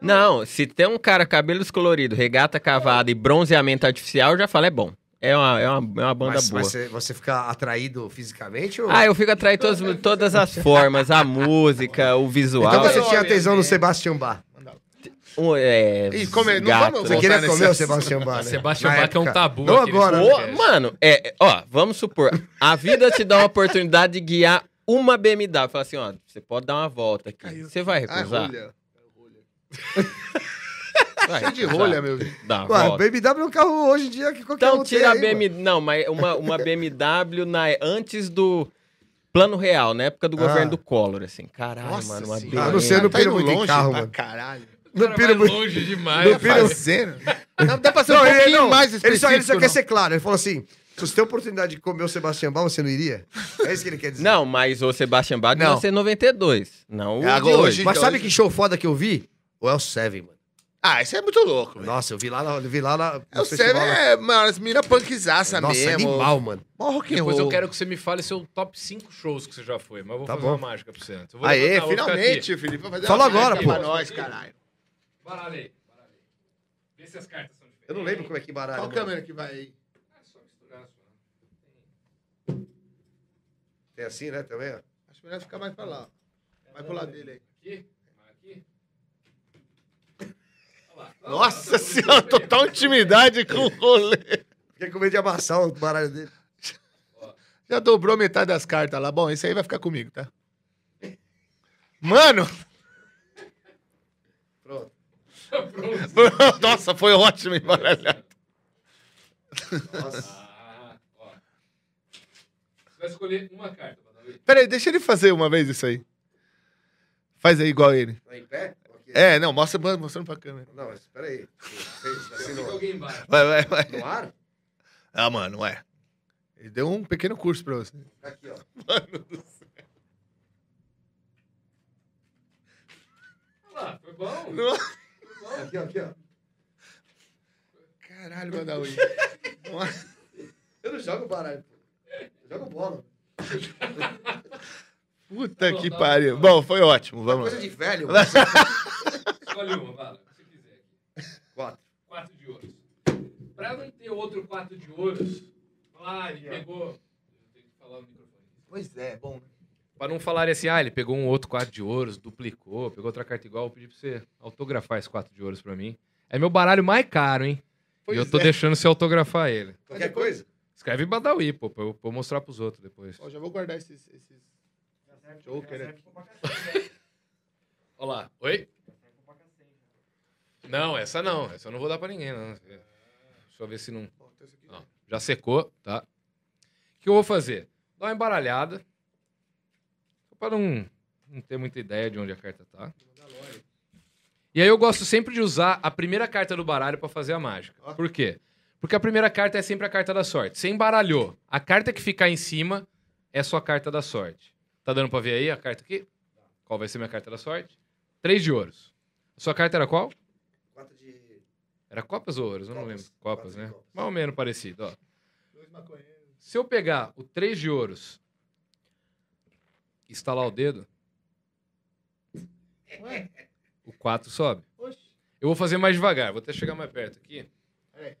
C: Não, se tem um cara cabelos coloridos, regata cavada e bronzeamento artificial, eu já falo, é bom. É uma, é uma, é uma banda
D: mas,
C: boa.
D: mas você, você fica atraído fisicamente ou...
C: Ah, eu fico atraído todas, todas as formas, a música, o
D: Então
C: visual.
D: você
B: Uau.
D: tinha tesão no Sebastião Bach.
C: Um, é,
B: Ih, come- não
C: gato.
B: vamos
D: Você queria
B: nesse
D: comer o
B: assunto.
D: Sebastião Bach, né?
A: Sebastião
D: Na
A: Bach é um
D: época.
A: tabu
D: Não
A: aqui nesse
D: agora,
A: podcast.
D: né?
C: Ô, mano, é, é, ó, vamos supor, a vida te dá uma oportunidade de guiar uma BMW. Fala assim, ó, você pode dar uma volta aqui. Você vai
B: Ah,
C: recusar?
B: rolha.
C: Vai
B: Cheio de
C: recusar?
B: rolha, né? meu.
C: Dá uma
D: Ué,
C: volta.
D: BMW é um carro hoje em dia que qualquer
C: Então
D: um
C: tira a
D: tem, aí,
C: BMW. Não, mas uma, uma BMW na, antes do plano real, na época do
D: Ah.
C: governo do Collor, assim. Caralho, mano, uma
B: senhora.
D: Ah, não sei, eu não
B: Tá
D: piro
B: indo
D: muito em
B: longe
D: carro,
B: pra
D: mano.
B: Caralho.
D: mano.
A: Cara,
D: Não
A: vai
D: piro muito.
A: longe demais.
D: Não pira-
A: rapaz.
B: Fazendo. um *laughs* Não, dá pra ser um
D: Não,
B: pouquinho
D: ele, não.
B: mais específico.
D: ele, só, ele só quer
B: não.
D: ser claro. Ele falou assim: se você tem a oportunidade de comer o Sebastião Bach, você não iria? É isso que ele quer dizer.
C: Não, mas o Sebastian Bach
B: Não.
C: nasceu em 92. Não, o
B: É,
C: de
B: agora
C: hoje.
B: hoje-
D: Mas sabe
B: hoje-
D: que show foda que eu vi? O El Seven, mano.
B: Ah, isso é muito louco, velho.
D: Nossa, eu vi lá, na- eu vi lá na, no
B: Eu sei,
D: festival lá.
B: é, mano, as minas punkzaça
D: Nossa,
B: mesmo.
D: animal, mano.
B: Mó rock and
A: Depois eu
B: roll.
A: quero que você me fale seu top 5 shows que você já foi, mas eu vou
D: Tá
A: fazer
D: bom.
A: uma mágica pra você antes. Eu vou
B: Aê,
A: levantar, eu vou ficar aqui.
B: finalmente, Felipe. vai fazer
D: Fala
B: uma marca
D: agora, pô.
B: Pra nós, caralho.
A: Baralho aí. baralho aí. Vê se as cartas são diferentes.
D: Eu não lembro como é que baralho.
B: Qual
D: mano.
B: câmera que vai aí?
A: É só misturar, só.
D: Tem assim, né, também, ó.
B: Acho melhor ficar mais pra lá. ó. Vai pro lado dele aí.
A: Aqui, aqui.
B: Nossa senhora, total intimidade com o rolê.
D: Fiquei com medo de amassar o baralho dele.
B: Já dobrou metade das cartas lá. Bom, esse aí vai ficar comigo, tá? Mano! *laughs*
D: Pronto.
A: Tá
B: Nossa, foi ótimo embaralhado.
D: Nossa.
A: Ah, ó. Você vai escolher uma carta, Badawi.
B: Peraí, deixa ele fazer uma vez isso aí. Faz aí igual ele.
D: Tá em pé? Ok.
B: É, não, mostra mostrando pra câmera.
D: Não, mas peraí. Assim
A: Fica
D: no,
A: alguém embaixo.
B: Vai, vai, vai.
D: no ar?
B: Ah, mano, não é. Ele deu um pequeno curso pra você.
D: Tá Aqui, ó.
A: Olha lá, foi bom.
D: Tá Aqui, ó, aqui, ó.
B: Caralho, um Badawi.
D: Eu não jogo baralho, pô. Eu jogo bola.
B: Puta que pariu. Tá Bom, foi ótimo. Vamos
D: Coisa
B: lá.
D: de velho.
A: Escolhe uma, fala. Se quiser.
D: é Quatro.
A: Quatro de ouros. Pra não ter outro quatro de ouros. Ah, ele pegou. Tem que falar no microfone.
D: Pois é, bom. né?
A: Pra não falarem assim, ah, ele pegou um outro quatro de ouros, duplicou, pegou outra carta igual, eu pedi pra você autografar esse quatro de ouros pra mim. É meu baralho mais caro, hein?
D: Pois
A: e eu tô
D: é.
A: deixando você autografar ele.
D: Qualquer coisa?
A: Escreve Badawi, pô, pra eu, pra eu mostrar pros outros depois.
B: Ó, já vou guardar esses... esses...
D: Tá
B: Joker aqui.
A: Olha lá. Oi? Não, essa não. Essa eu não vou dar pra ninguém, não. Deixa eu ver se não...
B: Ó, tem esse aqui.
A: Ó, já secou, tá? O que eu vou fazer? Dar uma embaralhada. Só pra não, não ter muita ideia de onde a carta tá. E aí eu gosto sempre de usar a primeira carta do baralho pra fazer a mágica.
B: Ó.
A: Por quê? Porque a primeira carta é sempre a carta da sorte. Você embaralhou. A carta que ficar em cima é sua carta da sorte. Tá dando pra ver aí a carta aqui? Qual vai ser minha carta da sorte? Três de ouros. A sua carta era qual?
D: Quatro de.
A: Era Copas ou Ouros? Eu não
D: Copas.
A: lembro. Copas,
D: Quatro
A: né?
D: Copas.
A: Mais ou menos parecido, ó.
B: Dois maconheiros.
A: Se eu pegar o 3 de ouros e estalar o dedo,
B: Ué,
A: o 4 sobe.
B: oxe.
A: Eu vou fazer mais devagar, vou até chegar mais perto aqui.
B: Peraí.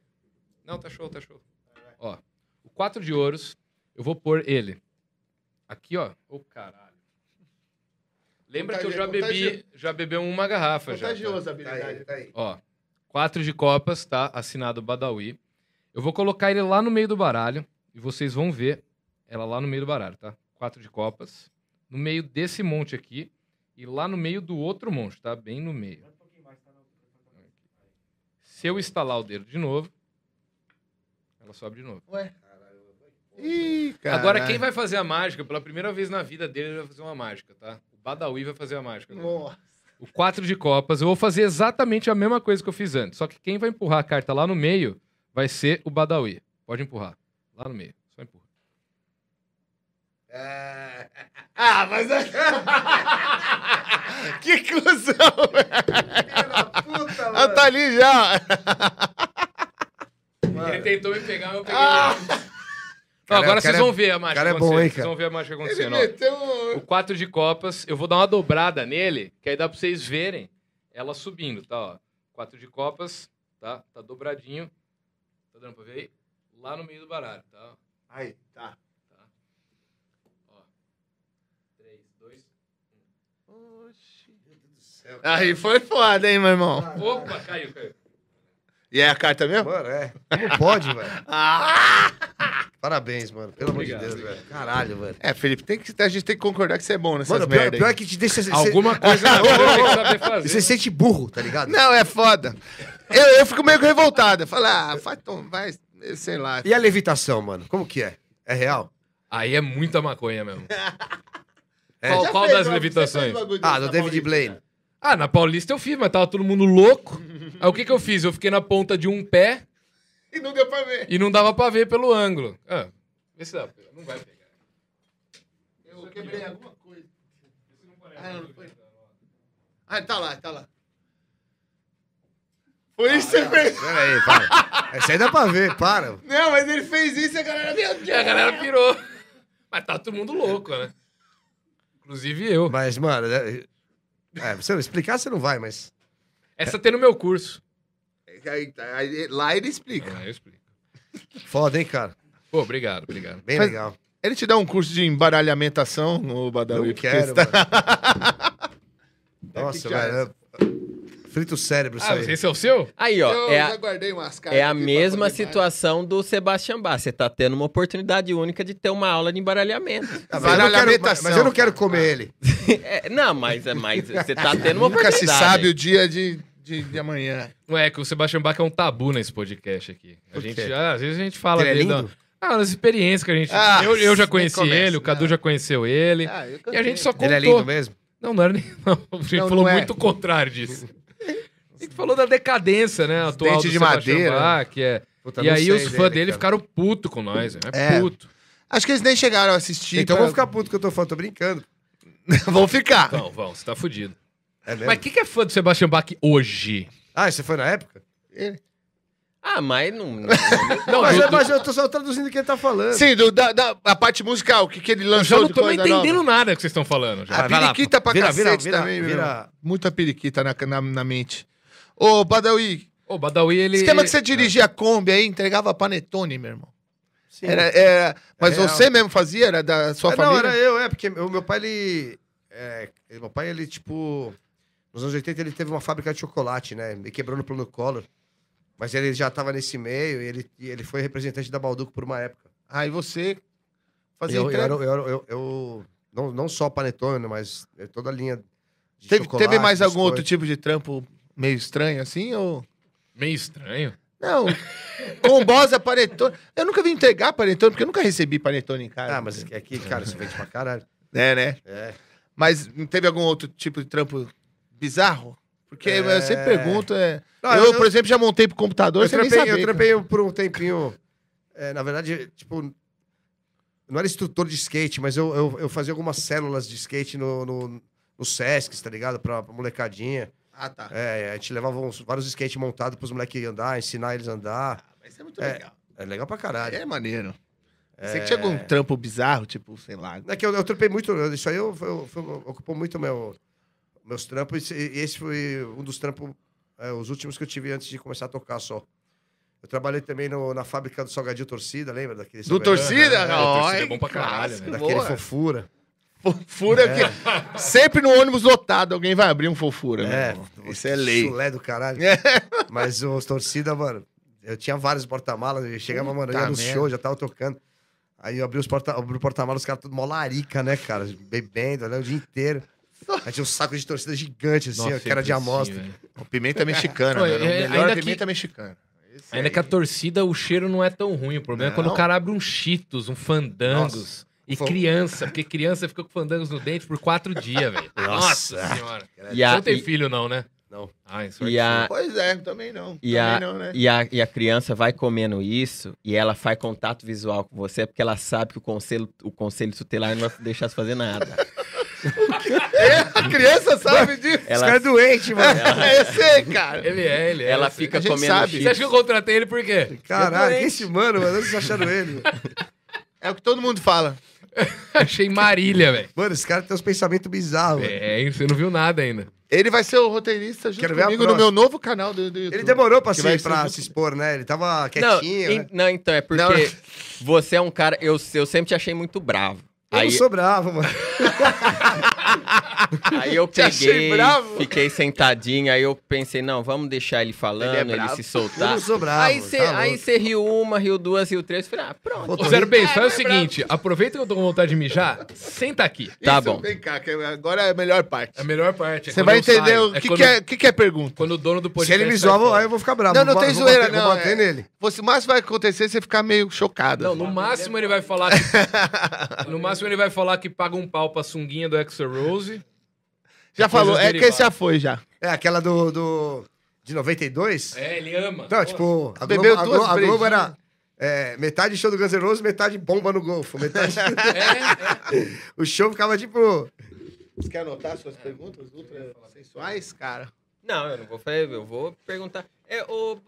A: Não, tá show, tá show.
B: Vai, vai.
A: Ó, o 4 de ouros, eu vou pôr ele aqui, ó. Ô, caralho. Lembra que eu já
B: Contagi-
A: bebi, já bebi uma garrafa já. tá?
B: Contagioso a
D: Tá aí,
B: habilidade.
D: tá aí.
A: Ó, 4 de copas, tá? Assinado Badawi. Eu vou colocar ele lá no meio do baralho e vocês vão ver ela lá no meio do baralho, tá? 4 de copas, no meio desse monte aqui e lá no meio do outro monte, tá? Bem no meio. Se eu estalar o dedo de novo, ela sobe de novo.
B: Ih, cara.
A: Agora, quem vai fazer a mágica, pela primeira vez na vida dele, ele vai fazer uma mágica, tá? O Badawi vai fazer a mágica. agora.
B: Nossa.
A: O 4 de copas, eu vou fazer exatamente a mesma coisa que eu fiz antes. Só que quem vai empurrar a carta lá no meio vai ser o Badawi. Pode empurrar. Lá no meio. Só empurra.
D: Ah,
B: Ah, mas... *laughs* que cuzão,
D: filha da puta,
B: Ela
D: mano.
B: tá ali já.
A: Ele tentou me pegar, eu peguei.
D: Cara,
A: agora
D: o Ah! cara
A: vocês
D: é-
A: vão ver a mágica
D: cara é bom,
A: acontecendo.
D: hein,
A: Vocês
D: cara?
A: vão ver a mágica
B: Ele
A: acontecendo. ó.
B: meteu um...
A: O 4 de copas, eu vou dar uma dobrada nele, que aí dá pra vocês verem ela subindo, tá? Ó. 4 de copas, tá? Tá dobradinho. Tá dando pra ver aí? Lá no meio do baralho, tá?
B: Aí, tá.
A: Tá? Ó. 3, 2,
D: Meu Deus do céu.
B: Aí foi foda, hein, meu irmão?
A: Opa, caiu, caiu.
B: E é a carta mesmo?
D: Mano, é. Como pode, velho?
B: Ah!
D: Parabéns, mano. Pelo amor de
A: Obrigado,
D: Deus, velho. Caralho, velho.
B: É, Felipe, tem que, a gente tem que concordar que você é bom nessas
D: Mano, o pior,
B: merda
D: pior
B: aí.
D: é que te deixa. cê-
A: Alguma coisa na vida tem que saber fazer.
D: Você se sente burro, tá ligado?
B: Não, é foda. Eu, eu fico meio que revoltado. Fala, ah, vai, tom, vai, sei lá.
D: E a levitação, mano? Como que é? É real?
A: Aí é muita maconha mesmo.
D: É.
A: Qual,
B: Já
A: qual
B: fez
A: das
B: um-
A: levitações?
B: você fez um bagulho
D: Ah,
B: desse
D: do
B: na
D: David
B: Paulista,
D: Blaine.
B: cara?
A: Ah, na Paulista eu fiz, mas tava todo mundo louco. Aí o que que eu fiz? Eu fiquei na ponta de um pé
B: E não deu pra ver.
A: e não dava pra ver pelo ângulo. Ah, vê se dá. pra- Não vai pegar.
B: Eu quebrei alguma coisa. Ah, não foi. Ah, tá lá, tá lá. Por isso
D: Ah, é.
B: você fez.
D: Pera aí, para. Isso aí dá pra ver, para.
B: Não, mas ele fez isso e a galera. Meu
A: E a
B: Deus!
A: galera pirou. Mas tá todo mundo louco, né? Inclusive eu.
D: Mas, mano, é, é, se eu explicar, você não vai, mas.
A: Essa tem no meu curso.
B: Aí, tá, aí, lá ele explica.
A: Ah, eu explico.
D: Foda, hein, cara?
A: Pô, obrigado, obrigado.
D: Bem
B: Mas-
D: legal.
B: Ele te dá um curso de embaralhamentação, o Badawi?
D: Eu
B: porque
D: quero,
B: você tá-
D: mano. Nossa,
B: que já
D: velho. eu- Frita o cérebro isso
A: Ah, mas
D: aí.
A: esse é o seu?
C: Aí, ó,
B: Eu
C: é
B: já
C: a,
B: guardei umas cartas
C: é a
B: aqui pra
C: mesma
B: fazer
C: situação do Sebastian Bach. Você tá tendo uma oportunidade única de ter uma aula de
D: *laughs*
C: embaralhamento.
D: Ah, mas, eu não quero, mas- mas eu não quero comer ele.
C: É, não, mas, mas você tá tendo uma
B: Nunca
C: oportunidade.
B: se sabe o dia de, de, de amanhã.
A: Não é que o Sebastian Bach é um tabu nesse podcast aqui. A
D: Por
A: gente,
D: quê?
A: ah, às vezes a gente fala
D: Ele é
A: dele.
D: lindo?
A: Ah, das experiências que a gente.
B: Ah,
A: eu, eu já
B: nem
A: conheci
B: começa,
A: ele, o
B: não.
A: Cadu já conheceu ele.
B: Ah, eu
A: e a gente só contou.
D: né? Ele é lindo mesmo?
A: Não, não era nem. *laughs* Não, a gente
B: Não,
A: falou
B: não é.
A: muito o contrário disso. A gente falou da decadência, né? Atual
B: dentes
A: do
B: de
A: Sebastian
B: madeira.
A: Bach, é.
D: Puta,
A: e
D: não
A: aí
D: sei
A: os fãs dele,
D: cara.
A: ficaram puto com nós. né? É,
B: É.
A: puto.
B: Acho que eles nem chegaram a assistir. *laughs*
D: Então eu
B: pra-
D: vou ficar puto que eu tô falando, tô brincando.
B: vão ficar.
A: Não, vão, você tá fudido.
D: É mesmo?
A: Mas quem que é fã do Sebastian Bach hoje?
D: Ah, você foi na época?
C: Ah, mas não. não-
A: Não,
D: mas,
A: eu,
D: é- mas eu tô só traduzindo o que ele tá falando.
B: Sim, do- da, da- a parte musical, o que, que ele
A: eu já
B: lançou
A: não
B: de
A: tô
B: coisa nova.
A: entendendo nada que vocês estão falando. Já.
B: A
D: Vai, vai lá,
B: periquita pra
D: vira, vira,
B: cacete
D: vira,
B: também, meu.
D: vira.
B: Muita periquita na, na, na mente. Ô, Badawi,
A: Ô, Badawi, ele.
B: esquema que você dirigia a Kombi aí, entregava panetone, meu irmão.
D: Sim.
B: Era, era, mas
D: É real.
B: você mesmo fazia? Era da sua
D: É,
B: família?
D: Não, era eu, é, porque o meu pai, ele. é, ele- meu pai, ele, tipo. Nos anos 80, ele teve uma fábrica de chocolate, né? E quebrou no plano Collor. Mas ele já tava nesse meio e ele, e ele foi representante da Balduco por uma época.
B: Aí você fazia
D: eu, eu,
B: entrega.
D: era- eu, era- eu- eu- não, não só panetone, mas é toda a linha. De
B: Teve,
D: chocolate,
B: teve mais algum
D: biscoito.
B: outro tipo de trampo meio estranho assim? Ou...
A: Meio estranho.
B: *laughs* Não. Combosa, panetone. Eu nunca vi entregar panetone, porque eu nunca recebi panetone em casa.
D: Ah, mas é que, cara, isso vende pra caralho.
B: É, né?
D: É.
B: Mas não teve algum outro tipo de trampo bizarro? Porque
D: É.
B: eu sempre pergunto. É...
D: Não,
B: eu,
D: eu-
B: por exemplo, já montei pro computador
D: Eu
B: sem nem
D: trampei,
B: saber.
D: eu
B: cara.
D: trampei por um tempinho. é, na verdade, tipo. Não era instrutor de skate, mas eu, eu, eu fazia algumas células de skate no, no, no Sesc, tá ligado? Pra, pra molecadinha.
B: Ah, tá.
D: É, a gente levava uns- vários skates montados pros moleques andar, ensinar eles a andar.
B: Mas isso é muito
D: É.
B: legal.
D: É legal pra caralho.
B: É maneiro. Você que tinha algum trampo bizarro, tipo, sei lá.
D: É que eu, eu trampei muito, isso aí eu, eu- eu- ocupou muito meu, meus trampos, e e esse foi um dos trampos, é, os últimos que eu tive antes de começar a tocar só. Eu trabalhei também no- na fábrica do Salgadinho Torcida, lembra? Daquele
B: Do torcida?
A: É,
B: Ó,
A: torcida é
B: hein?
A: bom pra caralho,
B: Clássico,
A: né?
D: Daquele
B: boa.
D: fofura.
B: Fofura que. Sempre no ônibus lotado, alguém vai abrir um fofura.
D: É,
B: né? Isso é lei.
D: Chulé do caralho.
B: É.
D: Mas os torcida, mano, eu tinha vários porta-malas, eu chegava, mano, eu ia
B: Puta
D: no
B: merda.
D: show, já tava tocando. Aí eu abri os porta, abri o porta-malas, os caras tudo mó larica, né, cara? Bebendo, né, o dia inteiro. Aí tinha um saco de torcida gigante, assim, ó, que era de amostra.
B: Pimenta mexicana,
A: Pô,
B: né? Era o
A: é,
B: melhor
A: ainda que-
B: pimenta mexicana. Esse
A: Ainda
B: aí.
A: que a torcida, o cheiro não é tão ruim. O problema é quando o
B: Não.
A: cara abre um Cheetos, um Fandangos. E
D: Foi-
A: criança, porque criança ficou com fandangos no dente por quatro dias, velho.
D: Nossa.
A: senhora.
C: E
A: Você
C: a,
A: não tem
C: e,
A: filho, não, né?
D: Não.
A: Ai, sorte
C: e, a,
B: Pois é, também não.
C: E
B: também
C: a-
B: não, né?
C: e, a, e a criança vai comendo isso e ela faz contato visual com você porque ela sabe que o conselho, o conselho tutelar não vai deixar você fazer nada.
B: É, a criança sabe disso.
C: Ela-
D: Esse cara é doente, mano.
B: Eu sei, cara.
A: Ele é, ele é.
C: ela
A: eu sei.
C: fica
B: a gente
C: comendo
A: Você
B: sabe.
A: acha
C: chips.
A: que eu contratei ele por
D: *laughs*
A: quê?
D: Caralho, que esse mano, mano, onde vocês acharam ele?
B: É o que todo mundo fala.
A: Achei Marília, velho.
D: Mano, esse cara tem uns pensamentos bizarros, mano.
A: É, hein? você não viu nada ainda.
B: Ele vai ser o roteirista junto
D: Quero ver a
B: comigo no
D: próxima.
B: meu novo canal do, do YouTube.
D: Ele demorou pra,
B: Que
D: se,
B: vai ser
D: pra
B: muito-
D: se expor, né? Ele tava
C: Não,
D: quietinho,
C: en-
D: né?
C: não, então, é porque você é um cara. Eu, eu sempre te achei muito bravo.
D: Eu
C: Aí,
D: não sou bravo, mano.
C: *laughs* aí eu
B: Te achei
C: peguei,
B: bravo.
C: fiquei sentadinho, aí eu pensei, não, vamos deixar ele falando,
B: Ele é
C: ele,
B: bravo.
C: se
D: Eu
C: soltar.
D: não sou bravo.
C: Aí você
D: tá louco.
C: riu uma, riu duas, riu três, falei, ah, pronto.
D: Vou
A: Ô, Zero Base,
C: É,
A: faz o
C: mas é bravo.
A: seguinte: aproveita que eu tô com vontade de mijar, senta aqui.
C: Tá
B: Isso,
C: bom.
B: Vem cá, que agora é a melhor parte.
A: É a melhor parte. é
B: Você
A: quando
B: vai
A: eu
B: entender
A: saio.
B: o que,
A: quando,
B: que, é, que, que é pergunta.
A: Quando o dono do
D: Se
A: podcast.
D: ele me
A: sai
D: zoar,
B: então.
A: fora.
D: aí eu vou ficar bravo.
B: Não, não
D: Vou-
B: tem
D: vou
B: zoeira,
D: bater-
B: não.
D: Vou bater
B: é-
D: nele.
B: Você, o máximo que vai acontecer é você ficar meio chocado.
A: Não, no máximo ele vai falar
B: *laughs*
A: que. no máximo ele vai falar que paga um pau pra sunguinha do Exo Rose.
B: já
A: coisas
B: falou, é que
A: derivadas.
B: esse já foi já.
D: É aquela do... do... De 92?
A: É, ele ama.
D: Não, tipo... A Globo,
B: Bebeu
D: a
B: duas
D: Globo, a Globo
B: brejinhas.
D: era... é, metade show do Guns N' Roses, metade bomba no
B: *laughs*
D: golfo. Metade...
A: *laughs*
D: *laughs*
A: É,
D: o show ficava tipo...
B: Você quer anotar suas perguntas ultra sensuais, cara?
C: Não, eu não vou fazer, eu vou perguntar. É, ô,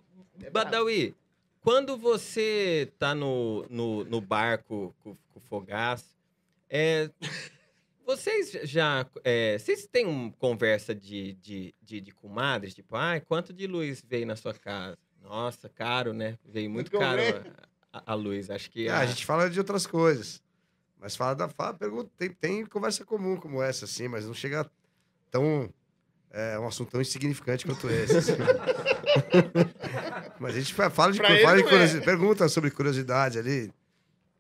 C: Badawi, quando você tá no, no, no barco com, com o fogaço, é, vocês já. é, vocês têm uma conversa de, de, de, de comadres? Tipo, ai, quanto de luz veio na sua casa? Nossa, caro, né? Veio muito
B: Muito
C: caro
B: bem.
C: a, a- a luz. Acho que.
D: Ah, a gente fala de outras coisas. Mas fala da fala, pergunta, tem, tem conversa comum como essa, assim, mas não chega tão. É um assunto tão insignificante quanto esse. assim. mas a gente fa- fala de,
B: Pra
D: cu-
B: ele
D: fala de
B: não é.
D: curiosi- pergunta sobre curiosidades ali.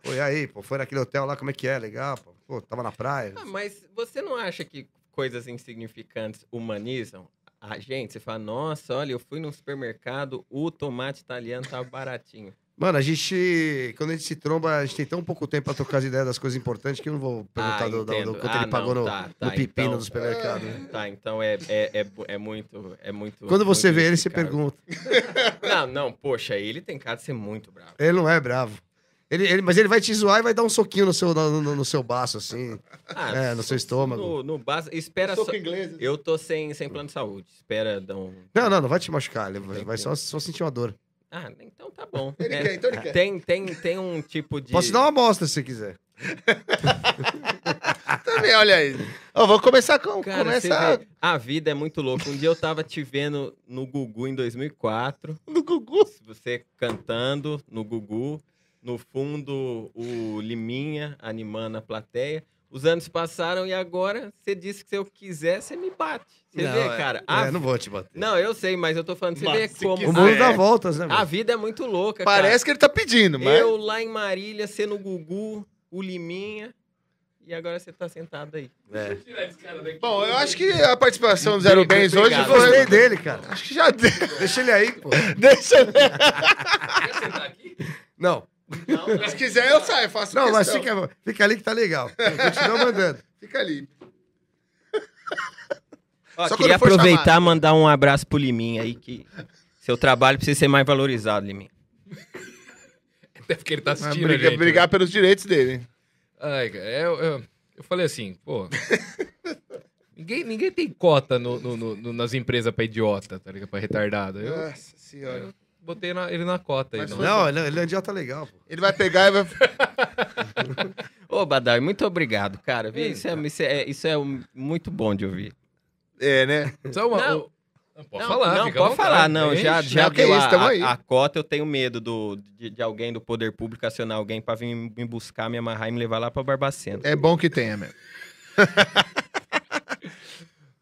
D: Pô, e aí, pô, foi naquele hotel lá, como é que é? Legal, pô, pô tava na praia.
C: Ah, mas você não acha que coisas insignificantes humanizam a gente? Você fala, nossa, olha, eu fui no supermercado, o tomate italiano tava
D: *laughs*
C: baratinho.
D: Mano, a gente. Quando a gente se tromba, a gente tem tão pouco tempo pra trocar as ideias das coisas importantes que eu não vou perguntar
C: Ah,
D: do, do- do
C: entendo.
D: quanto
C: Ah,
D: ele pagou
C: não,
D: no,
C: tá,
D: no
C: tá,
D: pepino
C: então.
D: do supermercado. né?
C: *laughs* Tá, então é, é, é, bu- é muito, é muito...
D: Quando você
C: muito
D: vê ele, você
C: justificável.
D: pergunta.
C: Não, não, poxa, ele tem cara de ser muito bravo.
D: Ele não é bravo. Ele, ele- mas ele vai te zoar e vai dar um soquinho no seu, no, no- no seu baço, assim.
C: Ah,
D: é, no seu estômago.
C: No, no base, espera só...
B: inglês. né?
C: Eu tô sem, sem plano de saúde, espera dar um...
D: Não, não, não vai te machucar. Ele vai,
C: tem
D: vai só, só sentir uma dor.
C: Ah, então tá bom.
B: Ele
C: É,
B: quer, então ele quer.
C: Tem, tem, tem um tipo de.
D: Posso dar uma amostra se você quiser.
B: Também, Então, olha aí. Ó, vou começar com.
C: Cara, você
B: começa
C: vê, a vida é muito louca. Um dia eu tava te vendo no Gugu em 2004,
B: no Gugu.
C: você cantando no Gugu, no fundo o Liminha animando a plateia. Os anos passaram e agora você disse que se eu quiser, você me bate. Você
D: Não,
C: vê,
D: é-
C: cara? a
D: É, não vou te bater.
C: Não, eu sei, mas eu tô falando, você
B: Mas
C: vê
B: se
C: como.
D: o
B: quiser.
D: mundo
B: Ah, é.
D: dá voltas, né?
C: A, a
D: mano?
C: vida é muito louca,
B: Parece que ele tá pedindo,
C: cara.
B: mas.
C: Eu lá em Marília, você no Gugu, o Liminha, e agora você tá sentado aí.
D: É.
B: Bom, eu acho que a participação do Zero Bens hoje
D: Eu
C: Obrigado.
B: foi.
D: gostei dele, cara.
B: Acho que já deu.
D: Deixa ele aí, pô.
B: *laughs* Deixa eu ver.
D: Não.
B: Se quiser, eu saio, faço
D: Não, mas
B: questão.
D: fica, fica ali que tá legal. Continua mandando.
B: Fica ali.
C: Ó,
B: Só
C: queria
B: quando for
C: aproveitar
B: chamado.
C: e mandar um abraço pro Liminha aí, que seu trabalho precisa ser mais valorizado, Liminha.
A: Até porque ele tá
B: Ah,
A: assistindo,
B: briga-
A: gente.
B: brigar pelos direitos dele.
A: Ai, cara, eu, eu, eu falei assim, pô. ninguém, ninguém tem cota no- no- no- no- nas empresas pra idiota, tá ligado? Pra retardado. Eu
B: Nossa senhora.
A: botei na- ele na cota aí.
B: É. Mas
A: Não.
B: foi-
D: Não, ele, ele é um idiota legal, pô.
B: Ele vai pegar e vai.
C: Ô, Badal, muito obrigado, cara. viu? Isso é,
A: Eita.
C: isso, é, isso é um- muito bom de ouvir.
B: É, né?
A: Só uma-
C: Não.
A: o- não, pode
C: não,
A: falar,
C: não
A: fica à
C: pode
A: vontade. É
C: falar, não. Já,
A: Ixi,
C: já
B: não, que
C: deu
B: isso,
C: a-
B: tamo aí.
C: a, a cota, eu tenho medo do, de, de alguém do poder público acionar alguém pra vir me buscar, me amarrar e me levar lá pra Barbacena.
B: É bom que tenha mesmo.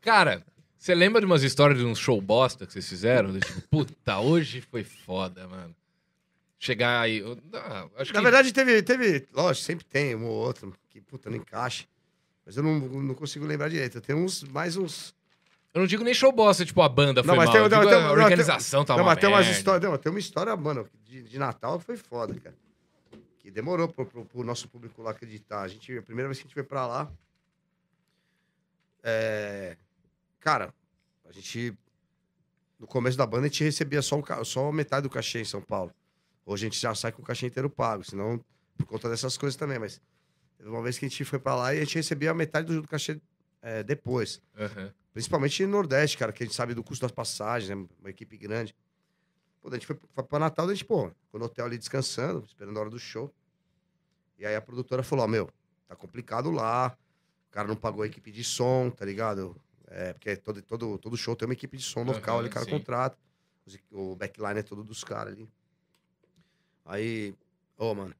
A: Cara, você lembra de umas histórias de um show bosta que vocês fizeram? Do Tipo, puta, hoje foi foda, mano. Chegar aí. eu- não, acho que-
D: Na verdade, teve, teve. Lógico, sempre tem um ou outro que, puta, não encaixa. Mas eu não, não consigo lembrar direito. Eu tenho uns, mais uns.
A: Eu não digo nem show bosta, tipo, a banda foi
D: Não, mas
A: mal.
D: tem-
A: eu
D: não,
A: digo,
D: tem-
A: a
D: não, tem-
A: organização tá
D: não,
A: uma
D: mas tem umas
A: merda.
D: histórias. Não, tem uma história, mano, de, de Natal que foi foda, cara. Que demorou pro, pro, pro nosso público lá acreditar. A gente, a primeira vez que a gente foi pra lá. é, Cara, a gente. No começo da banda, a gente recebia só, um, ca- só metade do cachê em São Paulo. Hoje a gente já sai com o cachê inteiro pago, senão, por conta dessas coisas também, mas. Teve uma vez que a gente foi pra lá e a gente recebia a metade do, do cachê é, depois.
A: Aham.
D: Principalmente no Nordeste, cara, que a gente sabe do custo das passagens, né? Uma equipe grande. Pô, daí a gente foi pra- pra Natal, daí a gente, pô, ficou no hotel ali descansando, esperando a hora do show. E aí a produtora falou, ó, meu, tá complicado lá, o cara não pagou a equipe de som, tá ligado? É, porque todo, todo, todo show tem uma equipe de som local
A: Aham,
D: ali, o cara
A: sim.
D: contrata. Os- O backline é todo dos caras ali. Aí, ô, mano,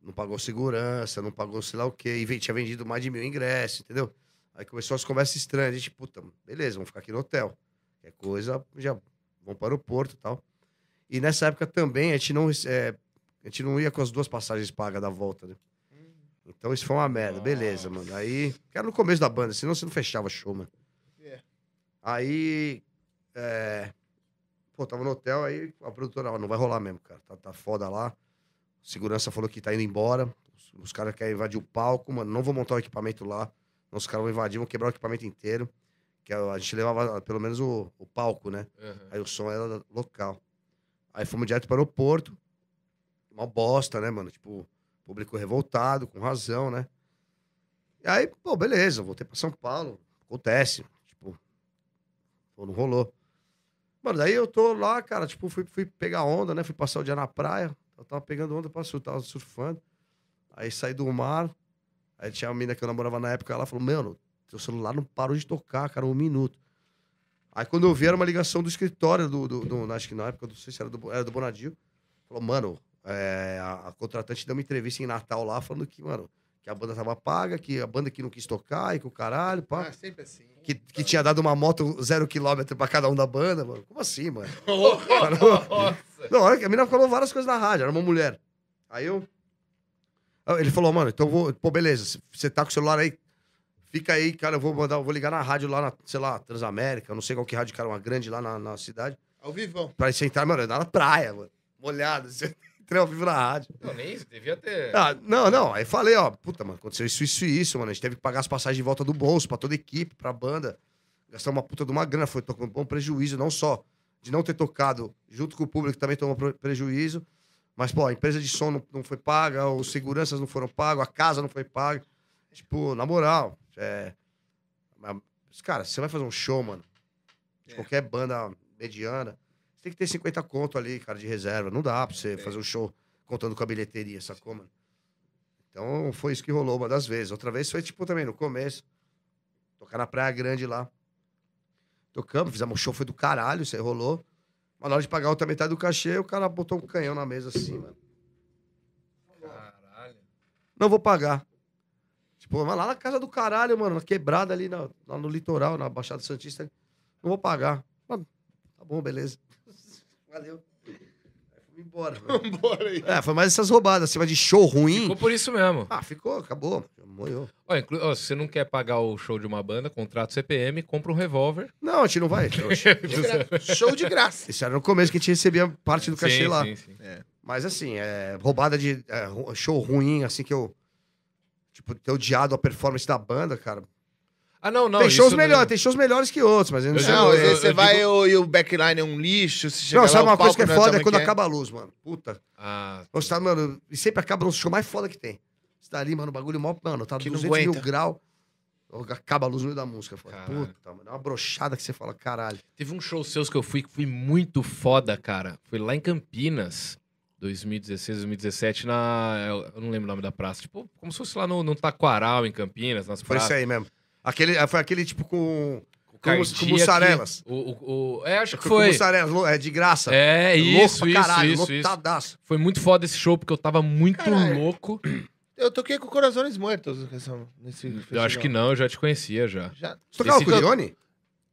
D: não pagou segurança, não pagou sei lá o quê, e ven- tinha vendido mais de mil ingressos, entendeu? Aí começou as conversas estranhas. A gente, puta, beleza, vamos ficar aqui no hotel. É coisa, já vamos para o aeroporto e tal. E nessa época também a gente não, é, a gente não ia com as duas passagens pagas da volta, né? Então isso foi uma merda, beleza, mano. Aí, era no começo da banda, senão você não fechava show, mano.
B: Yeah.
D: Aí, é, pô, tava no hotel, aí a produtora, ó, não vai rolar mesmo, cara. Tá, tá foda lá. Segurança falou que tá indo embora. Os, os caras querem invadir o palco, mano. Não vou montar o equipamento lá. Nossos caras vão invadir, vão quebrar o equipamento inteiro. Que a a gente levava ah, pelo menos o, o palco, né?
A: aham.
D: Aí o som era local. Aí fomos direto para o aeroporto. Uma bosta, né, mano? Tipo, público revoltado, com razão, né? E aí, pô, beleza, voltei para São Paulo. Acontece. Tipo, pô, não rolou. Mano, daí eu tô lá, cara, tipo, fui, fui pegar onda, né? Fui passar o dia na praia. Eu tava pegando onda pra surfar, tava surfando. Aí saí do mar. Aí tinha uma mina que eu namorava na época, ela falou, mano, teu celular não parou de tocar, cara, um minuto. Aí quando eu vi, era uma ligação do escritório do, do, do- acho que na época, não sei se era do, era do Bonadil. Falou, mano, é, a, a contratante deu uma entrevista em Natal lá, falando que, mano, que a banda tava paga, que a banda que não quis tocar e que o caralho, pá.
B: sempre assim.
D: Que, que tinha dado uma moto zero quilômetro pra cada um da banda, mano. Como assim, mano?
A: Nossa!
D: Não, olha que a menina falou várias coisas na rádio, era uma mulher. Aí eu. Aí Ele falou, mano, então eu vou. Pô, beleza, c- você tá com o celular aí. Fica aí, cara, eu vou mandar, eu vou ligar na rádio lá na, sei lá, Transamérica, não sei qual que rádio, cara, uma grande lá na, na cidade.
B: Ao assim. vivão.
D: Pra você entrar, mano, na praia, mano. *laughs* Molhado, você entrei ao vivo na rádio.
A: Não, nem isso, devia ter.
D: Ah, não, não. Aí falei, ó, puta, mano, aconteceu isso, isso e isso, mano. A gente teve que pagar as passagens de volta do bolso pra toda a equipe, pra banda. Gastar uma puta de uma grana. Foi tocando um bom prejuízo, não só de não ter tocado junto com o público, também tomou pre- prejuízo. Mas, pô, a empresa de som não, não foi paga, os seguranças não foram pagos, a casa não foi paga. Tipo, na moral, é. mas, Cara, você vai fazer um show, mano. De
B: É.
D: qualquer banda mediana. Você tem que ter 50 conto ali, cara, de reserva. Não dá pra você fazer um show contando com a bilheteria, sacou, mano? Então foi isso que rolou uma das vezes. Outra vez foi, tipo, também no começo. Tocar na Praia Grande lá. Tocamos, fizemos um show, foi do caralho, isso aí rolou. Mas na hora de pagar a outra metade do cachê, o cara botou um canhão na mesa assim, mano.
A: Caralho.
D: Não vou pagar. Tipo, mas lá na casa do caralho, mano, na quebrada ali, na- lá no litoral, na Baixada Santista. Não vou pagar. Mas, tá bom, beleza. *laughs* Valeu. Aí fomos embora. mano.
B: Bora aí.
D: É, foi mais essas roubadas, assim, mas de show ruim.
A: Ficou por isso mesmo.
D: Ah, ficou, acabou. Morreu.
A: Ó, inclu- ó, se você não quer pagar o show de uma banda, contrata o CPM, compra um revólver.
D: Não, a gente não vai. trouxa.
B: Show de graça.
D: Isso era no começo que a gente recebia parte do cachê
A: Sim,
D: lá.
A: sim, sim.
D: Mas assim, é, roubada de é, ru- show ruim, assim, que eu. Tipo, ter odiado a performance da banda, cara.
A: Ah, não, não.
D: tem
A: isso
D: shows
A: não-
D: melhores, tem shows melhores que outros, mas eu não
A: Eu
D: sei. é
A: digo-
B: Não,
A: eu-
B: você
A: eu
B: vai
A: digo-
B: o- e o backline é um lixo. Você chega
D: Não,
B: lá,
D: sabe
B: o
D: uma coisa
B: palco
D: que é
B: não
D: foda? É
B: tamanho
D: quando
B: que é.
D: acaba a luz, mano. Puta.
A: Ah,
D: Você tá, mano, e sempre acaba um show mais foda que tem. Você tá ali, mano, o bagulho mó, mano, tá
B: Que não
D: 200 mil
B: aguenta.
D: graus. Acaba a luz no meio da música. Foda.
A: Caralho.
D: Puta, mano, é uma brochada que você fala, caralho.
A: Teve um show seus que eu fui que foi muito foda, cara. Foi lá em Campinas, 2016, 2017, na. Eu eu não lembro o nome da praça. Tipo, como se fosse lá no, no Taquaral, em Campinas, nas
D: Foi isso
A: praças.
D: aí mesmo. Aquele, foi aquele tipo com.
A: Com
D: com
A: cardíaco,
D: mussarelas.
A: O, o, o- é, acho que
D: com
A: foi.
D: mussarela, lo- é de graça.
A: É,
D: Louco
A: isso,
D: pra
A: isso,
D: caralho,
A: isso, isso.
D: lotadaço.
A: Foi muito foda esse show, porque eu tava muito
B: Caralho.
A: louco.
B: Eu toquei com Corazones Mortos nessa- nesse
A: Eu
B: festival.
A: acho que não, eu já te conhecia já.
B: Já-
D: Você tocava
A: Esse
D: com o
A: can-
D: Johnny?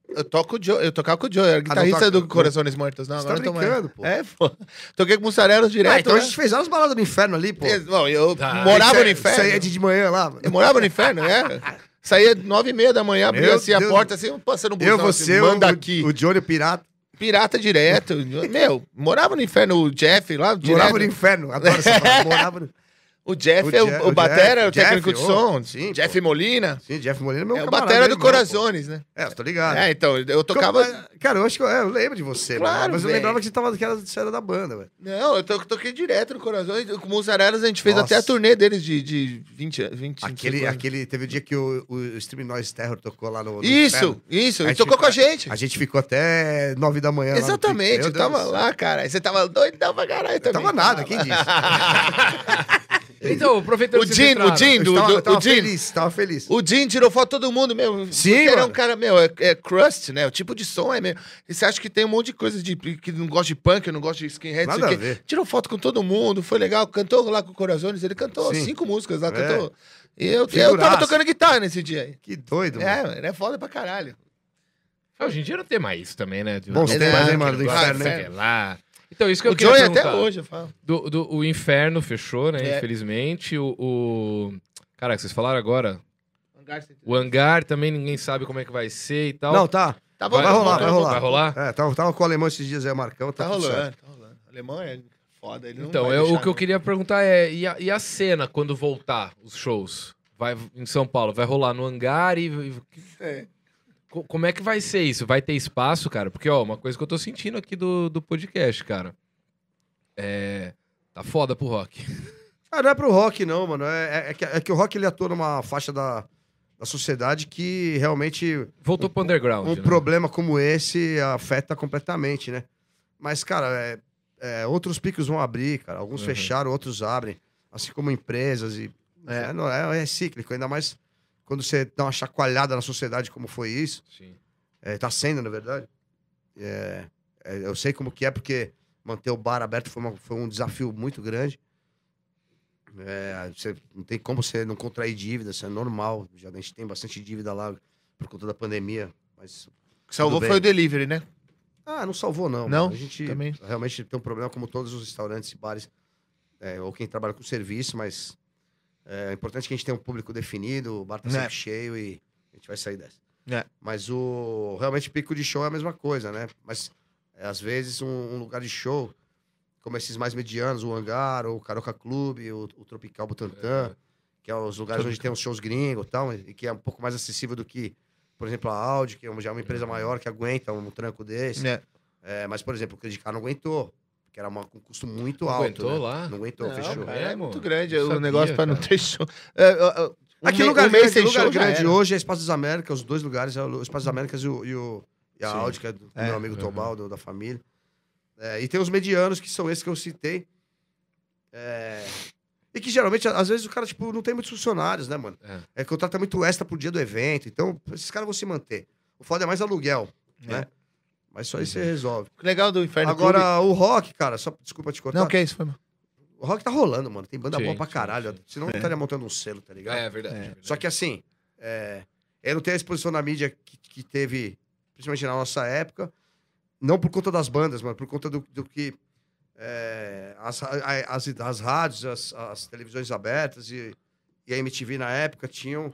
B: eu, toco o Joe, eu tocava com o Joe, eu era guitarrista
D: Ah, toca-
B: do Corazones Mortos. Não,
D: Você tá
B: agora eu tô mais.
D: brincando, pô.
B: É, pô. Toquei com Mussarelos direto.
D: Ah, então a
B: né?
D: gente fez várias baladas no inferno ali, pô.
B: Ex- Bom, eu
A: Tá.
B: morava
D: Isso
B: no
D: aí-
B: inferno.
D: Isso aí é de, de manhã lá. mano.
B: Eu morava no inferno, é? Saía nove e meia da manhã, abria
D: Meu
B: assim a
D: Deus.
B: porta, assim, passando o
D: Eu,
B: busão,
D: você,
B: assim, manda
D: o,
B: aqui.
D: o Johnny, o pirata.
B: Pirata direto. Meu, morava no inferno o Jeff lá, direto.
D: Morava no inferno. Adoro essa palavra. Morava no...
B: O Jeff
D: O
B: é o,
D: Je-
B: o
D: o
B: batera,
D: Jeff,
B: o técnico
D: Jeff,
B: de
D: ô,
B: som.
D: sim,
B: Jeff
D: pô.
B: Molina.
D: Sim, Jeff Molina é meu
B: é o
D: camarada,
B: batera
D: meu
B: do
D: irmão,
B: Corazones, né?
D: pô. É, tô ligado.
B: É, então, eu tocava...
D: Como- Cara, eu acho que eu, é, eu lembro de você,
B: Claro,
D: mano, mas eu
B: velho.
D: lembrava que você tava que era, você era da banda, velho.
B: Não, eu to- toquei direto no Corazones. Com os Araras a gente fez
D: Nossa.
B: até a turnê deles de, de 20 anos. 20,
D: Aquele,
B: 25 anos.
D: aquele, teve o dia que o, o Stream Noise Terror tocou lá no, no
B: Isso,
D: inferno.
B: isso.
D: A
B: E
D: gente-
B: tocou com a gente.
D: A gente ficou até nove da manhã lá no
B: Exatamente, eu
D: Pico. Meu Deus
B: tava
D: do céu.
B: lá, cara. Aí Você tava doidão pra caralho também.
D: Tava nada, quem disse?
A: Então, aproveitando
B: O
A: que vocês
B: Dino,
A: entraram-
B: o Dino. Do-
D: Eu tava,
B: do-
D: eu tava
B: o Jim.
D: feliz, tava feliz.
B: O Jim tirou foto de todo mundo, meu.
D: Sim,
B: Porque era um
D: mano.
B: cara, meu, é, é crust, né? O tipo de som é meio. E você acha que tem um monte de coisa de, que não gosta de punk, não gosta de skinhead, não sei
D: Nada
B: o
D: a
B: quê.
D: ver.
B: Tirou foto com todo mundo, foi legal. Cantou lá com o Corazones, ele cantou
D: Sim.
B: cinco músicas lá,
D: É.
B: cantou. E eu, eu tava
D: Figuraça.
B: tocando guitarra nesse dia aí.
D: Que doido, mano.
B: É, mano, ele é foda pra caralho.
A: Ah, Hoje em dia não tem mais isso também, né? De-
D: Bons
A: não
B: tempos,
A: mais
B: hein,
D: mano, do
A: aquele
D: inferno,
A: negócio,
B: né?
A: sei lá. Então, isso que eu
B: O
A: queria
B: John é até
A: perguntar.
B: hoje, eu falo.
A: Do, do- o Inferno fechou, né?
B: É.
A: Infelizmente. O, o... Caraca, vocês falaram agora.
B: Hangar Center.
A: O hangar também ninguém sabe como é que vai ser e tal.
D: Não, tá.
B: Tá
A: vai
D: vai
B: voltando,
D: rolar,
B: tá
D: vai
B: voltando.
D: rolar.
A: Vai rolar?
D: É, tava, tava com o alemão esses dias aí, o Marcão. Tá,
B: Tá
D: tudo certo.
B: rolando, tá rolando. Alemão é foda, ele não
A: então,
B: vai
A: eu, o
B: deixar,
A: que eu
B: né?
A: queria perguntar é: e a, e a cena quando voltar os shows? Vai em São Paulo, vai rolar no hangar e. e-
B: É.
A: Co- Como é que vai ser isso? Vai ter espaço, cara? Porque, ó, uma coisa que eu tô sentindo aqui do, do podcast, cara. É. Tá foda pro rock. *laughs*
D: Ah, não é pro rock, não, mano. É, é- é que, é que o rock ele atua numa faixa da, da sociedade que realmente
A: Voltou pro
B: Tá
A: underground.
D: um
A: né?
D: problema como esse afeta completamente, né? Mas, cara, é- é, outros picos vão abrir, cara. Alguns
A: Uhum.
D: fecharam, outros abrem. Assim como empresas e. É, não, é, é cíclico, ainda mais quando você dá uma chacoalhada na sociedade como foi isso.
A: Sim.
D: É, tá sendo, na verdade. É, é, eu sei como que é, porque manter o bar aberto foi, uma- foi um desafio muito grande. É, você, não tem como você não contrair dívida, isso é normal. Já, a gente tem bastante dívida lá por conta da pandemia. Mas,
B: O que salvou
D: Tudo bem.
B: foi o delivery, né?
D: ah, não salvou, não.
B: Não?
D: mano. A gente
B: Também.
D: realmente tem um problema, como todos os restaurantes e bares, é, ou quem trabalha com serviço, mas é importante que a gente tenha um público definido, o bar tá
B: Né.
D: sempre cheio e a gente vai sair dessa.
B: Né.
D: Mas o realmente pico de show é a mesma coisa, né? Mas é, às vezes um, um lugar de show, como esses mais medianos, o Hangar, ou o Caroca Clube, o, o Tropical Butantan, que é os lugares onde tem uns shows gringos e tal, e que é um pouco mais acessível do que, por exemplo, a Audi, que é uma- já é uma empresa
B: Uhum.
D: maior que aguenta um tranco desse.
B: É.
D: É, mas, por exemplo, o Credit Card não aguentou, porque era uma- um custo muito
A: Não
D: alto.
A: aguentou
D: né?
A: lá?
D: Não aguentou,
B: Não,
D: fechou.
B: cara, é
A: Mesmo?
B: muito grande
A: Não
B: o
A: sabia,
B: negócio pra não
A: cara.
B: ter show. É, é, é, um me-
D: Aqui lugar
B: um mês
D: grande,
B: sem
D: lugar
B: show já
D: grande
B: era.
D: hoje é Espaço das Américas, os dois lugares, é o Espaço das Américas e, o, e, o- e a
A: Sim.
D: Audi, que é do
B: É,
D: meu amigo
A: uhum.
D: Tobaldo, da família. É, e tem os medianos, que são esses que eu citei. É, E que geralmente, às vezes, o cara, tipo, não tem muitos funcionários, né, mano? É, contrata muito extra por dia do evento. Então, esses caras vão se manter. O foda é mais aluguel, né? Mas só isso você resolve.
B: O legal do Inferno
D: Agora,
B: Clube-
D: o rock, cara, só desculpa te cortar.
B: Não, que é isso, foi mal.
D: O rock tá rolando, mano. Tem banda
A: Sim,
D: boa pra
A: sim,
D: caralho. Senão não estaria montando um selo, tá ligado?
A: É, é verdade.
B: É.
A: é verdade.
D: Só que assim, é, eu não tenho a exposição na mídia que, que teve, principalmente na nossa época, não por conta das bandas, mas por conta do, do que é, as, ra- a- as, as rádios, as, as televisões abertas e, e a MTV na época tinham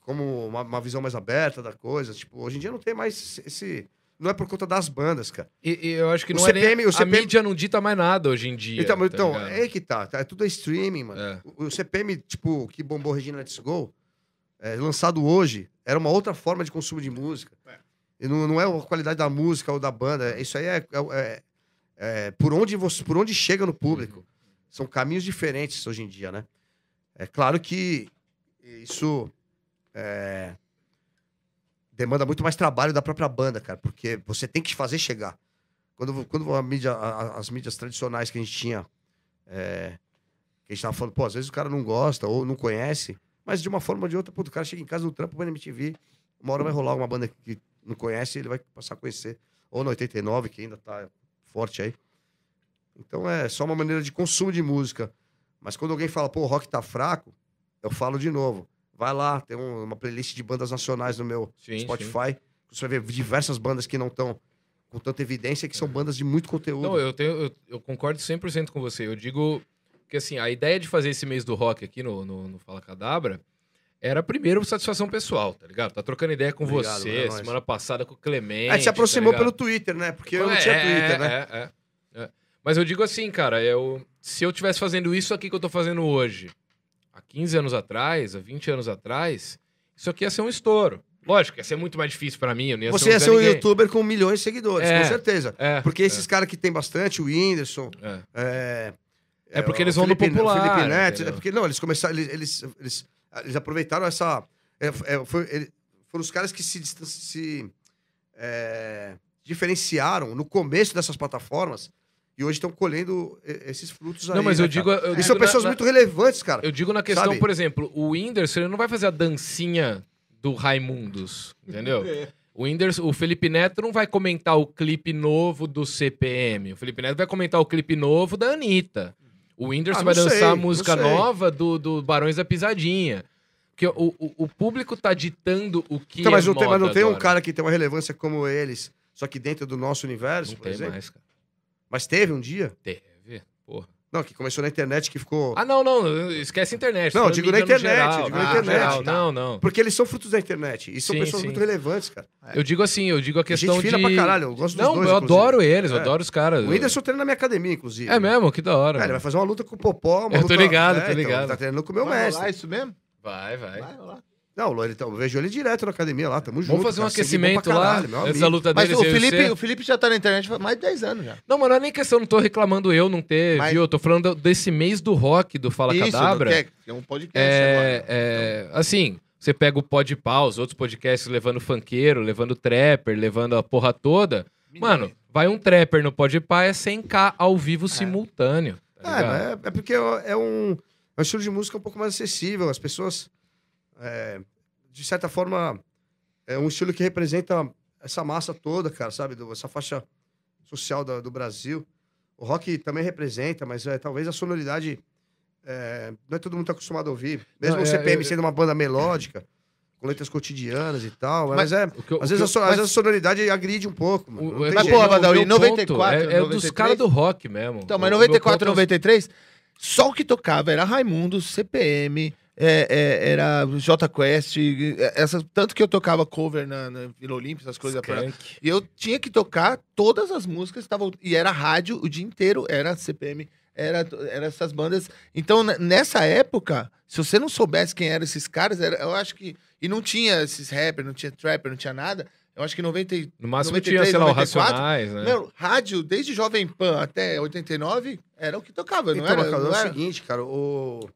D: como uma, uma visão mais aberta da coisa. Tipo, hoje em dia não tem mais esse- esse... Não é por conta das bandas, cara.
A: E, e eu acho que
D: O
A: não é
D: CPM
A: nem,
D: o
A: a
D: CPM
A: mídia não dita mais nada hoje em dia.
D: Então,
A: tá
D: então
A: ligado?
D: é que tá, tá. É tudo streaming, mano.
A: É.
D: O, o CPM, tipo, que bombou Regina Let's Go, é, lançado hoje, era uma outra forma de consumo de música. E não, não é a qualidade da música ou da banda. Isso aí é, é- é- é por, onde você, por onde chega no público. São caminhos diferentes hoje em dia, né? É claro que isso é, demanda muito mais trabalho da própria banda, cara, porque você tem que fazer chegar. Quando, quando a mídia- a- a- as mídias tradicionais que a gente tinha, é, que a gente tava falando, pô, às vezes o cara não gosta ou não conhece, mas de uma forma ou de outra, pô, o cara chega em casa do trampo, vai na MTV, uma hora vai rolar uma banda que não conhece, ele vai passar a conhecer. Ou na 89, que ainda tá forte aí. Então é só uma maneira de consumo de música. Mas quando alguém fala, pô, o rock tá fraco, eu falo de novo. Vai lá, tem um- uma playlist de bandas nacionais no meu
A: Sim, sim.
D: Spotify. Você vai ver diversas bandas que não estão com tanta evidência, que são bandas de muito conteúdo.
A: Não, eu, tenho, eu, eu concordo 100% com você. Eu digo que, assim, a ideia de fazer esse mês do rock aqui no, no, no Fala Cadabra era, primeiro, satisfação pessoal, tá ligado? Tá trocando ideia com
D: Obrigado,
A: você,
D: é nóis.
A: semana passada com o Clemente.
D: a gente se aproximou
A: tá
D: pelo
A: ligado?
D: Twitter, né? Porque eu não
A: É,
D: tinha
A: é,
D: Twitter, né?
A: é, é, é. Mas eu digo assim, cara, eu, se eu tivesse fazendo isso aqui que eu tô fazendo hoje, há 15 anos atrás, há 20 anos atrás, isso aqui ia ser um estouro. Lógico, ia ser muito mais difícil pra mim, eu não ia
D: Você ia
A: Zé
D: ser um
A: Ninguém.
D: youtuber com milhões de seguidores,
A: É.
D: com certeza.
A: É,
D: Porque esses caras que tem bastante, o Whindersson,
A: é.
D: é...
A: É porque
D: o
A: eles vão no
D: Felipe- o
A: popular,
D: Felipe Neto,
A: entendeu?
D: é porque, não, eles começaram, eles, eles, eles, eles aproveitaram essa... é, é, foi- ele- foram os caras que se, distan- se, é, diferenciaram no começo dessas plataformas e hoje estão colhendo e- esses frutos aí.
A: Não, mas eu
D: né, cara?
A: digo... eu
D: E
A: digo
D: são
A: na-
D: pessoas
A: na-
D: muito relevantes, cara.
A: Eu digo na questão,
D: Sabe?
A: por exemplo, o Whindersson ele não vai fazer a dancinha do Raimundos, entendeu? O, Whindersson, o Felipe Neto não vai comentar o clipe novo do CPM. O Felipe Neto vai comentar o clipe novo da Anitta. O Whindersson
D: Ah,
A: vai
D: não
A: dançar
D: sei,
A: a
D: não
A: música
D: sei.
A: nova do, do Barões da Pisadinha. Porque o, o, o público tá ditando o que
D: Então, mas,
A: é
D: não tem, mas
A: moda
D: não tem um
A: agora.
D: cara que tem uma relevância como eles, só que dentro do nosso universo,
A: Não
D: por
A: tem
D: exemplo.
A: mais, cara.
D: Mas teve um dia?
A: Teve, porra.
D: Não, que começou na internet, que ficou.
A: Ah, não, não. Esquece a internet.
D: Não,
A: tô falando
D: digo na
A: mídia no
D: internet,
A: geral,
D: digo
B: na
A: mídia no
B: internet,
A: geral.
B: tá.
A: Não, não.
D: Porque eles são frutos da internet. E são
A: Sim,
D: pessoas
A: sim.
D: muito relevantes, cara.
A: Eu digo assim, eu digo a questão
D: Gente fina
A: de...
D: pra caralho. Eu gosto dos
A: Não,
D: dois.
A: eu
D: inclusive.
A: adoro eles, eu
D: É.
A: adoro os caras.
D: O Whindersson treina na minha academia, inclusive.
A: É mesmo? Que da hora.
D: Cara, ele vai
A: mano.
D: fazer uma luta com o Popó. Uma
A: Eu tô
D: luta...
A: ligado,
D: É,
A: tô
D: então, ele
A: ligado.
D: tá treinando com o meu
B: Vai
D: mestre.
B: rolar isso mesmo?
A: vai, vai.
B: Vai rolar.
D: Não, Lola, então, eu vejo ele direto na academia lá, tamo junto.
A: Vamos fazer um
D: cara, sangue bom pra
A: aquecimento lá,
D: caralho, meu
A: antes da
D: amigo.
A: luta
B: Mas
A: deles.
B: o
A: eu e
B: Felipe,
A: você.
B: o Felipe já tá na internet há mais de 10 anos já.
A: Não, mas não é nem questão, não tô reclamando eu não ter,
B: Mas-
A: viu? Eu tô falando desse mês do rock, do Fala
B: isso,
A: Cadabra.
B: não quer- é um podcast
A: É,
B: agora.
A: é, assim, você pega o Pod Pau, os outros podcasts levando funkeiro, levando trapper, levando a porra toda. Mano, vai um trapper no Pod Pá, é 100k ao vivo simultâneo. tá
D: É,
A: ligado?
D: mas é, é porque é um, é um estilo de música um pouco mais acessível. As pessoas, é, de certa forma, é um estilo que representa essa massa toda, cara, sabe? Do- essa faixa social da- do Brasil. O rock também representa, mas é, talvez a sonoridade é, não é todo mundo tá acostumado a ouvir. Mesmo
A: Não,
D: o
A: é,
D: CPM
A: é,
D: sendo uma banda melódica, com letras cotidianas e tal, mas, é...
A: O que eu- o
D: Às
A: que
D: vezes,
A: eu-
D: a, so- às
A: mas-
D: vezes a sonoridade agride um pouco. Mano.
A: O- é
D: Não tem
A: mas,
D: jeito.
B: pô,
A: porra,
B: Badawi,
A: o meu ponto
B: 94,
A: é, é dos
B: 93?
A: caras do rock mesmo.
B: Então, mas
A: O- o meu
B: 94,
A: ponto é os-
B: 93, só o que tocava era Raimundo, CPM, é, é, era J Quest, é, essas, tanto que eu tocava cover na, na Vila Olímpia, essas coisas. pra-
A: Skank.
B: E eu tinha que tocar todas as músicas, que estavam e era rádio o dia inteiro, era CPM, era, era essas bandas. Então, ne- nessa época, se você não soubesse quem eram esses caras, era- eu acho que. E não tinha esses rappers, não tinha trapper, não tinha nada. Eu acho que 90, e-
A: No máximo tinha,
B: 93,
A: sei lá, o
B: 94,
A: Racionais,
D: É.
A: né?
B: Meu, rádio, desde Jovem Pan até 89, era o que tocava, não
D: então,
B: era?
D: mas, cara,
B: não
D: é o
B: era?
D: seguinte, cara, o...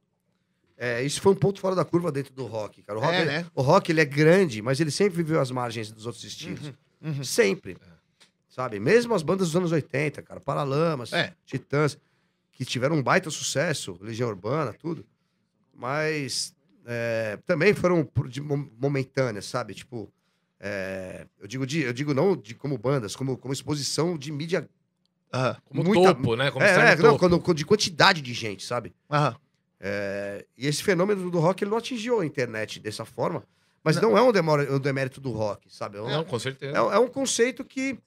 D: é, isso foi um ponto fora da curva dentro do rock, cara. O rock,
B: É,
D: ele-
B: né?
D: o rock, ele é grande, mas ele sempre viveu às margens dos outros estilos.
B: uhum.
D: Sempre. Sabe? Mesmo as bandas dos anos 80, cara, Paralamas,
B: É.
D: Titãs, que tiveram um baita sucesso, Legião Urbana, tudo. Mas é, também foram por- de mom- momentâneas, sabe? Tipo, é, eu, digo de- eu digo não de como bandas, como, como exposição de mídia.
B: Aham.
A: Como
D: muita-
A: topo, né? Como
D: é,
A: estar
D: é,
A: no
D: não,
A: topo.
D: quando- quando- de quantidade de gente, sabe?
B: Aham.
D: É, e esse fenômeno do rock ele não atingiu a internet dessa forma, mas não, é um, demora- um demérito do rock, sabe? É um,
A: Não, com certeza.
D: é um- é um conceito que.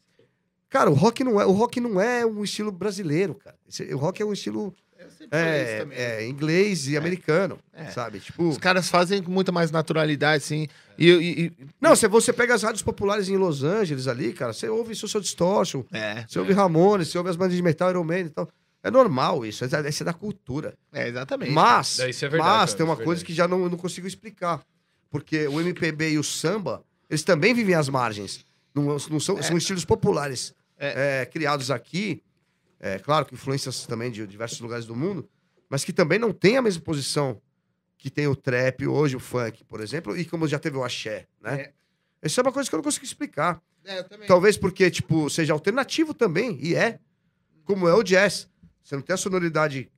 D: Cara, o rock não é, o rock não é um estilo brasileiro, cara. Esse- o rock é um estilo
B: Eu sempre falei isso
D: é,
B: também.
D: é, inglês e americano,
B: É.
D: sabe? Tipo.
B: Os caras fazem com muita mais naturalidade, assim.
D: É.
B: E, e, e-
D: Não, se você pega as rádios populares em Los Angeles ali, cara, você ouve Social Distortion,
B: É.
D: você ouve Ramones, você ouve as bandas de metal, Iron Man e tal. É normal isso, é, da- isso é da cultura.
B: exatamente.
D: Mas,
A: É, isso é verdade,
D: mas
A: cara,
D: tem uma
A: isso é
D: coisa
A: verdade.
D: que já não, eu não consigo explicar. Porque o MPB e o samba, eles também vivem às margens. Não, não são, são estilos populares é, criados aqui. É, claro que influências também de diversos lugares do mundo, mas que também não tem a mesma posição que tem o trap hoje, o funk, por exemplo, e como já teve o axé, né? Isso é uma coisa que eu não consigo explicar.
B: É, eu também.
D: Talvez porque, tipo, seja alternativo também, e é. Como é o jazz. Você não tem a sonoridade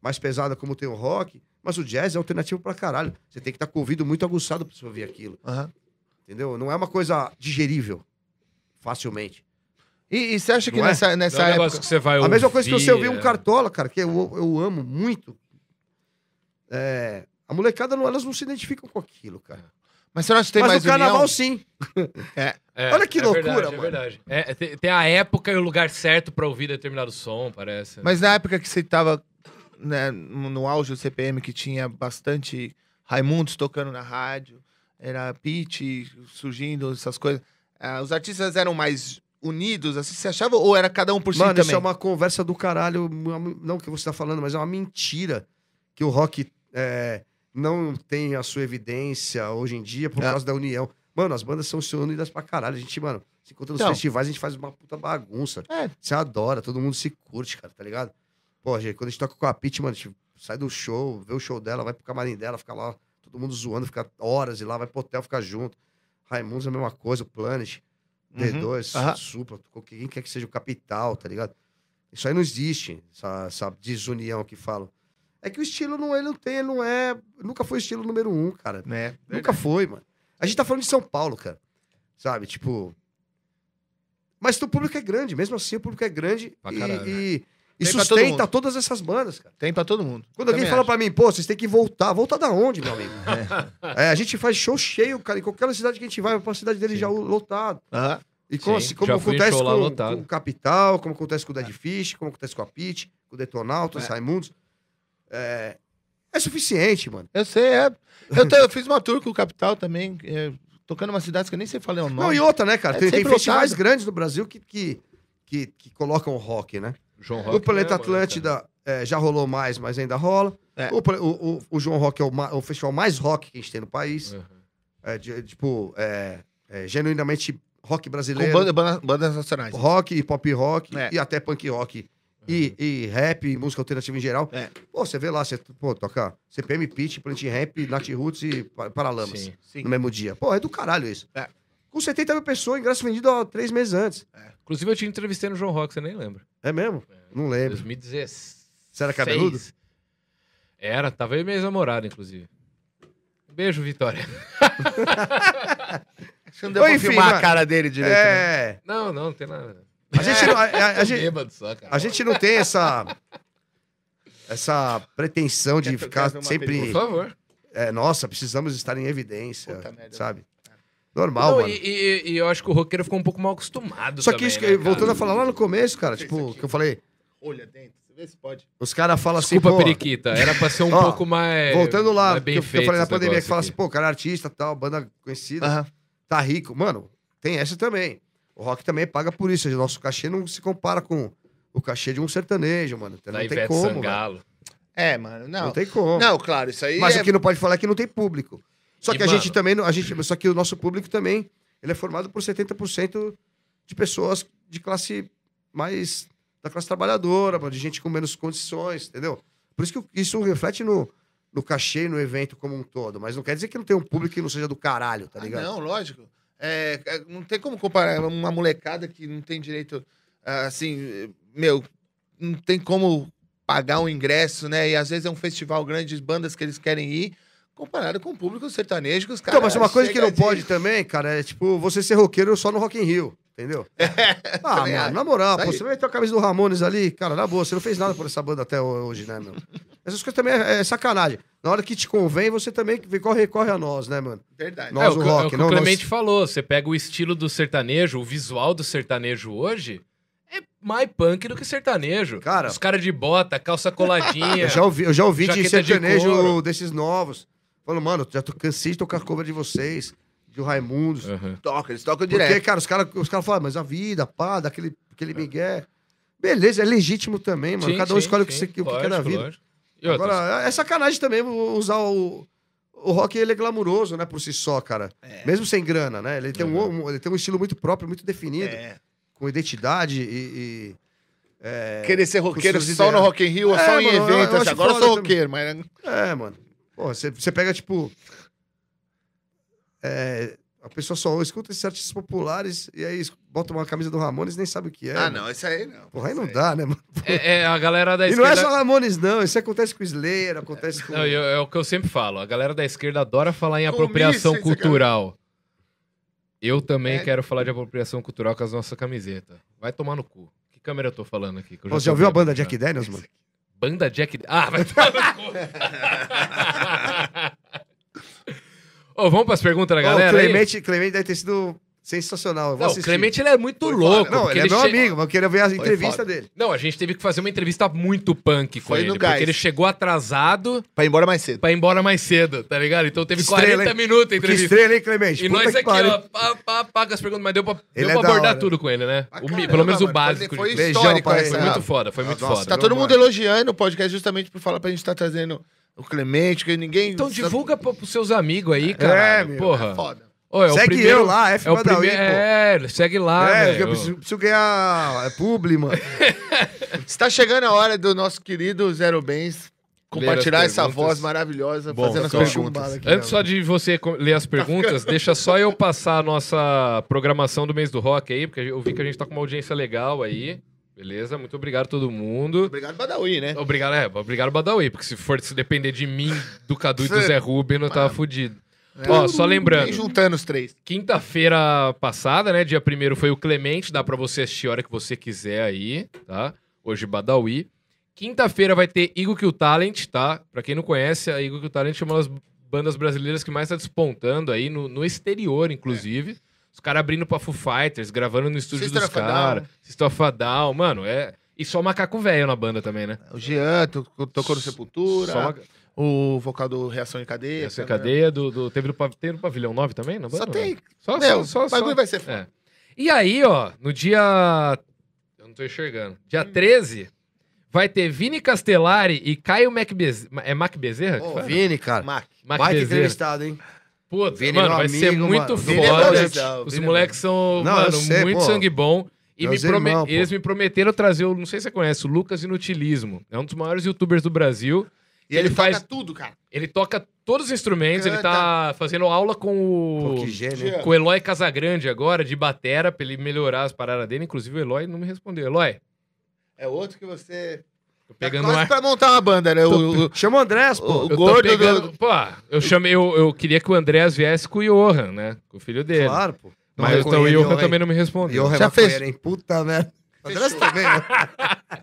D: mais pesada como tem o rock, mas o jazz é alternativo pra caralho. Você tem que estar com o ouvido muito aguçado pra você ouvir aquilo,
B: Aham.
D: entendeu? Não é uma coisa digerível facilmente.
B: E, e você acha que
D: Não é?
B: nessa,
A: Não
B: nessa
A: é um
B: época...
A: negócio que você vai
D: a mesma coisa que você ouvir
A: é.
D: um cartola, cara, que eu, eu amo muito. É, a molecada, não, elas não se identificam com aquilo, cara.
B: Mas você não acha que tem
D: mas
B: mais
D: o carnaval,
B: união?
D: sim.
A: É,
D: Olha que
A: é
D: loucura,
A: verdade,
D: mano.
A: É verdade. É, tem, tem a época e o lugar certo pra ouvir determinado som, parece.
B: Mas na época que você tava né, no no auge do CPM, que tinha bastante Raimundos tocando na rádio, era Pete surgindo, essas coisas, ah, os artistas eram mais unidos, assim, você achava? Ou era cada um por si
D: Mano,
B: também?
D: isso é uma conversa do caralho. uma- Não que você tá falando, mas é uma mentira que o rock é, não tem a sua evidência hoje em dia por
B: É.
D: causa da união. Mano, as bandas são se unidas pra caralho. A gente, mano, se encontra nos
B: Então.
D: festivais, a gente faz uma puta bagunça.
B: É.
D: Você adora, todo mundo se curte, cara, tá ligado? Pô, gente, quando a gente toca com a Pete, mano, a gente sai do show, vê o show dela, vai pro camarim dela, fica lá, todo mundo zoando, fica horas e lá, vai pro hotel, fica junto. Raimundos é a mesma coisa, o Planet.
B: Uhum.
D: D2,
B: Aham.
D: Supla, quem quer que seja o capital, tá ligado? Isso aí não existe, essa, essa desunião que falam. É que o estilo não, ele não tem, ele não é. Nunca foi o estilo número um, cara.
B: Né?
D: Nunca foi, mano. A gente tá falando de São Paulo, cara. Sabe, tipo. Mas o público é grande, mesmo assim o público é grande
A: Pra
D: e,
A: caralho.
D: e- e
B: né? Tem pra todo
D: sustenta
B: mundo.
D: todas essas bandas, cara.
B: Tem pra todo mundo.
D: Quando alguém
B: Também
D: fala
B: acho.
D: pra mim, pô, vocês têm que voltar. Voltar da onde,
B: *laughs*
D: meu amigo? É, a gente faz show cheio, cara. Em qualquer cidade que a gente vai, pra cidade dele já lotado.
B: Aham.
D: E como,
A: Sim,
D: assim, como
A: já fui em
D: acontece
A: show lá
D: com,
A: lotado.
D: com o Capital, como acontece com o Dead Fish, como acontece com a Pit, com o Detonautas,
B: É.
D: Raimundos. É, é suficiente, mano.
B: Eu sei, é. Eu, te- eu fiz uma tour com o Capital também, é, tocando umas cidades que eu nem sei falar o nome.
D: Não, e outra, né, cara?
B: É
D: tem tem
B: sempre
D: festivais
B: lotado.
D: grandes no Brasil que, que, que, que colocam rock, né?
A: João né,
D: o Planeta Atlântida é, já rolou mais, mas ainda rola.
B: É.
D: O, pla- o- o- o João Rock é o, ma- o festival mais rock que a gente tem no país. É, de- tipo, é, é, genuinamente rock
B: Com
D: brasileiro.
B: banda- banda- bandas nacionais.
D: rock e pop rock
B: É. Uhum.
D: e até punk rock. E, e rap, e música alternativa em geral.
B: É.
D: Pô, você vê lá, você pô, toca CPM Pitch, Plant Rap, Nat Roots e Pa- Paralamas
A: Sim.
B: Sim.
D: no mesmo dia. Pô, é do caralho isso.
B: É.
D: Com 70 mil pessoas, ingresso vendido há três meses antes.
A: Inclusive, eu te entrevistei no João Rock, você nem lembra.
D: É mesmo? Não lembro.
A: 2016.
D: Você era cabeludo?
A: Era, tava aí minha ex-namorada, inclusive. Um beijo, Vitória.
B: Acho que não deu pra
D: Enfim,
B: filmar
D: mano.
B: a cara dele direito. né?
D: É.
A: Não, não, não tem nada.
D: A gente, não, a, a- a
A: Tô
D: gente,
A: bêbado só, cara.
D: a gente não tem essa. Essa pretensão de
B: Quer- quer
D: ficar
B: ver uma
A: Por
D: sempre.
A: favor.
D: É, nossa, precisamos estar em evidência.
B: Puta merda. né?
D: sabe? Normal,
A: Não,
D: mano.
A: e, e- e eu acho que o roqueiro ficou um pouco mal acostumado
D: Só que
A: também,
D: isso que,
A: né, cara?
D: voltando a falar lá no começo, cara,
B: Isso
D: tipo,
B: aqui.
D: que eu falei,
B: Olha dentro, você vê se pode.
D: os caras falam assim,
A: Desculpa,
D: pô,
A: periquita. Era pra ser um
D: *laughs* Ó,
A: pouco mais.
D: voltando lá,
A: mais
D: que eu, que eu falei na
A: é esse
D: pandemia, que
A: negócio
D: fala
A: aqui.
D: assim, pô, o cara é artista, tal, banda conhecida,
B: Aham.
D: tá rico. Mano, tem essa também. O rock também paga por isso, o nosso cachê não se compara com o cachê de um sertanejo, mano. Não
A: Da
D: tem
A: Ivete
D: como, velho.
A: Sangalo.
B: É, mano, não.
D: Não tem como.
B: Não, claro, isso aí
D: Mas
B: é...
D: o que não pode falar é que não tem público. Só
A: E,
D: que a
A: mano-
D: gente também, não- a gente, só que o nosso público também, ele é formado por 70% de pessoas de classe mais da classe trabalhadora, mano, de gente com menos condições, entendeu? Por isso que isso reflete no, no cachê e no evento como um todo, mas não quer dizer que não tem um público que não seja do caralho, tá
B: Ah,
D: ligado?
B: não, lógico. É, é, não tem como comparar uma molecada que não tem direito, ah, assim, meu, não tem como pagar um ingresso, né? E às vezes é um festival grande de bandas que eles querem ir, comparado com o público sertanejo que os caras...
D: então, mas uma coisa que
B: chega
D: não
B: de-
D: pode também, cara, é tipo você ser roqueiro só no Rock in Rio,
A: *laughs*
D: entendeu?
A: É,
D: ah,
B: também
D: mano,
B: acho.
D: na moral,
B: Isso
D: pô,
B: aí.
D: você vai ter a camisa do Ramones ali, cara, na boa, você não fez nada por essa banda até hoje, né, meu? Essas coisas também é, é sacanagem. Na hora que te convém, você também corre, recorre a nós, né, mano?
B: Verdade.
D: Nós,
A: é,
D: o
A: o, que- é
D: rock,
A: o que
D: não
A: o
D: nós.
A: Clemente falou. Você pega o estilo do sertanejo, o visual do sertanejo hoje, é mais punk do que sertanejo.
D: Cara-
A: Os caras de bota, calça coladinha.
D: Eu *laughs* já ouvi, eu já ouvi de
A: É. Jaqueta de
D: sertanejo
A: couro.
D: desses novos. Falando, mano, já tô cansei de tocar cover de vocês, de Raimundos.
A: Uhum.
B: Toca, eles tocam
D: Porque,
B: direto.
D: cara, os caras os cara falam, "Ah, mas a vida, pá, daquele aquele migué. Beleza, é legítimo também, mano.
A: Sim,
D: Cada um
A: sim,
D: escolhe o que,
A: sim,
D: você, o que quer
A: lógico,
D: na vida.
A: lógico. E outras?
D: Agora, é sacanagem também usar o. O rock ele é glamuroso, né, por si só, cara.
A: É.
D: Mesmo sem grana, né? Ele tem, um,
A: Uhum.
D: um- ele tem um estilo muito próprio, muito definido,
B: É.
D: com identidade e. e, é,
B: Querer ser roqueiro
D: seus
B: só
D: ideais.
B: no Rock in Rio ou
D: É,
B: só em
D: mano, eu- eu
B: eventos.
D: acho
B: Agora eu
D: foda
B: sou
D: também.
B: roqueiro, mas
D: É, mano. Porra, você- você pega, tipo. é, a pessoa só escuta esses artistas populares e aí es- bota uma camisa do Ramones e nem sabe o que é.
B: Ah,
D: mano.
B: não, isso aí não.
D: Porra, aí não dá, né, mano?
A: É, é, a galera da
D: E não é
A: esquerda.
D: só Ramones, não. Isso acontece com Slayer, acontece com.
A: Não, eu- é o que eu sempre falo. A galera da esquerda adora falar em
B: Com
A: apropriação
B: mísseis,
A: cultural. Eu também
B: É.
A: quero falar de apropriação cultural com as nossas camisetas. Vai tomar no cu. Que câmera eu tô falando aqui? Que eu
D: Pô, você
A: tô
D: já ouviu a
A: vendo
D: banda Jack Daniels, mano?
A: Banda Jack... Ah, vai tomar no
D: *laughs*
A: cu. Ô, vamos pras perguntas da
D: Ó,
A: galera
D: o
A: aí?
D: Clemente, Clemente deve ter sido sensacional. Eu vou
A: Não, o
D: assistir.
A: Clemente ele é muito
B: Foi
A: louco.
B: foda.
D: Não,
A: porque
D: ele é meu
A: che-
D: amigo, mas eu queria ver a entrevista
B: foda.
D: dele.
A: Não, a gente teve que fazer uma entrevista muito punk com
B: Foi
A: ele.
B: no
A: Porque
B: gás.
A: ele chegou atrasado
B: Pra ir
D: é
B: embora mais cedo.
A: pra ir embora mais cedo, tá ligado? Então teve
D: Que estrela,
A: 40
D: hein?
A: minutos a
D: Que
A: entrevista.
D: estrela, hein, Clemente?
A: E
D: Puta
A: nós
D: que
A: aqui,
D: pariu.
A: ó, pá, pá, pá, com as perguntas, mas deu pra, deu
D: Ele é
A: pra
D: da
A: abordar
D: hora.
A: tudo com ele, né?
B: Pra
A: O mi-
B: caramba,
A: pelo menos o
B: mano,
A: básico.
B: Foi
A: de-
D: Beijão
B: histórico
D: pra ele.
A: Foi
B: essa.
A: muito foda, foi muito
D: Nossa,
A: foda.
B: Tá todo mundo
D: Vambora.
B: elogiando o podcast justamente por falar pra gente estar trazendo o Clemente, que ninguém.
A: Então
B: sabe-
A: divulga pro- pros seus amigos aí, cara.
D: É, meu,
A: porra.
B: Foda.
A: Ô, é o
D: Segue
A: primeiro-
D: eu lá, F.
A: É, o
D: Badawi,
A: primeiro,
D: pô.
A: é, segue lá,
D: É,
A: velho.
D: eu preciso, preciso ganhar é publi, mano.
B: Está chegando a hora do nosso querido Zero Bens compartilhar
A: Ler as
B: essa
A: perguntas.
B: voz maravilhosa,
A: Bom,
B: fazendo as
A: pessoal.
B: perguntas. Aqui,
A: Antes só de você co- ler as *laughs* perguntas, deixa só eu passar a nossa programação do mês do rock aí, porque eu vi que a gente tá com uma audiência legal aí. Beleza? Muito obrigado a todo mundo.
B: Obrigado, Badawi, né?
A: Obrigado, é, obrigado Badawi, porque se for se depender de mim, do Cadu e do Zé Ruben, eu tava fudido. Ó, só
B: Vem
A: lembrando,
B: juntando os três.
A: quinta-feira passada, né, dia 1 foi o Clemente, dá pra você assistir a hora que você quiser aí, tá? Hoje Badawi. Quinta-feira vai ter Eagle Kill Talent, tá? Pra quem não conhece, a Eagle Kill Talent é uma das bandas brasileiras que mais tá despontando aí, no, no exterior, inclusive. Os caras abrindo pra Foo Fighters, gravando no estúdio
B: System
A: dos
B: of a Down.
A: caras. System of a Down, mano, é... E só macaco velho na banda também, né?
B: O Jean to- tocou no Sepultura.
A: Só uma-
B: O vocal do Reação em Cadeia.
A: Essa é
B: Câmara-
A: cadeia tá do, do- teve, no, pav- tem no pavilhão 9 também? Na
B: Só
A: banda,
B: tem.
A: não? Só,
B: Meu,
A: só,
B: o
A: só,
B: bagulho
A: só.
B: vai ser foda.
A: É. E aí, ó, no dia... Eu não tô enxergando. Dia
D: Hum.
A: 13, vai ter Vini Castellari e Caio Mac Bez- É Mac Bezerra? que
D: Ô,
A: fala?
D: Vini, cara.
B: Mac.
A: Mac
D: Baita
A: Bezerra.
D: entrevistado, hein?
A: Puta,
D: Vini é
A: mano,
D: meu
A: vai ser
D: amigo,
A: muito
D: mano. Vini
B: é meu
A: foda.
B: legal,
A: Os
B: Vini é
A: moleques são,
D: Não, eu
A: mano,
D: sei,
A: muito
D: pô.
A: sangue bom. E me
D: Meus
A: prome-
D: irmão, pô.
A: eles me prometeram trazer, o- não sei se você conhece, o Lucas Inutilismo. É um dos maiores youtubers do Brasil.
B: E ele,
A: Ele
B: faz
A: faz-
B: tudo, cara.
A: Ele toca todos os instrumentos, ele tá
B: Canta.
A: fazendo aula com
D: Pô,
A: o.
D: que gênio. hein?
B: Jean.
A: com o Eloy Casagrande agora, de batera, pra ele melhorar as paradas dele. Inclusive, o Eloy não me respondeu. Eloy,
B: É outro que você.
A: tô pegando
B: tá
A: um
B: quase
A: ar.
B: pra montar uma banda, né? O, o-
D: Chama o Andrés,
B: o-
D: pô.
B: o
A: Eu tô
B: gordo
A: pegando.
B: do.
A: Pô, eu chamei. Eu, eu queria que o Andréas viesse com o Johan, né? Com o filho dele.
D: Claro, pô.
A: Mas então, o Johan também não me respondeu.
D: Johan é
B: Já fez.
D: maconheiro, hein? Puta merda. Andrés
B: Fechou.
D: também, né?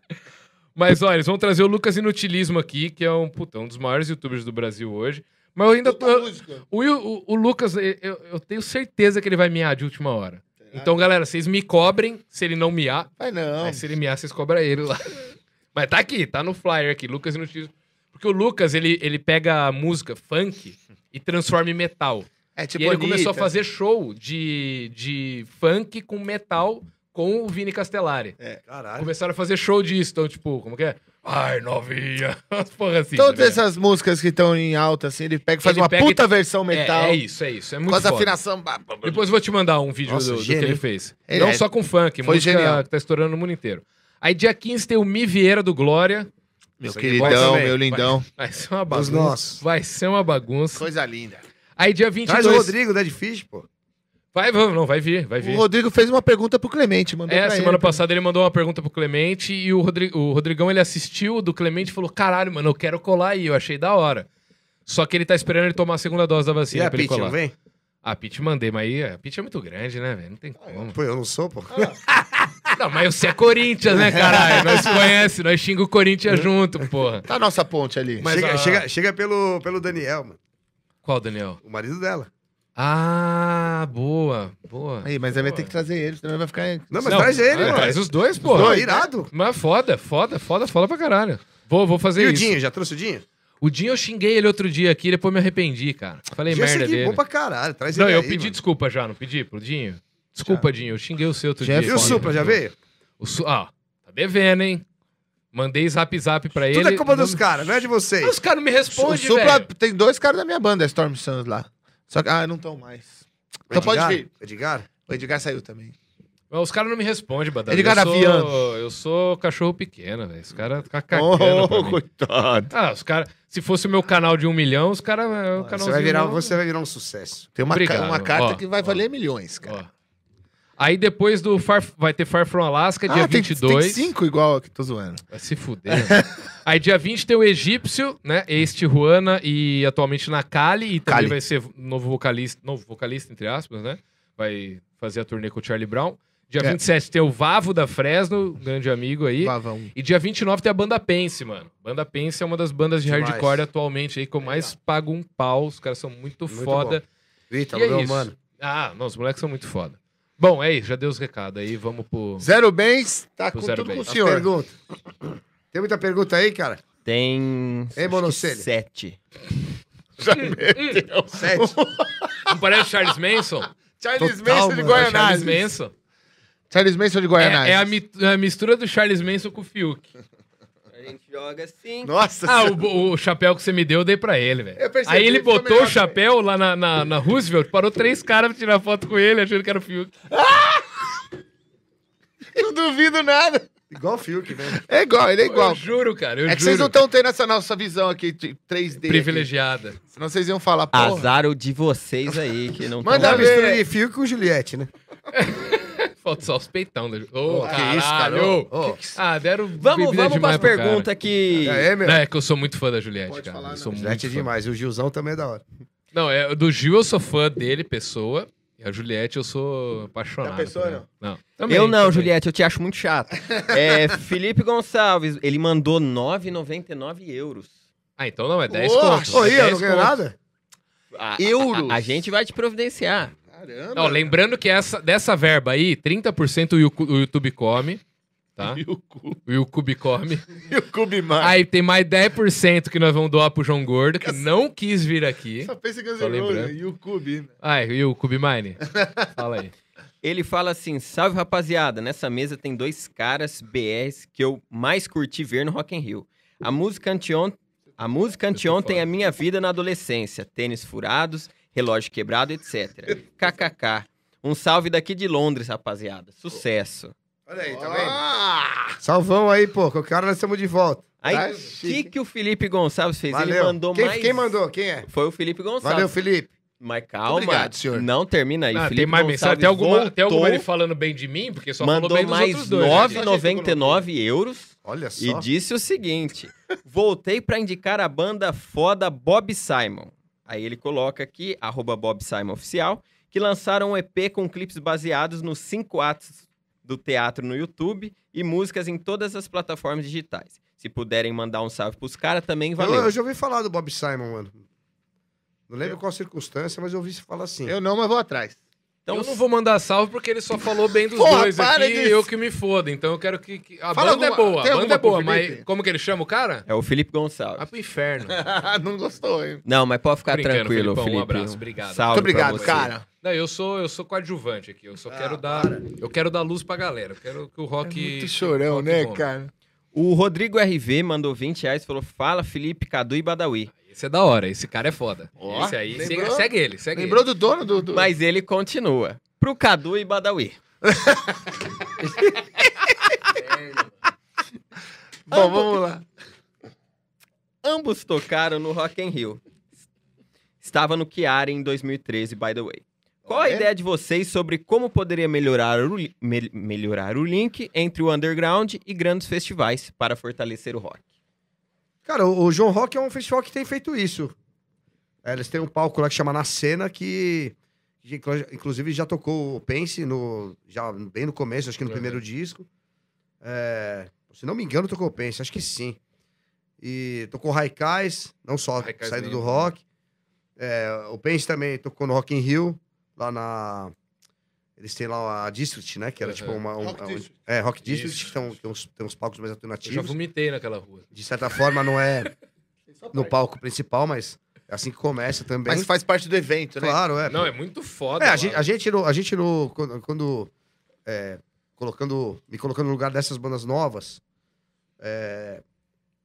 A: Mas olha, eles vão trazer o Lucas Inutilismo aqui, que é um, puta, um dos maiores youtubers do Brasil hoje. Mas eu ainda
B: Puta
A: tô.
B: música.
A: O, o- o Lucas, eu, eu tenho certeza que ele vai miar de última hora. Então, galera, vocês me cobrem se ele não miar.
B: Vai não.
A: Aí se ele miar, vocês cobram ele lá. *laughs* Mas tá aqui, tá no flyer aqui, Lucas Inutilismo. Porque o Lucas, ele, ele pega a música funk e transforma em metal.
B: É tipo
A: e ele
B: Anitta.
A: começou a fazer show de, de funk com metal com o Vini Castellari.
B: É.
D: Caralho.
A: Começaram a fazer show disso, então, tipo, como que é? Ai, novinha. *laughs* As porra assim.
B: Todas
A: tá ligado?
B: essas músicas que estão em alta, assim, ele pega e faz
A: Ele
B: uma
A: pega e-
B: puta versão metal.
A: É, é isso, é isso. É
B: com
A: muito
B: as
A: foda.
B: afinação.
A: Depois eu vou te mandar um vídeo
D: Nossa,
A: do, do que
D: gênio,
A: ele
D: hein?
A: fez.
B: Ele
A: Não
B: é-
A: só com funk,
B: foi
A: música
B: genial.
A: que tá estourando no mundo inteiro. Aí dia 15 tem o Mi Vieira do Glória.
B: Meu
D: Isso aí vai
B: queridão,
D: também.
B: meu lindão.
A: Vai ser uma
D: Dos
A: bagunça.
D: nossos.
A: Vai ser uma bagunça.
B: Coisa linda.
A: Aí dia
D: Traz
A: 22...
D: o Rodrigo, Dead Fish, pô.
A: Vai, vamos, não, vai vir, vai vir.
B: O Rodrigo fez uma pergunta pro Clemente, mandou
A: É,
B: pra
A: semana
B: ele.
A: passada ele mandou uma pergunta pro Clemente e o, Rodri- o Rodrigão ele assistiu do Clemente e falou: caralho, mano, eu quero colar aí, eu achei da hora. Só que ele tá esperando ele tomar a segunda dose da
D: E
A: vacina
D: a
A: pra ele
D: é Pitch,
A: colar.
D: não vem?
A: A Pete mandei, mas aí a Pete é muito grande, né, velho? Não tem como.
D: Pô, eu não sou, pô.
A: Ah, Não, mas você é Corinthians, né,
D: *laughs*
A: caralho? Nós conhece, nós xinga o Corinthians junto, porra.
B: Tá a nossa ponte ali.
A: Mas
D: chega
A: a-
D: chega, chega pelo, pelo Daniel, mano.
A: Qual, Daniel?
D: O marido dela.
A: Ah, boa, boa.
B: Aí, mas aí vai ter que trazer ele, senão ele vai ficar...
D: Não, mas traz ele,
A: ah,
D: mano.
A: Traz os dois,
D: Pô,
A: porra.
D: irado.
A: Mas foda, foda, foda, foda pra caralho. Vou, vou fazer
D: E o
A: isso.
D: Dinho, já trouxe o Dinho?
A: O Dinho eu xinguei ele outro dia aqui, depois me arrependi, cara. Falei
D: Dinho,
A: merda
D: aqui é
A: dele.
D: bom pra caralho. Traz
A: Não,
D: ele é
A: eu
D: aí,
A: pedi
D: mano.
A: desculpa já, não pedi pro Dinho? Desculpa, Dinho, eu xinguei o seu outro
B: Já
A: dia.
D: E o
B: foda.
D: Supla, já veio?
A: O Su... Ah, tá devendo, hein? Mandei zap zap pra ele.
D: Tudo é culpa dos
A: Não-
D: caras, não é de vocês.
A: Os caras não me
B: O
A: respondem,
B: Supla
A: velho.
B: tem dois caras da minha banda, Storm Suns lá. Só que, ah, não estão mais. Então pode
D: É Edgar,
B: vir.
D: Edgar?
B: O Edgar saiu também.
A: Mas Os caras não me respondem, Badalho.
B: Edgar
A: eu, sou...
B: Aviano.
A: eu sou cachorro pequeno, velho. Os caras ficam cagando pra mim.
B: coitado.
A: Ah, os caras... Se fosse o meu canal de um milhão, os caras...
D: Você vai, virar, você vai virar um sucesso.
B: Tem uma,
A: Obrigado.
B: ca- uma carta
A: Ó,
B: que vai
A: ó.
B: valer milhões, cara.
A: Ó. Aí depois do Far... vai ter Far From Alaska, é dia
B: ah, tem,
A: 22.
B: tem cinco igual aqui, tô zoando.
A: Vai se fuder. né?
B: *laughs*
A: Aí dia 20 tem o Egípcio, né? Ex-Tijuana e atualmente na Cali. E também
B: Cali.
A: vai ser novo vocalista, novo vocalista, entre aspas, né? Vai fazer a turnê com o Charlie Brown. Dia
B: É.
A: 27 tem o Vavo da Fresno, um grande amigo aí.
B: Vava um.
A: E dia 29 tem a Banda Pense, mano. Banda Pense é uma das bandas de
D: Demais.
A: hardcore atualmente aí que eu mais pago um pau. Os caras são muito,
D: Muito
A: foda.
D: Vitor,
A: E é
D: Tá meu
A: isso.
D: mano.
A: Ah, não, os moleques são muito foda. Bom, é isso, já deu os recados aí, vamos pro.
B: Zero bens, tá
A: Pro
B: com
A: zero
B: tudo com
A: bens.
B: o senhor.
D: Pergunta. Tem muita pergunta aí, cara?
C: Tem.
D: Ei, Monocelli.
C: Sete.
D: Sete.
A: *laughs* Não parece Charles Manson?
B: É Charles
D: Total,
B: Manson de
D: mano.
A: é Charles
B: Guaianazes.
A: Manson.
B: Charles Manson de Guaianazes.
A: É, é a, mi- a mistura do Charles Manson com o Fiuk.
C: A gente joga assim.
D: Nossa
A: Ah, o, o chapéu que você me deu, eu dei pra ele, velho.
D: Eu percebi,
A: Aí ele
D: ficou
A: botou o
D: melhor
A: chapéu lá na, na, na Roosevelt, parou três caras pra tirar foto com ele, achando que era o Fiuk.
B: Não duvido nada.
D: Igual o Fiuk, né?
B: É igual, ele é igual.
A: Eu juro, cara, eu
B: É que
A: juro.
B: vocês não estão tendo essa nossa visão aqui de 3D. aqui.
A: Privilegiada.
B: Senão vocês iam falar, porra.
C: Azar o de vocês aí, que não tá
D: Manda a
B: Manda
C: tão-
B: ver.
D: mistura de Fiuk com Juliette, né?
A: Falta só os peitão. da- Ô,
B: Oh,
D: Ô, que
A: caralho.
D: isso, cara, ô, ô.
A: Ah, deram
C: Vamos,
A: bebida
C: vamos para
A: demais
C: as
A: pro cara.
C: perguntas que.
D: É, é, meu.
A: Não, é que eu sou muito fã da Juliette,
B: Pode
A: cara.
B: falar,
A: eu
B: não.
A: sou muito
D: Juliette é
A: fã.
D: demais. E o Gilzão também é da hora.
A: Não, é, do Gil eu sou fã dele, pessoa. E a Juliette eu sou apaixonado.
B: Da pessoa,
A: por ela. Não. Também,
C: Eu não,
A: também.
C: Juliette, eu te acho muito chato. É, Felipe Gonçalves, ele mandou 9,99 euros.
A: Ah, então não, é 10
B: Ô,
A: contos.
D: Ô,
A: é
D: e eu
A: 10
D: não ganho
A: contos.
D: nada?
C: A,
B: Euros?
C: a- a gente vai te providenciar.
B: Caramba.
A: Não, lembrando que essa, dessa verba aí, 30% o Yucu- o YouTube come, tá?
B: *laughs* E o cu-
A: O YouTube come.
B: e o Cube mais.
A: Aí tem mais 10% que nós vamos doar pro João Gordo, que não quis vir aqui.
B: Só pensa que eu
A: Só
B: zerou,
A: lembrando.
B: né? E o Cube.
A: Ai, e o Cube Mine? Fala aí.
C: Ele fala assim: salve rapaziada, nessa mesa tem dois caras BRs que eu mais curti ver no Rock in Rio. A música anteontem, a música anteontem é a minha vida na adolescência. Tênis furados, relógio quebrado, etc. KKK. Um salve daqui de Londres, rapaziada. Sucesso.
D: Olha aí, tá vendo?
B: Ah!
D: Salvão aí, pô. Com o cara nós estamos de volta.
B: Tá
C: Aí, o que,
B: chique.
C: que o Felipe Gonçalves fez?
D: Valeu.
C: Ele mandou
D: quem,
C: mais.
D: quem mandou? Quem é?
C: Foi o Felipe Gonçalves.
D: Valeu, Felipe.
C: Mas calma,
B: Obrigado, senhor.
C: não termina aí.
A: Ah,
C: Felipe
A: tem mais mensagem?
C: Gonçalves
A: Tem alguma, tem alguma ele
C: voltou,
A: falando bem de mim? Porque só falou
C: mandou
A: bem dos
C: mais
A: outros dois. né?
C: 9,99 euros
D: Olha só.
C: e disse o seguinte: voltei pra indicar a banda foda Bob Simon. Aí ele coloca aqui, arroba Bob Simon Oficial, que lançaram um EP com clipes baseados nos cinco atos do teatro no YouTube e músicas em todas as plataformas digitais. Se puderem mandar um salve pros caras, também
D: Eu,
C: valeu.
D: eu já ouvi falar do Bob Simon, mano. Não lembro qual circunstância, mas eu ouvi você falar assim.
B: Eu não, *laughs* mas vou atrás.
A: Então,
C: Então,
A: eu não vou mandar salve porque ele só falou bem
D: *laughs*
A: dos
B: Porra,
A: dois
B: para
A: aqui e
B: disso.
A: eu que me foda. Então eu quero que... que- A
B: Fala
A: banda é
B: alguma-
A: boa,
B: tem
A: a banda
B: alguma
A: é boa,
B: pro Felipe?
A: mas... Como que ele chama o cara?
C: É o Felipe Gonçalves.
A: Vai pro inferno.
B: não gostou, hein?
C: Não, mas pode ficar
A: Brincando,
C: tranquilo,
A: Felipão, um
C: Felipe.
A: abraço, obrigado.
C: Salve
B: Muito
C: pra
B: obrigado,
C: você.
B: cara.
A: Não, eu sou, eu sou coadjuvante aqui. Eu só
D: Ah, É
A: quero dar. Eu quero dar luz pra galera. Eu quero É que o rock.
B: É
A: um
B: Muito chorão,
A: rock
B: né,
A: bombe.
B: cara?
C: O Rodrigo RV mandou 20 reais e falou: Fala, Felipe, Cadu e Badawi.
A: Esse é da hora, esse cara é foda.
B: Ó,
A: esse aí,
B: lembrou?
A: segue, segue ele, segue
B: Lembrou
A: ele.
B: do dono do. do...
C: Mas ele continua. Pro Cadu e Badawi.
B: Bom, vamos lá.
C: Ambos tocaram no Rock in Rio. Estava no Chiara em 2013, by the way. Qual a
B: É?
C: ideia de vocês sobre como poderia melhorar o, li- mel- melhorar o link entre o underground e grandes festivais para fortalecer o rock?
D: Cara, o o João Rock é um festival que tem feito isso. É, eles têm um palco lá que chama Na Cena, que que inclu- inclusive já tocou o Pense no, já bem no começo, acho que no
A: Uhum.
D: primeiro disco. É, se não me engano, tocou o Pense, acho que sim. E tocou Raikais, não só
A: Raikais
D: saído do
A: lembro,
D: rock. É, o Pense também tocou no Rock in Rio, lá na. Eles têm lá a District, né? Que era
A: Uhum.
D: tipo uma. um-
B: Rock
D: um-
B: District.
D: É, Rock District,
A: Isso.
D: que tem, um- tem uns, tem uns palcos mais
A: Eu já
D: alternativos.
A: vomitei naquela rua.
D: De certa forma, não é no palco principal, mas é assim que começa também.
B: Mas faz parte do evento, né?
D: claro, é.
A: Não, é muito foda.
D: É, a
A: lá.
D: gente, a gente no, a gente no, quando, quando, é, colocando, me colocando no lugar dessas bandas novas, é,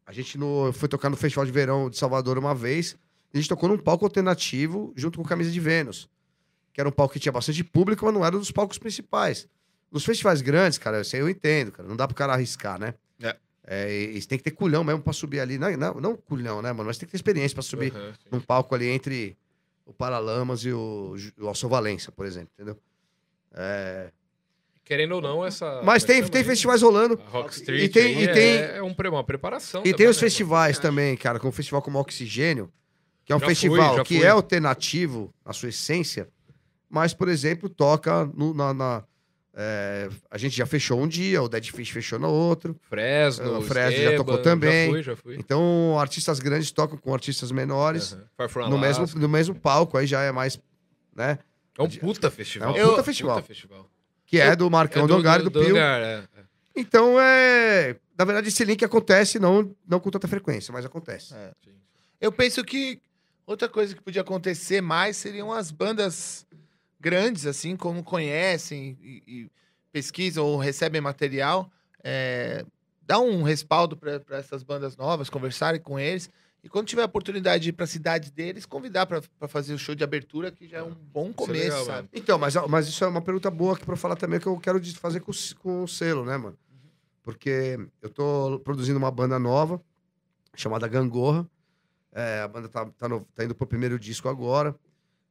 D: a gente no, foi tocar no Festival de Verão de Salvador uma vez, e a gente tocou num palco alternativo junto com Camisa de Vênus, que era um palco que tinha bastante público, mas não era um dos palcos principais. Nos festivais grandes, cara, isso aí eu entendo, cara, não dá pro cara arriscar, né?
A: É.
D: É, e, e você tem que ter culhão mesmo pra subir ali. Não, não, não culhão, né, mano? Mas tem que ter experiência pra subir
A: Aham, sim.
D: num palco ali entre o Paralamas e o, Ju- o Alson Valença, por exemplo, entendeu?
A: Querendo ou não, essa. é
D: Mas tem,
A: chama
D: tem
A: aí?
D: festivais rolando.
A: A Rock Street
D: E tem-
A: aí
D: e tem-
A: é, é um, pre- uma preparação.
D: E
A: também,
D: tem os
A: né,
D: festivais também, cara, como um festival como Oxigênio, que é um
A: Já fui,
D: festival
A: já
D: que
A: fui.
D: é alternativo na sua essência, mas, por exemplo, toca no- na. na- é, a gente já fechou um dia, o Dead Fish fechou no outro.
A: mano? Fresno.
D: O Ah, Fresno já
A: Esteban,
D: tocou também.
A: Já fui, já fui.
D: Então, artistas grandes tocam com artistas menores
A: Aham. Far From
D: no,
A: Alaska.
D: mesmo, no mesmo palco, aí já é mais. né?
A: É um puta festival.
D: É um
A: Eu-
D: puta festival.
A: festival.
D: Que é do Marcão do Hangar e do, Pio.
A: Hangar, é.
D: Então é. Na verdade, esse link acontece, não, não com tanta frequência, mas acontece.
B: É.
A: Sim.
B: Eu penso que outra coisa que podia acontecer mais seriam as bandas grandes, assim, como conhecem e, e pesquisam ou recebem material, é, dar um respaldo para essas bandas novas, conversarem com eles. E quando tiver a oportunidade de ir para a cidade deles, convidar para fazer o show de abertura, que já é um bom
A: Isso é
B: começo,
A: legal,
B: sabe?
A: mano.
D: Então, mas, mas isso é uma pergunta boa aqui pra eu falar também, que eu quero de- fazer com, o se- com o selo, né, mano? Porque eu tô produzindo uma banda nova, chamada Gangorra. É, a banda tá, tá, no- tá indo pro primeiro disco agora.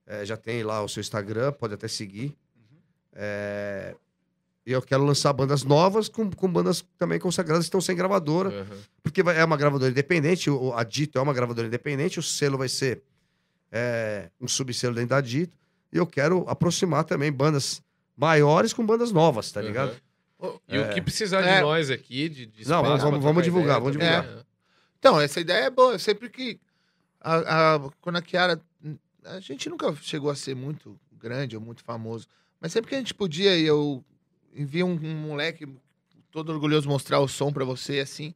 D: É, já tem lá o seu Instagram, pode até seguir. É, e eu quero lançar bandas novas com, com bandas também consagradas que estão sem gravadora.
A: Aham.
D: Porque vai- é uma gravadora independente, o- a Dito é uma gravadora independente, o selo vai ser é, um subselo dentro da Dito. E eu quero aproximar também bandas maiores com bandas novas, tá ligado?
A: Aham. E o que precisar de
B: É.
A: nós aqui, de, de
D: Não,
A: espaço
D: vamos-
A: pra
D: vamos
A: trocar
D: divulgar,
A: ideia
D: vamos
A: também,
B: divulgar.
A: né?
B: Então, essa ideia é boa. Eu sempre que. A, a- quando a Kiara. A gente nunca chegou a ser muito grande ou muito famoso. Mas sempre que a gente podia, e eu envia um, um moleque todo orgulhoso mostrar o som pra você, assim.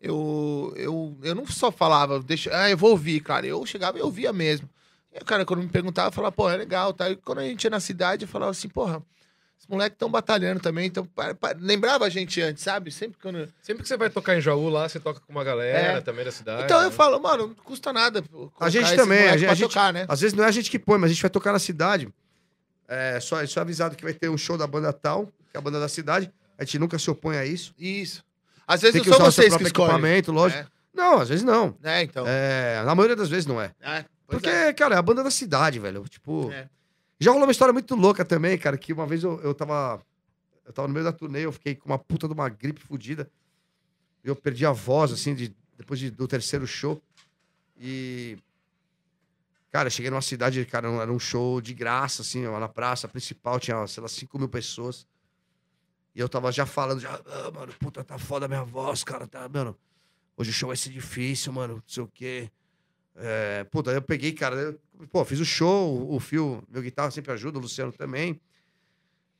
B: Eu, eu, eu não só falava, deixa, ah, eu vou ouvir, cara. Eu chegava e ouvia mesmo. E o cara, quando me perguntava, eu falava, pô, é legal, tá? E quando a gente ia na cidade, eu falava assim, porra, esses moleques estão batalhando também. Então, pa- pa- lembrava a gente antes, sabe? Sempre quando.
A: Sempre que você vai tocar em Jaú lá, você toca com uma galera
B: É.
A: também da cidade.
B: Então eu
A: né?
B: falo, mano, não custa nada. pô, colocar
D: gente
B: esses
D: também,
B: moleques
D: a gente-
B: pra
D: a gente-
B: tocar, né?
D: Às vezes não é a gente que põe, mas a gente vai tocar na cidade. É só, é só avisado que vai ter um show da banda tal, que é a banda da cidade. A gente nunca se opõe a isso.
B: Isso. Às vezes
D: Tem
B: não
D: que
B: são
D: usar o seu
B: vocês que
D: próprio
B: escolhem.
D: equipamento, lógico.
B: né?
D: Não, às vezes não.
B: Né, então.
D: É, na maioria das vezes não é.
B: É, pois
D: Porque,
B: é.
D: cara, é a banda da cidade, velho. Tipo.
B: É.
D: Já rolou uma história muito louca também, cara, que uma vez eu, eu tava. Eu tava no meio da turnê, eu fiquei com uma puta de uma gripe fodida. Eu perdi a voz, assim, de, depois de- do terceiro show. E. Cara, eu cheguei numa cidade, cara, era um show de graça, assim, ó, na praça principal, tinha, sei lá, 5 mil pessoas. E eu tava já falando, já, "Ah, mano, puta, tá foda a minha voz, cara, tá, mano. Hoje o show vai ser difícil, mano, não sei o quê. É, puta, eu peguei, cara. eu- pô, fiz o show, o- o Fio, meu guitarra sempre ajuda, o Luciano também.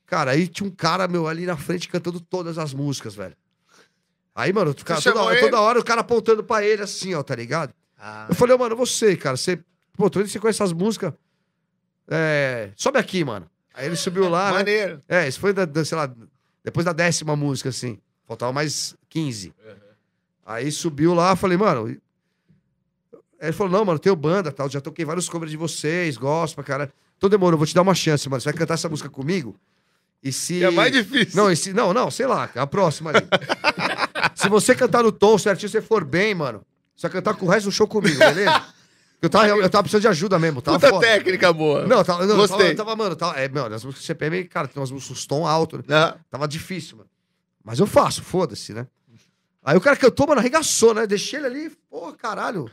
D: Cara, aí tinha um cara, meu, ali na frente cantando todas as músicas, velho. Aí, mano, o cara, toda,
B: chamou
D: hora-
B: ele?
D: toda hora o cara apontando pra ele assim, ó, tá ligado?
B: Ah,
D: Eu falei, ô, mano, você, cara, você. Pô, tô vendo que você conhece essas músicas. É, sobe aqui, mano. Aí ele subiu lá, né?
B: maneiro.
D: É, isso foi, da, da- sei lá, depois da décima música, assim. Faltava mais 15. Aí subiu lá, falei, mano. e- Aí ele falou, não, mano, tenho banda tal, já toquei vários covers de vocês, gosto pra caralho. Então demorou, vou te dar uma chance, mano. Você vai cantar essa música comigo? E se.
B: É mais difícil.
D: Não, e se- não, não, sei lá, a próxima ali. se você cantar no tom certinho, você for bem, mano, você vai cantar com o resto do show comigo, beleza? Eu tava, eu tava precisando de ajuda mesmo. Tava
B: Puta
D: tá foda.
B: técnica boa.
D: Não, eu tava, não, eu tava-
B: Gostei.
D: eu tava, mano, eu tava, é, mano, as músicas do CPM, cara, tem umas músicas com tom alto, né?
B: Aham.
D: Tava difícil, mano. Mas eu faço, foda-se, né? Aí o cara que eu tô, mano, arregaçou, né? Deixei ele ali, porra, caralho.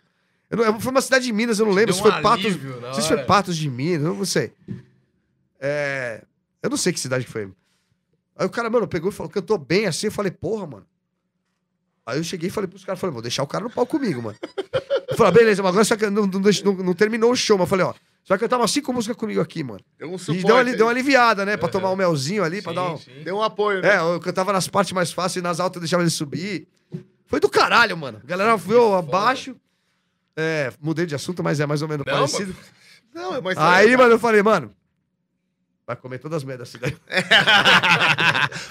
D: Eu não- eu- foi uma cidade de Minas, eu não lembro
A: Deu
D: se
A: um
D: foi Patos.
A: alívio na
D: Não sei se
A: hora.
D: foi Patos de Minas, eu não sei. É, eu não sei que cidade que foi. Aí o cara, mano, pegou e falou que eu tô bem assim. Eu falei, porra, mano. Aí eu cheguei e falei pros caras, falei, vou deixar o cara no pau comigo, mano. Eu falei, "Ah, beleza, mas agora só que não, não deixa- não- não terminou o show, mas eu falei, ó, só que eu tava cinco músicas comigo aqui, mano.
B: Deu um
D: E
B: suporte.
D: deu uma,
B: aí.
D: deu uma aliviada, né? Pra
A: Aham.
D: tomar um melzinho ali, pra
A: Sim,
D: dar um.
A: sim.
B: Deu um apoio, né?
D: É, eu cantava nas partes mais fáceis, nas altas eu deixava ele subir. Foi do caralho, mano. A galera veio abaixo. É, mudei de assunto, mas é mais ou menos
A: Não,
D: parecido.
B: Não, é mais *laughs*
D: Aí, mano, eu falei, mano, vai comer todas as merdas assim, né? da cidade.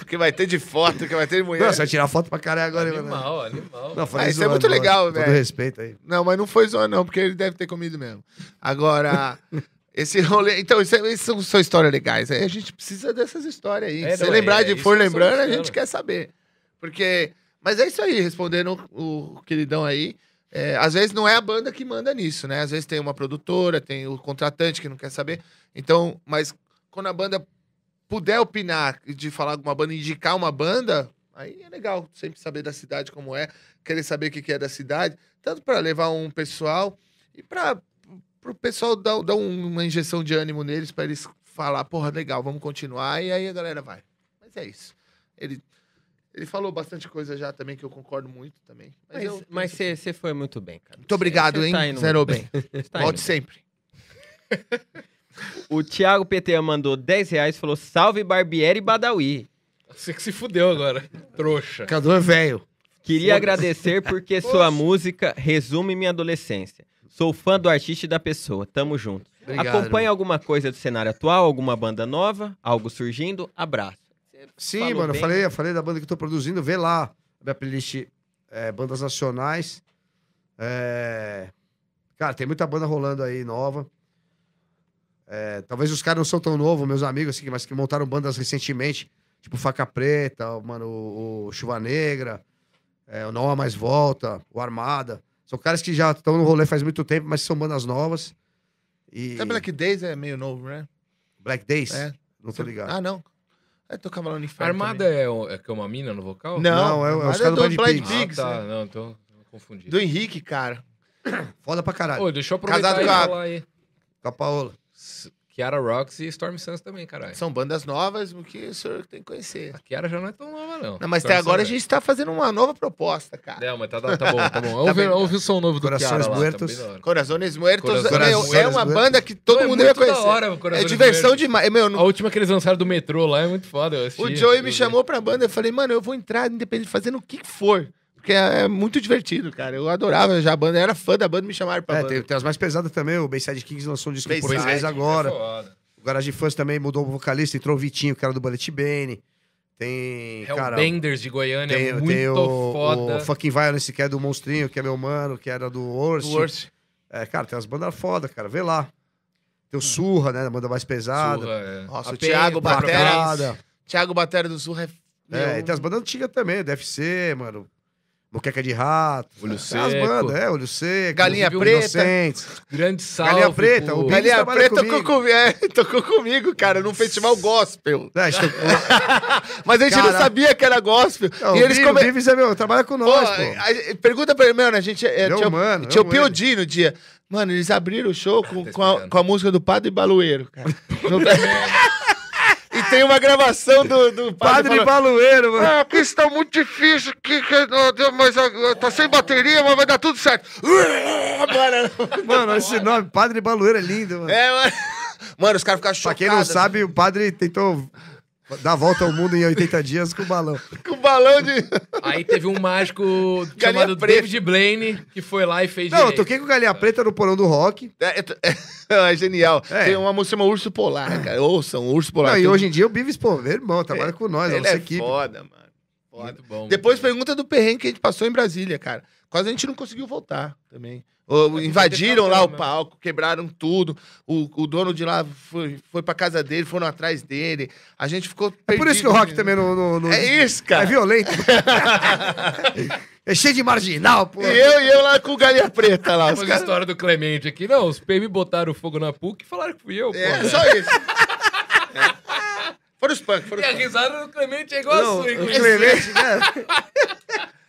B: O que vai ter de foto, o que vai ter de mulher.
D: Não, você vai tirar foto pra caralho agora, mano.
A: Animal, animal.
D: um né? Não, falei
B: é. Ah, isso é muito
D: lógico.
B: legal,
D: Todo
B: velho.
D: respeito aí.
B: Não, mas não foi zoa, não, porque ele deve ter comido mesmo. Agora, esse rolê. Então, isso, é- isso são, são histórias legais. Aí A gente precisa dessas histórias aí.
A: É,
B: Se
A: não,
B: lembrar
A: é,
B: de
A: isso
B: for
A: que eu tô
B: lembrando, a
A: buscando.
B: gente quer saber. Porque. Mas é isso aí, respondendo o queridão aí. é, às vezes não é a banda que manda nisso, né? Às vezes tem uma produtora, tem o contratante que não quer saber. Então, mas quando a banda puder opinar de falar com uma banda, indicar uma banda, aí é legal sempre saber da cidade como é, querer saber o que que é da cidade, tanto para levar um pessoal e para o pessoal dar, dar um- uma injeção de ânimo neles para eles falar, porra, legal, vamos continuar e aí a galera vai. Mas é isso. Ele ele falou bastante coisa já também que eu concordo muito também. Mas, eu-
C: Mas é você foi muito bem, cara. tá
B: muito obrigado, hein? Zerou bem. Volte
C: Pode ser.
B: sempre.
C: O Thiago PTA mandou 10 reais e falou: salve Barbieri e Badawi.
A: Você que se fudeu agora. *laughs* Trouxa.
D: Cadu é velho.
C: Queria agradecer
D: *laughs*
C: porque sua música resume minha adolescência. Sou fã do artista e da pessoa. Tamo junto.
D: Obrigado,
C: Acompanha alguma coisa do cenário atual, alguma banda nova, algo surgindo? Abraço.
D: Sim,
C: Falou
D: mano, eu
C: bem.
D: falei, eu falei da banda que eu tô produzindo, vê lá. Minha playlist é, Bandas Nacionais. É, Cara, tem muita banda rolando aí, nova. É, talvez os caras não são tão novos, meus amigos, assim, mas que montaram bandas recentemente, tipo Faca Preta, o, mano, o, o Chuva Negra, é, o Não Há Mais Volta, o Armada. São caras que já estão no rolê faz muito tempo, mas são bandas novas. E...
B: Até Black Days é meio novo, né?
D: Black Days?
B: É.
D: Não tô ligado.
B: Ah, não. É tocava lá no inferno.
A: Armada
B: também.
A: é, o- é que é uma mina no vocal?
B: Não,
D: Não, é o- é os
B: Armada
D: caras do
B: do
D: Blind
B: Blind
D: Pigs.
A: Ah,
B: Pigs,
A: tá.
B: né?
A: Não, tô confundido.
B: Do Henrique, cara.
D: Foda pra caralho.
A: Ô, deixa eu aproveitar
B: Casado
A: e
B: com a-
A: falar aí.
D: Com a Paola.
A: S- Kiara Rocks e Storm Suns também, caralho.
B: São bandas novas o que o senhor tem que conhecer.
A: A Kiara já não é tão nova, não.
B: Não, mas
A: Storm
B: até agora a
A: Suns é
B: gente tá fazendo uma nova proposta, cara.
A: velha. Não, mas tá, da- tá bom, tá
B: *laughs*
A: bom. Ouve,
B: bem, tá.
A: ouve o som novo do
D: Corações
A: Kiara lá,
D: Muertos.
A: tá bem da hora.
B: Corazones Muertos
A: Corazones
B: meu, é
D: Muertos.
B: uma banda que todo
A: Pô, é
B: mundo ia
A: muito da
B: conhecer.
A: hora, o
B: é
A: Corazones
B: diversão
A: Muertos.
B: demais. Meu, eu não-
A: A última que eles lançaram do metrô lá é muito foda. eu
B: o
A: assisti,
B: Joey
A: eu
B: me
A: vi.
B: chamou pra banda. Eu falei, mano, eu vou entrar independente, fazendo o que for. Porque é, é muito divertido, cara. Eu adorava já a banda. Eu era fã da banda, me chamaram pra
D: É,
B: banda.
D: tem, tem as mais pesadas também. O Bayside Kings lançou um disco em
B: Bayside,
D: português
A: É
D: agora.
A: foda.
D: O Garage Fãs também mudou o vocalista, entrou o Vitinho, o cara do Bullet Bane. Tem. Cara, tem,
A: Hellbenders de Goiânia, é né, muito
D: tem o,
A: foda.
D: o Fucking Violence, que é do Monstrinho, que é meu mano, que era do Worst.
B: Do Worst.
D: É, cara, tem umas bandas foda, cara. Vê lá. Tem o Surra, né? A banda mais pesada.
A: Surra, é.
B: Nossa,
A: A
B: o Thiago
A: Penha,
B: Batera.
A: Bacana.
D: Facada.
B: Thiago Batera do Surra é.
D: É,
B: meu,
D: e tem as bandas antigas também, DFC, mano. Moqueca de Rato.
A: Olho
D: Tem As
A: Seco.
D: bandas, é, Olho Seco.
B: Galinha
D: Inclusive,
B: Preta.
D: Inocentes.
A: é. Grande salve.
D: Galinha Preta,
A: pro-
D: o Big
B: Galinha
D: trabalha
B: Preta tocou,
D: comigo.
B: comigo, é, *laughs* tocou comigo, cara, num festival gospel.
D: É, a gente tocou-
B: Mas a gente não
D: Cara.
B: sabia que era gospel.
D: Não,
B: e eles
D: o
B: come...
D: Bivis, Bivis é meu, trabalha com
B: Pô,
D: nós, pô.
B: a- a- pergunta pra ele, mano, a gente. É,
D: Ele é
B: tinha
D: humano,
B: tinha o
D: é humano.
B: POD no dia. Mano, eles abriram o show com,
A: tá
B: com, a,
A: explicando.
B: com a música do Padre Baloeiro, cara. No- *laughs* e tem uma gravação do, do Padre,
D: Padre
B: Baloeiro.
D: Baloeiro,
B: *laughs*
D: mano.
B: Ah, aqui está muito difícil, que, que- não, deu- mas ah, tá sem bateria, mas vai dar tudo certo. Bora.
D: *laughs* Mano, esse nome, Padre Baloeiro é lindo, mano.
B: É, mano. Mano, os caras ficaram
D: pra
B: chocados.
D: quem não sabe, o padre tentou dar a volta ao mundo em 80 dias com
B: *laughs*
D: o balão.
B: assim, Com o balão de.
A: Aí teve um mágico
B: Galinha
A: chamado
B: Preta.
A: David Blaine, que foi lá e fez
D: Não, eu
A: direito.
D: toquei com o Galinha Preta no porão do rock.
B: É, é- é genial.
D: É.
B: Tem uma música chamada Urso Polar, cara. Ouçam, Urso Polar.
D: Não, e
B: Tem- um
D: hoje em dia o Bivis, pô, meu irmão, trabalha com nós, a
B: É, Ele
D: nossa
B: é
D: equipe.
B: foda, mano.
A: Muito bom.
B: Depois pergunta do perrengue que a gente passou em Brasília, cara. Quase a gente não conseguiu voltar também.
A: É,
B: Ou, invadiram lá o palco, quebraram tudo. O, o dono de lá foi, foi pra casa dele, foram atrás dele. A gente ficou.
D: É por isso que o rock também não. não- não-
B: É isso, cara. *laughs*
D: É violento. é cheio de marginal, pô.
B: E eu e eu lá com o galinha preta lá. os
A: Mas a
B: caras-
A: história do Clemente aqui, não, os PM botaram fogo na PUC e falaram que fui eu,
B: É,
A: pô.
B: só isso. É. Foram os punk, foram
A: E
B: os
A: a
B: punk.
A: risada do Clemente é igual
D: Não,
A: a
D: o
A: sua, inclusive.
D: Clemente, né?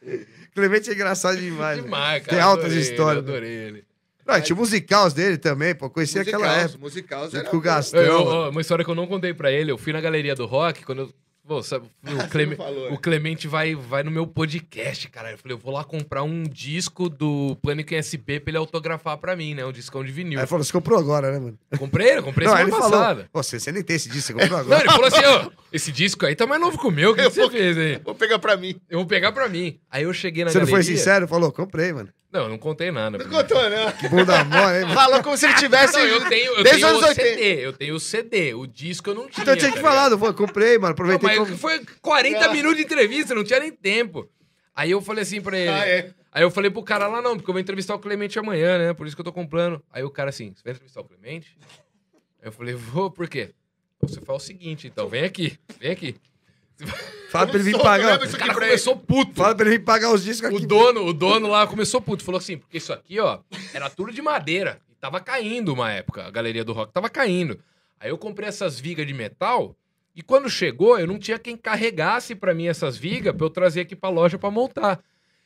D: *laughs* Clemente é engraçado demais. né?
A: Demais, cara.
D: Tem altas
A: adorei ele,
D: histórias. né?
A: Adorei ele.
D: Não, tinha musicals dele também, pô. Conheci aquela
B: Musicaus,
D: época.
B: musicaus
D: Junto
B: era-
D: com o Gastão.
A: Eu- eu- uma história que eu não contei pra ele, eu fui na galeria do rock, quando eu. Pô, sabe,
D: *laughs*
A: o, Cleme-
B: não falou, né?
A: o Clemente vai, vai no meu podcast, cara. Eu falei, eu vou lá comprar um disco do Pânico em SP pra ele autografar pra mim, né? Um discão de vinil.
D: Aí falou, você comprou agora, né, mano?
A: Comprei, eu comprei
D: não, aí
A: semana
D: ele
A: passada.
D: falou, você, você nem tem esse
A: *laughs*
D: disco, você comprou
A: Não,
D: agora.
A: ele falou assim, ó, esse disco aí tá mais novo que o meu, o que, que
B: Eu
A: você
B: vou-
A: fez aí?
B: Vou pegar pra mim.
A: Eu vou pegar pra mim. Aí eu cheguei na
D: Você não
A: galeria...
D: foi sincero? Falou, comprei, mano.
A: Não, eu não contei nada.
B: Não contou, né?
D: Que bunda mole, hein,
A: *laughs*
D: mano?
B: Falou como se ele tivesse.
A: É. Não, eu tenho, eu
B: desde
A: tenho
B: os
A: o
B: anos 80.
A: CD, eu tenho o CD, o disco eu não tinha.
D: Então eu tinha que
A: tá
D: falar, não foi? Comprei, mano.
A: Não,
D: Aproveitei
A: mas
D: e comprei.
A: foi 40 minutos de entrevista, não tinha nem tempo. Aí eu falei assim pra ele.
B: Ah, é.
A: Aí eu falei pro cara lá, não, porque eu vou entrevistar o Clemente amanhã, né? Por isso que eu tô comprando. Aí o cara assim, você vai entrevistar o Clemente? Aí eu falei, vou, por quê? Você faz o seguinte, então, vem aqui, vem aqui.
D: Fala pra ele vir
B: Solta,
D: pagar.
B: leva isso
A: O
B: aqui
A: cara
B: pra ele.
A: começou puto.
D: Fala pra ele vir pagar os discos
A: O
D: aqui.
A: dono, o dono lá começou puto, falou assim, porque isso aqui, ó, era tudo de madeira. E tava caindo uma época, a galeria do rock tava caindo. Aí eu comprei essas vigas de metal e quando chegou, eu não tinha quem carregasse pra mim essas vigas pra eu trazer aqui pra loja pra montar.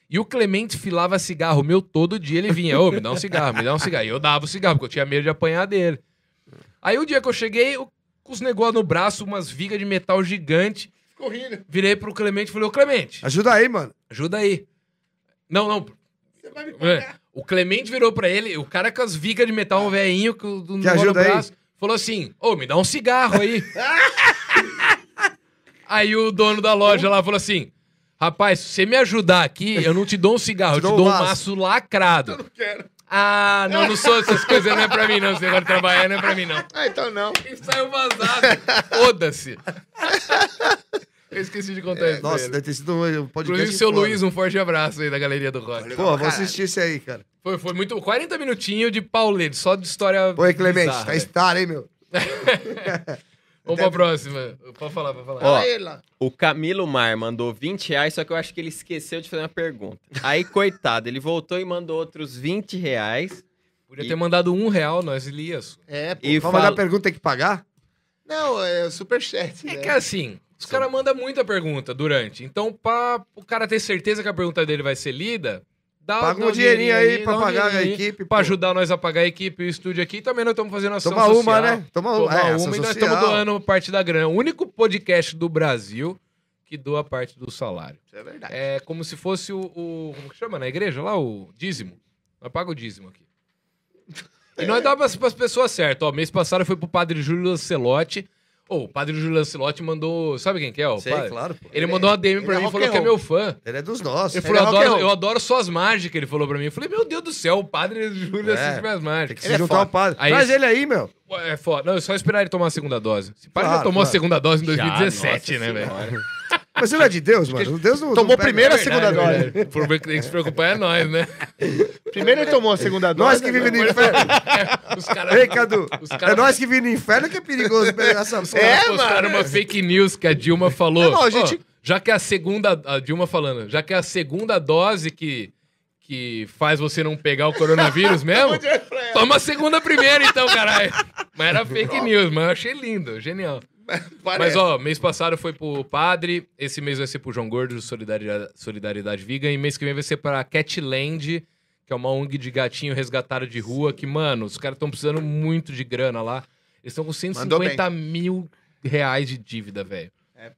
A: E o Clemente filava cigarro meu todo dia, ele vinha, ô, me dá um cigarro, me dá um cigarro. E eu dava o cigarro, porque eu tinha medo de apanhar dele. Aí o dia que eu cheguei, eu- com os negócios no braço, umas vigas de metal gigante,
B: Ficou rindo.
A: virei pro Clemente e falei, ô Clemente,
D: Ajuda aí, mano.
A: ajuda aí. Não, não,
B: Você vai me
A: é. O Clemente virou pra ele, o cara com as vigas de metal, um velhinho com do
D: Que ajuda aí?
A: falou assim: Ô, me dá um cigarro
D: *laughs*
A: aí. aí o dono da loja lá falou assim: Rapaz, se você me ajudar aqui, eu não te dou um cigarro, eu te dou um maço lacrado.
B: quero.
A: Ah, não, não sou essas coisas, não é pra mim não. Esse negócio de trabalhar não é pra mim *laughs* não.
B: Ah, então não.
A: E saiu vazado. *laughs* Foda-se. Eu esqueci de contar isso. pra
D: É, Nossa,
A: ele.
D: deve ter sido um podcast.
A: É, Inclusive, seu
D: foda.
A: Luiz, um forte abraço aí da galeria do rock.
D: Pô, vou assistir esse aí, cara.
A: Foi, foi muito. 40 minutinhos de Paulete, só de história.
D: Pô, aí, Clemente,
A: bizarra,
D: tá
A: velho.
D: estar, hein, meu?
A: Vamos pra próxima. Pode falar, pode falar.
C: Ó.
B: Olha ele lá.
C: O Camilo Mar mandou 20 reais, só que eu acho que ele esqueceu de fazer uma pergunta. Aí, coitado, ele voltou e mandou outros 20 reais.
A: Podia ter mandado um real, nós lias.
B: É, pô.
C: E
D: Vamos
C: fala-
D: mandar pergunta, tem que pagar?
B: Não, é o superchat.
A: É
B: né?
A: que assim, os caras mandam muita pergunta durante. Então, pra o cara ter certeza que a pergunta dele vai ser lida, dá
D: Paga
A: dá
D: um dinheirinho aí pra
A: dá um
D: pagar a
A: dinheirinho
D: equipe,
A: Pra
D: pô.
A: ajudar nós a pagar a equipe e o estúdio aqui. Também nós estamos fazendo ação
D: Toma
A: social.
D: uma, né? Toma uma.
A: Toma
D: É, ação
A: uma e nós
D: social.
A: estamos doando parte da grana. O único podcast do Brasil que doa parte do salário.
B: Isso é verdade.
A: É como se fosse o, o- Como que chama? Na igreja lá? O dízimo. Nós paga o dízimo aqui. E nós dá pras, pras pessoas certas. Ó, mês passado foi pro padre Júlio Lancelotti. Ô, o padre Júlio Lancelotti mandou. Sabe quem que é? O
D: Sei,
A: padre?
D: claro, pô.
A: Ele mandou uma DM pra
B: ele é
A: mim e
B: rock
A: falou
B: and
A: que é
B: roll.
A: meu fã.
D: Ele é dos nossos.
A: Ele falou,
B: é rock
A: adoro-
B: and roll.
A: eu adoro suas mágicas, ele falou pra mim. Eu falei, meu Deus do céu, o padre *laughs* Júlio
D: É,
A: assiste minhas
D: Tem que
A: mágicas.
D: se juntar ao padre.
A: Aí
D: Traz
A: esse-
D: ele aí, meu.
A: Pô, É foda. Não, é só esperar ele tomar a segunda dose. Esse padre já
D: Claro,
A: tomou a
D: claro.
A: segunda dose em
C: Já,
A: 2017, né,
C: nossa
A: velho?
C: senhora.
D: Mas ele é de Deus, mano. Deus não.
B: Tomou
D: não pega-
B: primeiro, a
A: É
B: segunda
A: verdade, é
B: dose.
A: verdade. Por ver que tem que se preocupar é nós, né?
B: Primeiro ele
A: É.
B: tomou a segunda dose. né?
D: Nós que vivemos no inferno.
A: Os caras.
D: Ei, Cadu.
A: Os
D: É
A: caras
D: nós que vivemos no inferno que é perigoso
A: *laughs*
D: pegar essa porra.
A: Eles
B: É,
A: postaram uma fake news que a Dilma falou.
B: Não, não, a gente-
A: "Ó, já que é a segunda. A Dilma falando, já que é a segunda dose que, que faz você não pegar o
B: *laughs*
A: coronavírus mesmo,
B: é
A: toma a segunda primeira, então, caralho. Mas era fake news, mas eu achei lindo, genial. Mas, ó, mês passado foi pro Padre, esse mês vai ser pro João Gordo, do Solidariedade, Solidariedade Vegan, e mês que vem vai ser pra Catland, que é uma ONG de gatinho resgatado de rua, que, mano, os caras estão precisando muito de grana lá. Eles estão com
B: Mandou bem. É.
A: 150 mil reais de dívida, velho.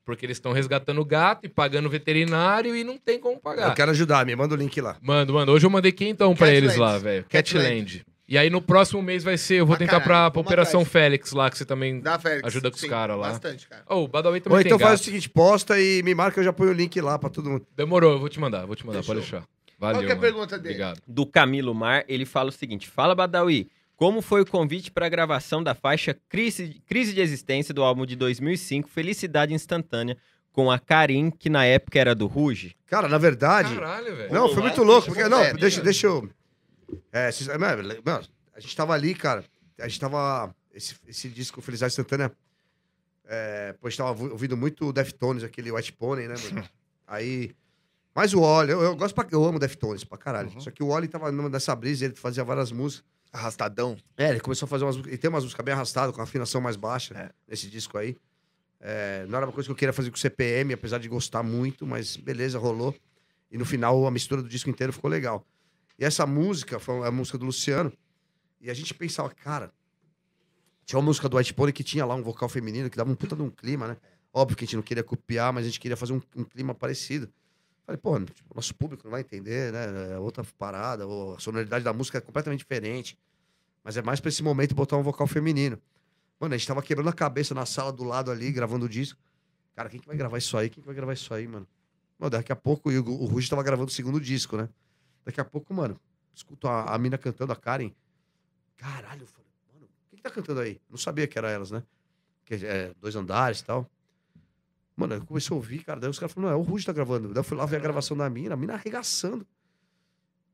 A: Porque eles estão resgatando gato e pagando veterinário e não tem como pagar.
D: Eu quero ajudar, me manda o link lá.
A: Mano, mano, hoje eu mandei quentão pra
B: Catland.
A: eles lá, velho.
B: Catland.
A: Catland. E aí no próximo mês vai ser, eu vou
B: Ah,
A: tentar pra,
B: caralho,
A: pra
B: vamos
A: Operação
B: atrás.
A: Félix lá, que você também...
B: Dá, Félix.
A: Ajuda com os
B: Sim,
A: caras lá.
B: Bastante, cara.
A: Oh, o Badawi
D: Ou
A: também tem
D: então faz
A: gato.
D: o seguinte, posta e me marca, eu já ponho o link lá pra todo mundo.
A: Demorou, eu vou te mandar, vou te mandar,
B: Fechou.
A: pode deixar. Valeu.
B: Qual que é a
A: mano.
B: pergunta dele?
A: Obrigado.
C: Do Camilo Mar, ele fala o seguinte: Fala, Badawi, como foi o convite para a gravação da faixa Crise, Crise de Existência do álbum de 2005, Felicidade Instantânea, com a Karim, que na época era do Ruge.
D: Cara, na verdade.
A: Caralho, velho.
D: Não,
B: Pô,
D: foi
B: lá,
D: muito louco.
B: deixa eu
D: Porque,
B: falar,
D: não,
B: né,
D: deixa,
B: cara?
D: deixa eu. É, vocês- é, mano, le- mano, a gente tava ali, cara. A gente tava. Esse, esse disco Felicidade Santana. É, pô, a gente tava ouvi- ouvindo muito Deftones, aquele White Pony, né, mano? Aí. Mas o Oli, eu, eu gosto pra, Eu amo Deftones pra caralho.
B: Uhum.
D: Só que o Oli tava numa dessa brisa, ele fazia várias músicas.
B: Arrastadão.
D: É, ele começou a fazer umas. Ele tem umas músicas bem arrastadas, com afinação mais baixa
B: É.
D: nesse disco aí. É, não era uma coisa que eu queria fazer com o CPM, apesar de gostar muito, mas beleza, rolou. E no final a mistura do disco inteiro ficou legal. E essa música foi a música do Luciano. E a gente pensava, cara, tinha uma música do White Pony que tinha lá um vocal feminino que dava um puta de um clima, né? Óbvio que a gente não queria copiar, mas a gente queria fazer um, um clima parecido. Falei, pô, tipo, nosso público não vai entender, né? É outra parada, ou a sonoridade da música é completamente diferente. Mas é mais pra esse momento botar um vocal feminino. Mano, a gente tava quebrando a cabeça na sala do lado ali, gravando o disco. Cara, quem que vai gravar isso aí? Quem que vai gravar isso aí, mano? Mano, daqui a pouco e o, o Ruge tava gravando o segundo disco, né? Daqui a pouco, mano, escuto a, a mina cantando, a Karen. Caralho, eu falei, mano, quem que tá cantando aí? Não sabia que era elas, né? Que é dois andares e tal. Mano, eu comecei a ouvir, cara. Daí os caras falaram, não, é o Ruge tá gravando. Daí eu fui lá ver a gravação da mina, a mina arregaçando.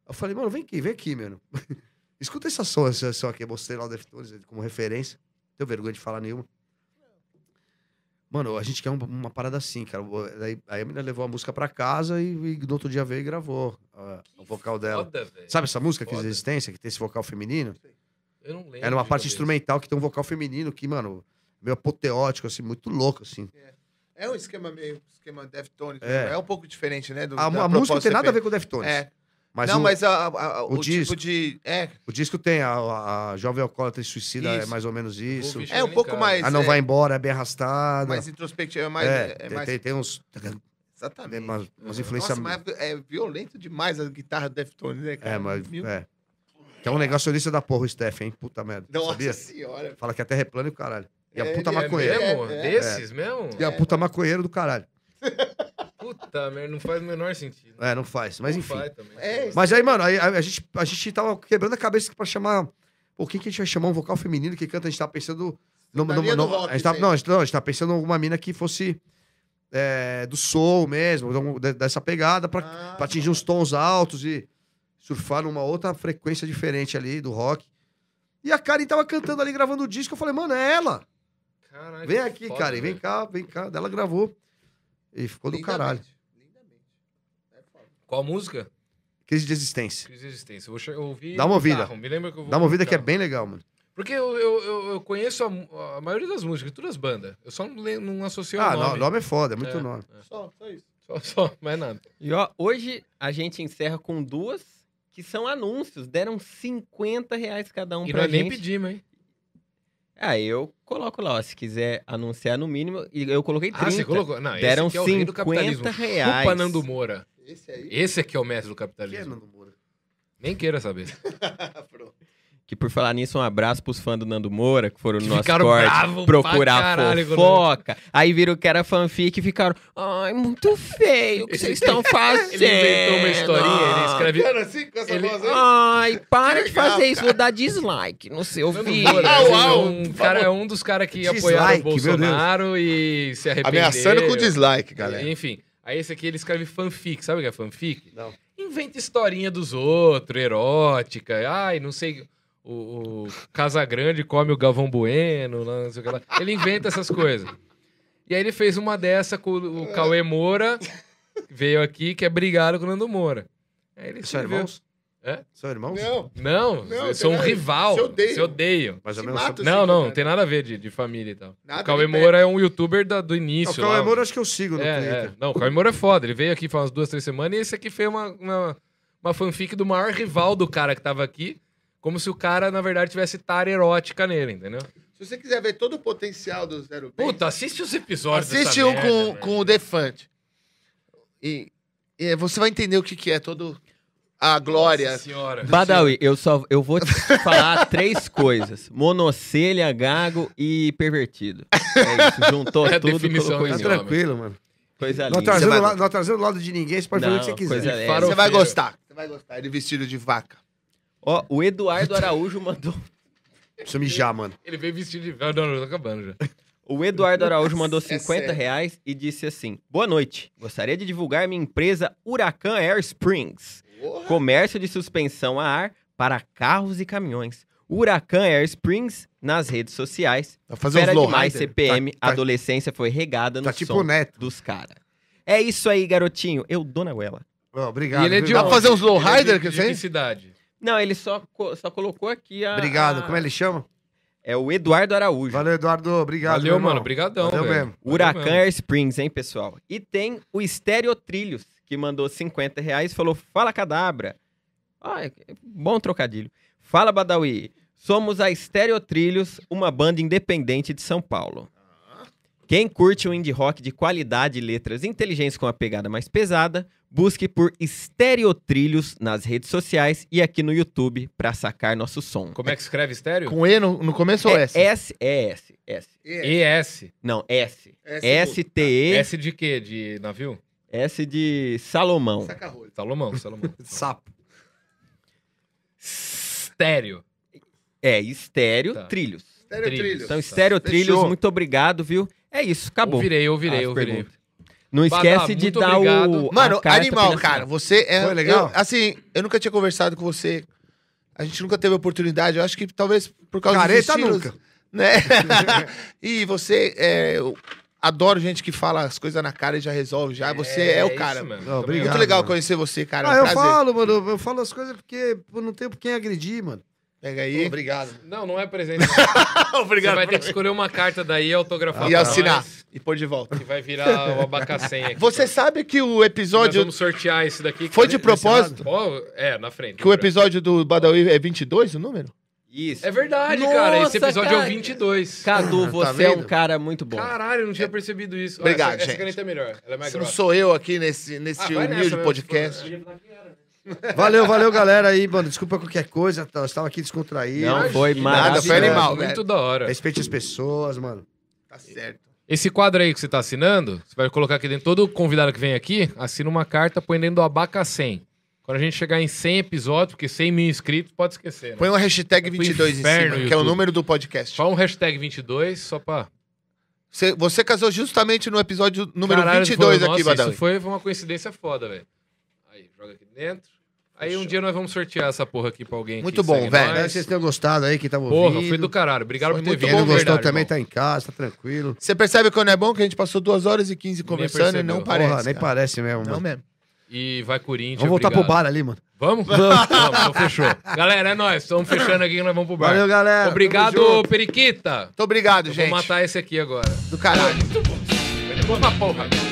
D: Eu falei, mano, vem aqui, vem aqui, mano. *laughs* Escuta essa som, essa som aqui. Eu mostrei lá o Deftones como referência. Não tenho vergonha de falar nenhuma. Mano, a gente quer um- uma parada assim, cara. Daí, aí a menina levou a música pra casa e, e no outro dia veio e gravou ah, o vocal dela.
B: é
A: Foda, velho.
D: Sabe essa música, que
A: Foda.
D: Resistência, que tem esse vocal feminino?
A: Eu não lembro.
D: Era uma
A: de
D: parte
A: cabeça.
D: instrumental que tem um vocal feminino que, mano, meio apoteótico, assim, muito louco, assim.
B: É um esquema meio esquema Deftones.
D: É.
B: É. é um pouco diferente, né? Do,
D: A,
B: da
D: a música não
B: proposta
D: tem nada a
B: do
D: ver com o
B: CP.
D: Deftones.
B: É.
D: Mas,
B: não,
D: o,
B: mas a, a- a-
D: o
B: o, tipo
D: disco-
B: de. É,
D: o disco tem a, a, a Jovem Alcoólatra e Suicida, é
B: Isso.
D: mais ou menos isso.
A: Vou ouvir
B: é um
A: Chegando em
B: pouco
A: casa.
B: mais.
D: A Não
B: é,
D: Vai Embora é bem arrastada.
B: Mais introspectivo, é mais.
D: é,
B: É,
D: tem,
B: mais
D: tem, tem uns... Tem
B: exatamente.
D: umas, umas influências...
B: Nossa, mas é violento demais a guitarra do Deftones, né, cara?
D: É, mas...
B: Mil-
D: É. Que é um negacionista da porra, o Steph, hein? Puta merda.
B: Nossa
D: Sabia?
B: senhora.
D: Fala que a terra é plana e o caralho. E a
B: É,
D: puta
B: ele é
D: maconheira.
A: É mesmo?
B: É, é.
A: Desses mesmo?
D: E a puta maconheira do caralho.
A: Puta merda, não faz o menor sentido.
D: É, não faz. Mas
A: Não
D: enfim.
A: faz também.
B: É,
D: Mas aí, mano, aí a, a gente, a gente tava quebrando a cabeça pra chamar. Pô, quem que a gente vai chamar um vocal feminino que canta? A gente tava pensando. No,
B: Na
D: no-
B: linha
D: no-
B: do rock,
D: a gente tava,
B: sim.
D: não, a gente, não, a gente tava pensando em alguma mina que fosse é, do soul mesmo, de algum- de- dessa pegada, pra,
B: Ah,
D: pra atingir um uns tons altos e surfar numa outra frequência diferente ali do rock. E a Karen tava cantando ali, gravando o disco. Eu falei, mano, é ela!
A: Caralho,
D: Vem
A: que
D: aqui,
A: foda,
D: Karen, vem
A: velho.
D: cá, vem cá. Daí Ela gravou. E ficou do
B: lindamente,
D: caralho.
B: lindamente. É foda.
A: Qual música?
D: Crise de existência.
A: Crise de existência. Eu, vou che- eu ouvi
D: Dá uma
A: no
D: ouvida.
A: carro, Me lembra que eu vou
D: Dá uma ouvida
A: no
D: que é
A: carro.
D: bem legal, mano.
A: Porque eu, eu, eu, eu conheço a, mu- a maioria das músicas, todas as bandas. Eu só não, lembro, não associo o
D: Ah,
A: um nome.
D: nome. nome é foda, é muito
A: É.
D: nome.
B: Só, só isso.
A: Só, só, mais nada.
C: E ó, hoje a gente encerra com duas que são anúncios. Deram 50 reais cada um
A: e
C: pra
A: nós nem
C: gente.
A: pedimos, hein?
C: Ah, eu coloco lá, ó, se quiser anunciar no mínimo. E eu coloquei 30.
A: Ah, você colocou. Não,
C: Deram
A: esse aqui é o rei do
C: 50
A: capitalismo.
C: reais.
A: Chupa Nando Moura.
B: Esse aí.
A: Esse aqui é o mestre do
D: Que é
A: capitalismo.
D: Nando Moura?
B: *laughs*
A: Nem queira saber.
B: Ah, Pronto.
C: Que por falar nisso, um abraço pros fãs do Nando Moura, que foram no
A: Que
C: nosso
A: ficaram
C: corte
A: bravos
C: procurar
A: pra caralho quando-
C: fofoca. Aí viram que era fanfic e ficaram. Ai, muito feio o que
A: *laughs* Ele
C: vocês estão fazendo.
A: Ele inventou uma historinha, ele escreve.
B: Era assim com essa
A: Ele- Ah,
B: voz aí?
C: Ai, para de
B: legal,
C: fazer isso, vou dar dislike no seu
A: Nando
C: vídeo.
A: Moura,
B: Au,
A: assim,
B: au,
A: é um cara, é um dos caras que
D: Dislike,
A: apoiaram o
D: meu Deus.
A: Bolsonaro e se arrependeram.
B: Ameaçando com dislike, galera.
A: Enfim, aí esse aqui ele escreve fanfic. Sabe o que é fanfic?
D: Não.
A: Inventa historinha dos outros, erótica. Ai, não sei. O, o Casagrande come o Galvão Bueno, lá, não sei o que lá. Ele inventa essas coisas. E aí ele fez uma dessa com o o Cauê Moura, que veio aqui, que é brigado com o Nando Moura. Aí ele
D: São
A: escreveu.
D: irmãos?
A: É?
D: São irmãos?
B: Não,
A: Não,
B: Não,
A: eu sou um
B: peraí,
A: rival.
B: se odeiam.
A: Se odeiam.
D: Mais ou
B: Se
D: menos.
B: mata.
A: Não, não, não
B: cara.
A: tem nada a ver de, de família e tal.
B: Nada
A: o Cauê
B: de pé.
A: Moura é um youtuber da- do
D: Não, É o
A: início.
D: Cauê
A: lá,
D: Moura acho que eu sigo no
A: é, é.
D: Twitter.
A: Não, o Cauê Moura é foda. Ele veio aqui faz umas duas, três semanas e esse aqui foi uma, uma, uma fanfic do maior rival do cara que tava aqui. Como se o cara, na verdade, tivesse tara erótica nele, entendeu?
B: Se você quiser ver todo o potencial do Zero Bem,
A: Puta, assiste os episódios
B: assiste
A: dessa
B: um
A: merda,
B: com,
A: velho.
B: com o Defante. E, e você vai entender o que, que é todo a glória.
A: Nossa senhora.
C: Badawi, eu só eu vou te falar *laughs* três coisas: monocelha, gago e pervertido. É isso,
A: *laughs*
C: juntou
A: É a
C: tudo,
A: definição
C: colocou em
D: Tá
A: desse
C: nome.
A: homem.
D: tranquilo, mano.
C: Coisa
D: Não
C: linda.
D: atrasando,
B: vai-
D: la- não atrasando o lado de ninguém, você Tá pode
C: Não, é.
D: fazer o que você
C: coisa
D: quiser.
C: linda.
A: Faro-
B: Você vai
A: Filho.
B: gostar. Você vai gostar. Ele vestido de vaca.
C: Ó, o Eduardo Araújo mandou.
D: Preciso mijar, mano.
A: Ah, Ele veio vestido de. Não, não, não, tô tá acabando já.
C: O Eduardo Araújo mandou
B: É
C: 50
B: sério.
C: reais e disse assim: Boa noite. Gostaria de divulgar minha empresa Huracan Air Springs. Comércio de suspensão a ar para carros e caminhões. Huracan Air Springs nas redes sociais.
B: Vai fazer
C: Fera
B: uns low
C: demais,
B: rider.
C: CPM.
D: Tá- tá-
C: adolescência foi regada no
D: Tá tipo
C: som
D: o Neto.
C: dos caras. É isso aí, garotinho. Eu dou na goela.
D: Ó, obrigado.
A: E ele é de
D: viu?
B: Dá pra fazer uns low
A: Ele é de-
B: rider que
A: de
B: você
A: que cidade?
C: Não, ele só, co- só colocou aqui a.
D: Obrigado.
C: a-
D: Como ele chama?
C: É o Eduardo Araújo.
D: Valeu, Eduardo. Obrigado. meu
A: Valeu,
D: irmão.
A: mano. Brigadão,
D: Valeu
A: velho.
D: mesmo.
A: Valeu
C: Huracan
A: mesmo.
C: Air Springs, hein, pessoal? E tem o Estéreo Trilhos, que mandou 50 reais e falou: Fala cadabra. Ah, é- é bom trocadilho. Fala, Badawi. Somos a Estéreo Trilhos, uma banda independente de São Paulo. Quem curte um indie rock de qualidade e letras inteligentes com a pegada mais pesada, busque por Estéreo Trilhos nas redes sociais e aqui no YouTube para sacar nosso som.
A: Como é que escreve estéreo?
B: Com E no, no começo ou
C: é
B: S?
C: S? É S, S.
A: ES.
C: Não, S.
B: S.
C: S-T-E.
A: S de quê? De navio?
C: S de Salomão.
B: Saca-rolho.
A: Salomão,
B: *laughs*
A: Salomão.
D: Sapo.
A: Estéreo.
C: É, estéreo,
A: Tá.
C: trilhos.
A: Trilhos.
C: Então,
A: Tá.
C: estéreo, trilhos,
D: Fechou.
C: muito obrigado, viu? É isso, acabou.
A: Ouvirei,
B: Ah,
A: ouvirei,
C: As
A: ouvirei.
C: perguntas. Não esquece
A: Badá,
C: de
A: muito
C: dar o.
A: obrigado.
C: a
B: Mano,
C: carta
B: animal,
C: financeira.
B: cara. Você é.
D: Foi legal?
B: eu- assim, eu nunca tinha conversado com você. A gente nunca teve oportunidade. Eu acho que talvez por causa dos
D: Careta
B: Tá estilos,
D: nunca.
B: Né? *laughs* e você é. Eu adoro gente que fala as coisas na cara e já resolve já. Você é, o
A: isso
B: cara.
A: mesmo.
D: Não,
A: Também
D: obrigado.
B: Muito legal
D: mano.
B: conhecer você, cara. É um
D: ah, eu
B: prazer.
D: falo, mano. Eu falo as coisas porque pô, não tem por quem agredir, mano.
B: Pega aí.
D: Obrigado.
A: acho. Não, não é
B: *laughs*
A: presente. Você vai ter que escolher uma carta daí e autografar.
B: E
A: pra
B: assinar.
A: nós,
B: E pôr de volta.
A: Que vai virar o abacacém aqui.
B: Você sabe que o
A: Nós
B: episódio
A: vamos sortear esse daqui.
B: foi de propósito?
A: Ó, é, na frente.
B: Que o episódio do Badawi é 22 o número?
C: Isso.
A: É verdade, cara. Esse
C: Nossa,
A: episódio é
C: cara.
A: o 22.
C: Cadu,
D: Tá
C: você é um
D: vendo?
C: cara muito bom.
A: Caralho, eu não tinha percebido isso. Ó,
B: Obrigado,
A: essa,
B: gente.
A: Essa caneta é melhor. Ela é mais
B: Se não
A: grossa.
B: sou eu aqui nesse, nesse
A: Ah, vai nessa
B: humilde
A: mesmo,
B: podcast.
A: se
D: Valeu, valeu, galera aí, mano. Desculpa qualquer coisa. tá? Nós tava aqui descontraído.
C: Não,
A: Imagina,
C: foi
B: nada, foi animal,
A: Muito
B: velho.
A: da hora.
D: Respeite as pessoas, mano.
B: Tá certo.
A: Esse quadro aí que você tá assinando, você vai colocar aqui dentro. Todo convidado que vem aqui, assina uma carta, põe dentro do Abacacém. Quando a gente chegar em 100 episódios, porque 100 mil inscritos, pode esquecer, né?
B: Põe uma hashtag
A: pro
B: 22 em
A: inferno,
B: cima, que é o
A: YouTube.
B: número do podcast.
A: Só um hashtag 22, só pra...
B: Você, você casou justamente no episódio número
A: Caralho,
B: 22
A: falou,
B: aqui,
A: "Nossa,
B: Badal.
A: Isso foi foi uma coincidência foda, velho. Aí, joga aqui dentro. Aí um dia nós vamos sortear essa porra aqui pra alguém. que
B: Muito bom,
A: segue
B: velho.
A: nós.
D: Espero que vocês tenham gostado aí, que tava ouvindo.
A: É Porra, foi do caralho. Obrigado
B: Foi
A: por ter
B: muito
A: vindo.
D: Quem não
B: bom,
D: gostou
A: verdade,
D: também
A: irmão.
D: tá em casa, tá tranquilo.
B: Você percebe quando é bom que a gente passou 2 horas e 15 conversando e
A: percebeu.
B: não
D: Porra,
B: parece.
D: nem
B: cara.
D: parece né? mesmo,
B: Não
D: mano.
B: mesmo.
A: E vai Corinthians.
D: Vamos voltar pro
A: obrigado.
D: bar ali, mano.
A: Vamos? Vamos, então fechou. Galera, é nóis. Estamos fechando aqui que nós vamos pro bar.
D: Valeu, galera. Tamo
A: Obrigado,
D: junto.
A: Periquita.
B: Muito obrigado,
A: Eu
B: gente.
A: Vou matar esse aqui agora.
B: Do caralho.
A: Vou pra porra.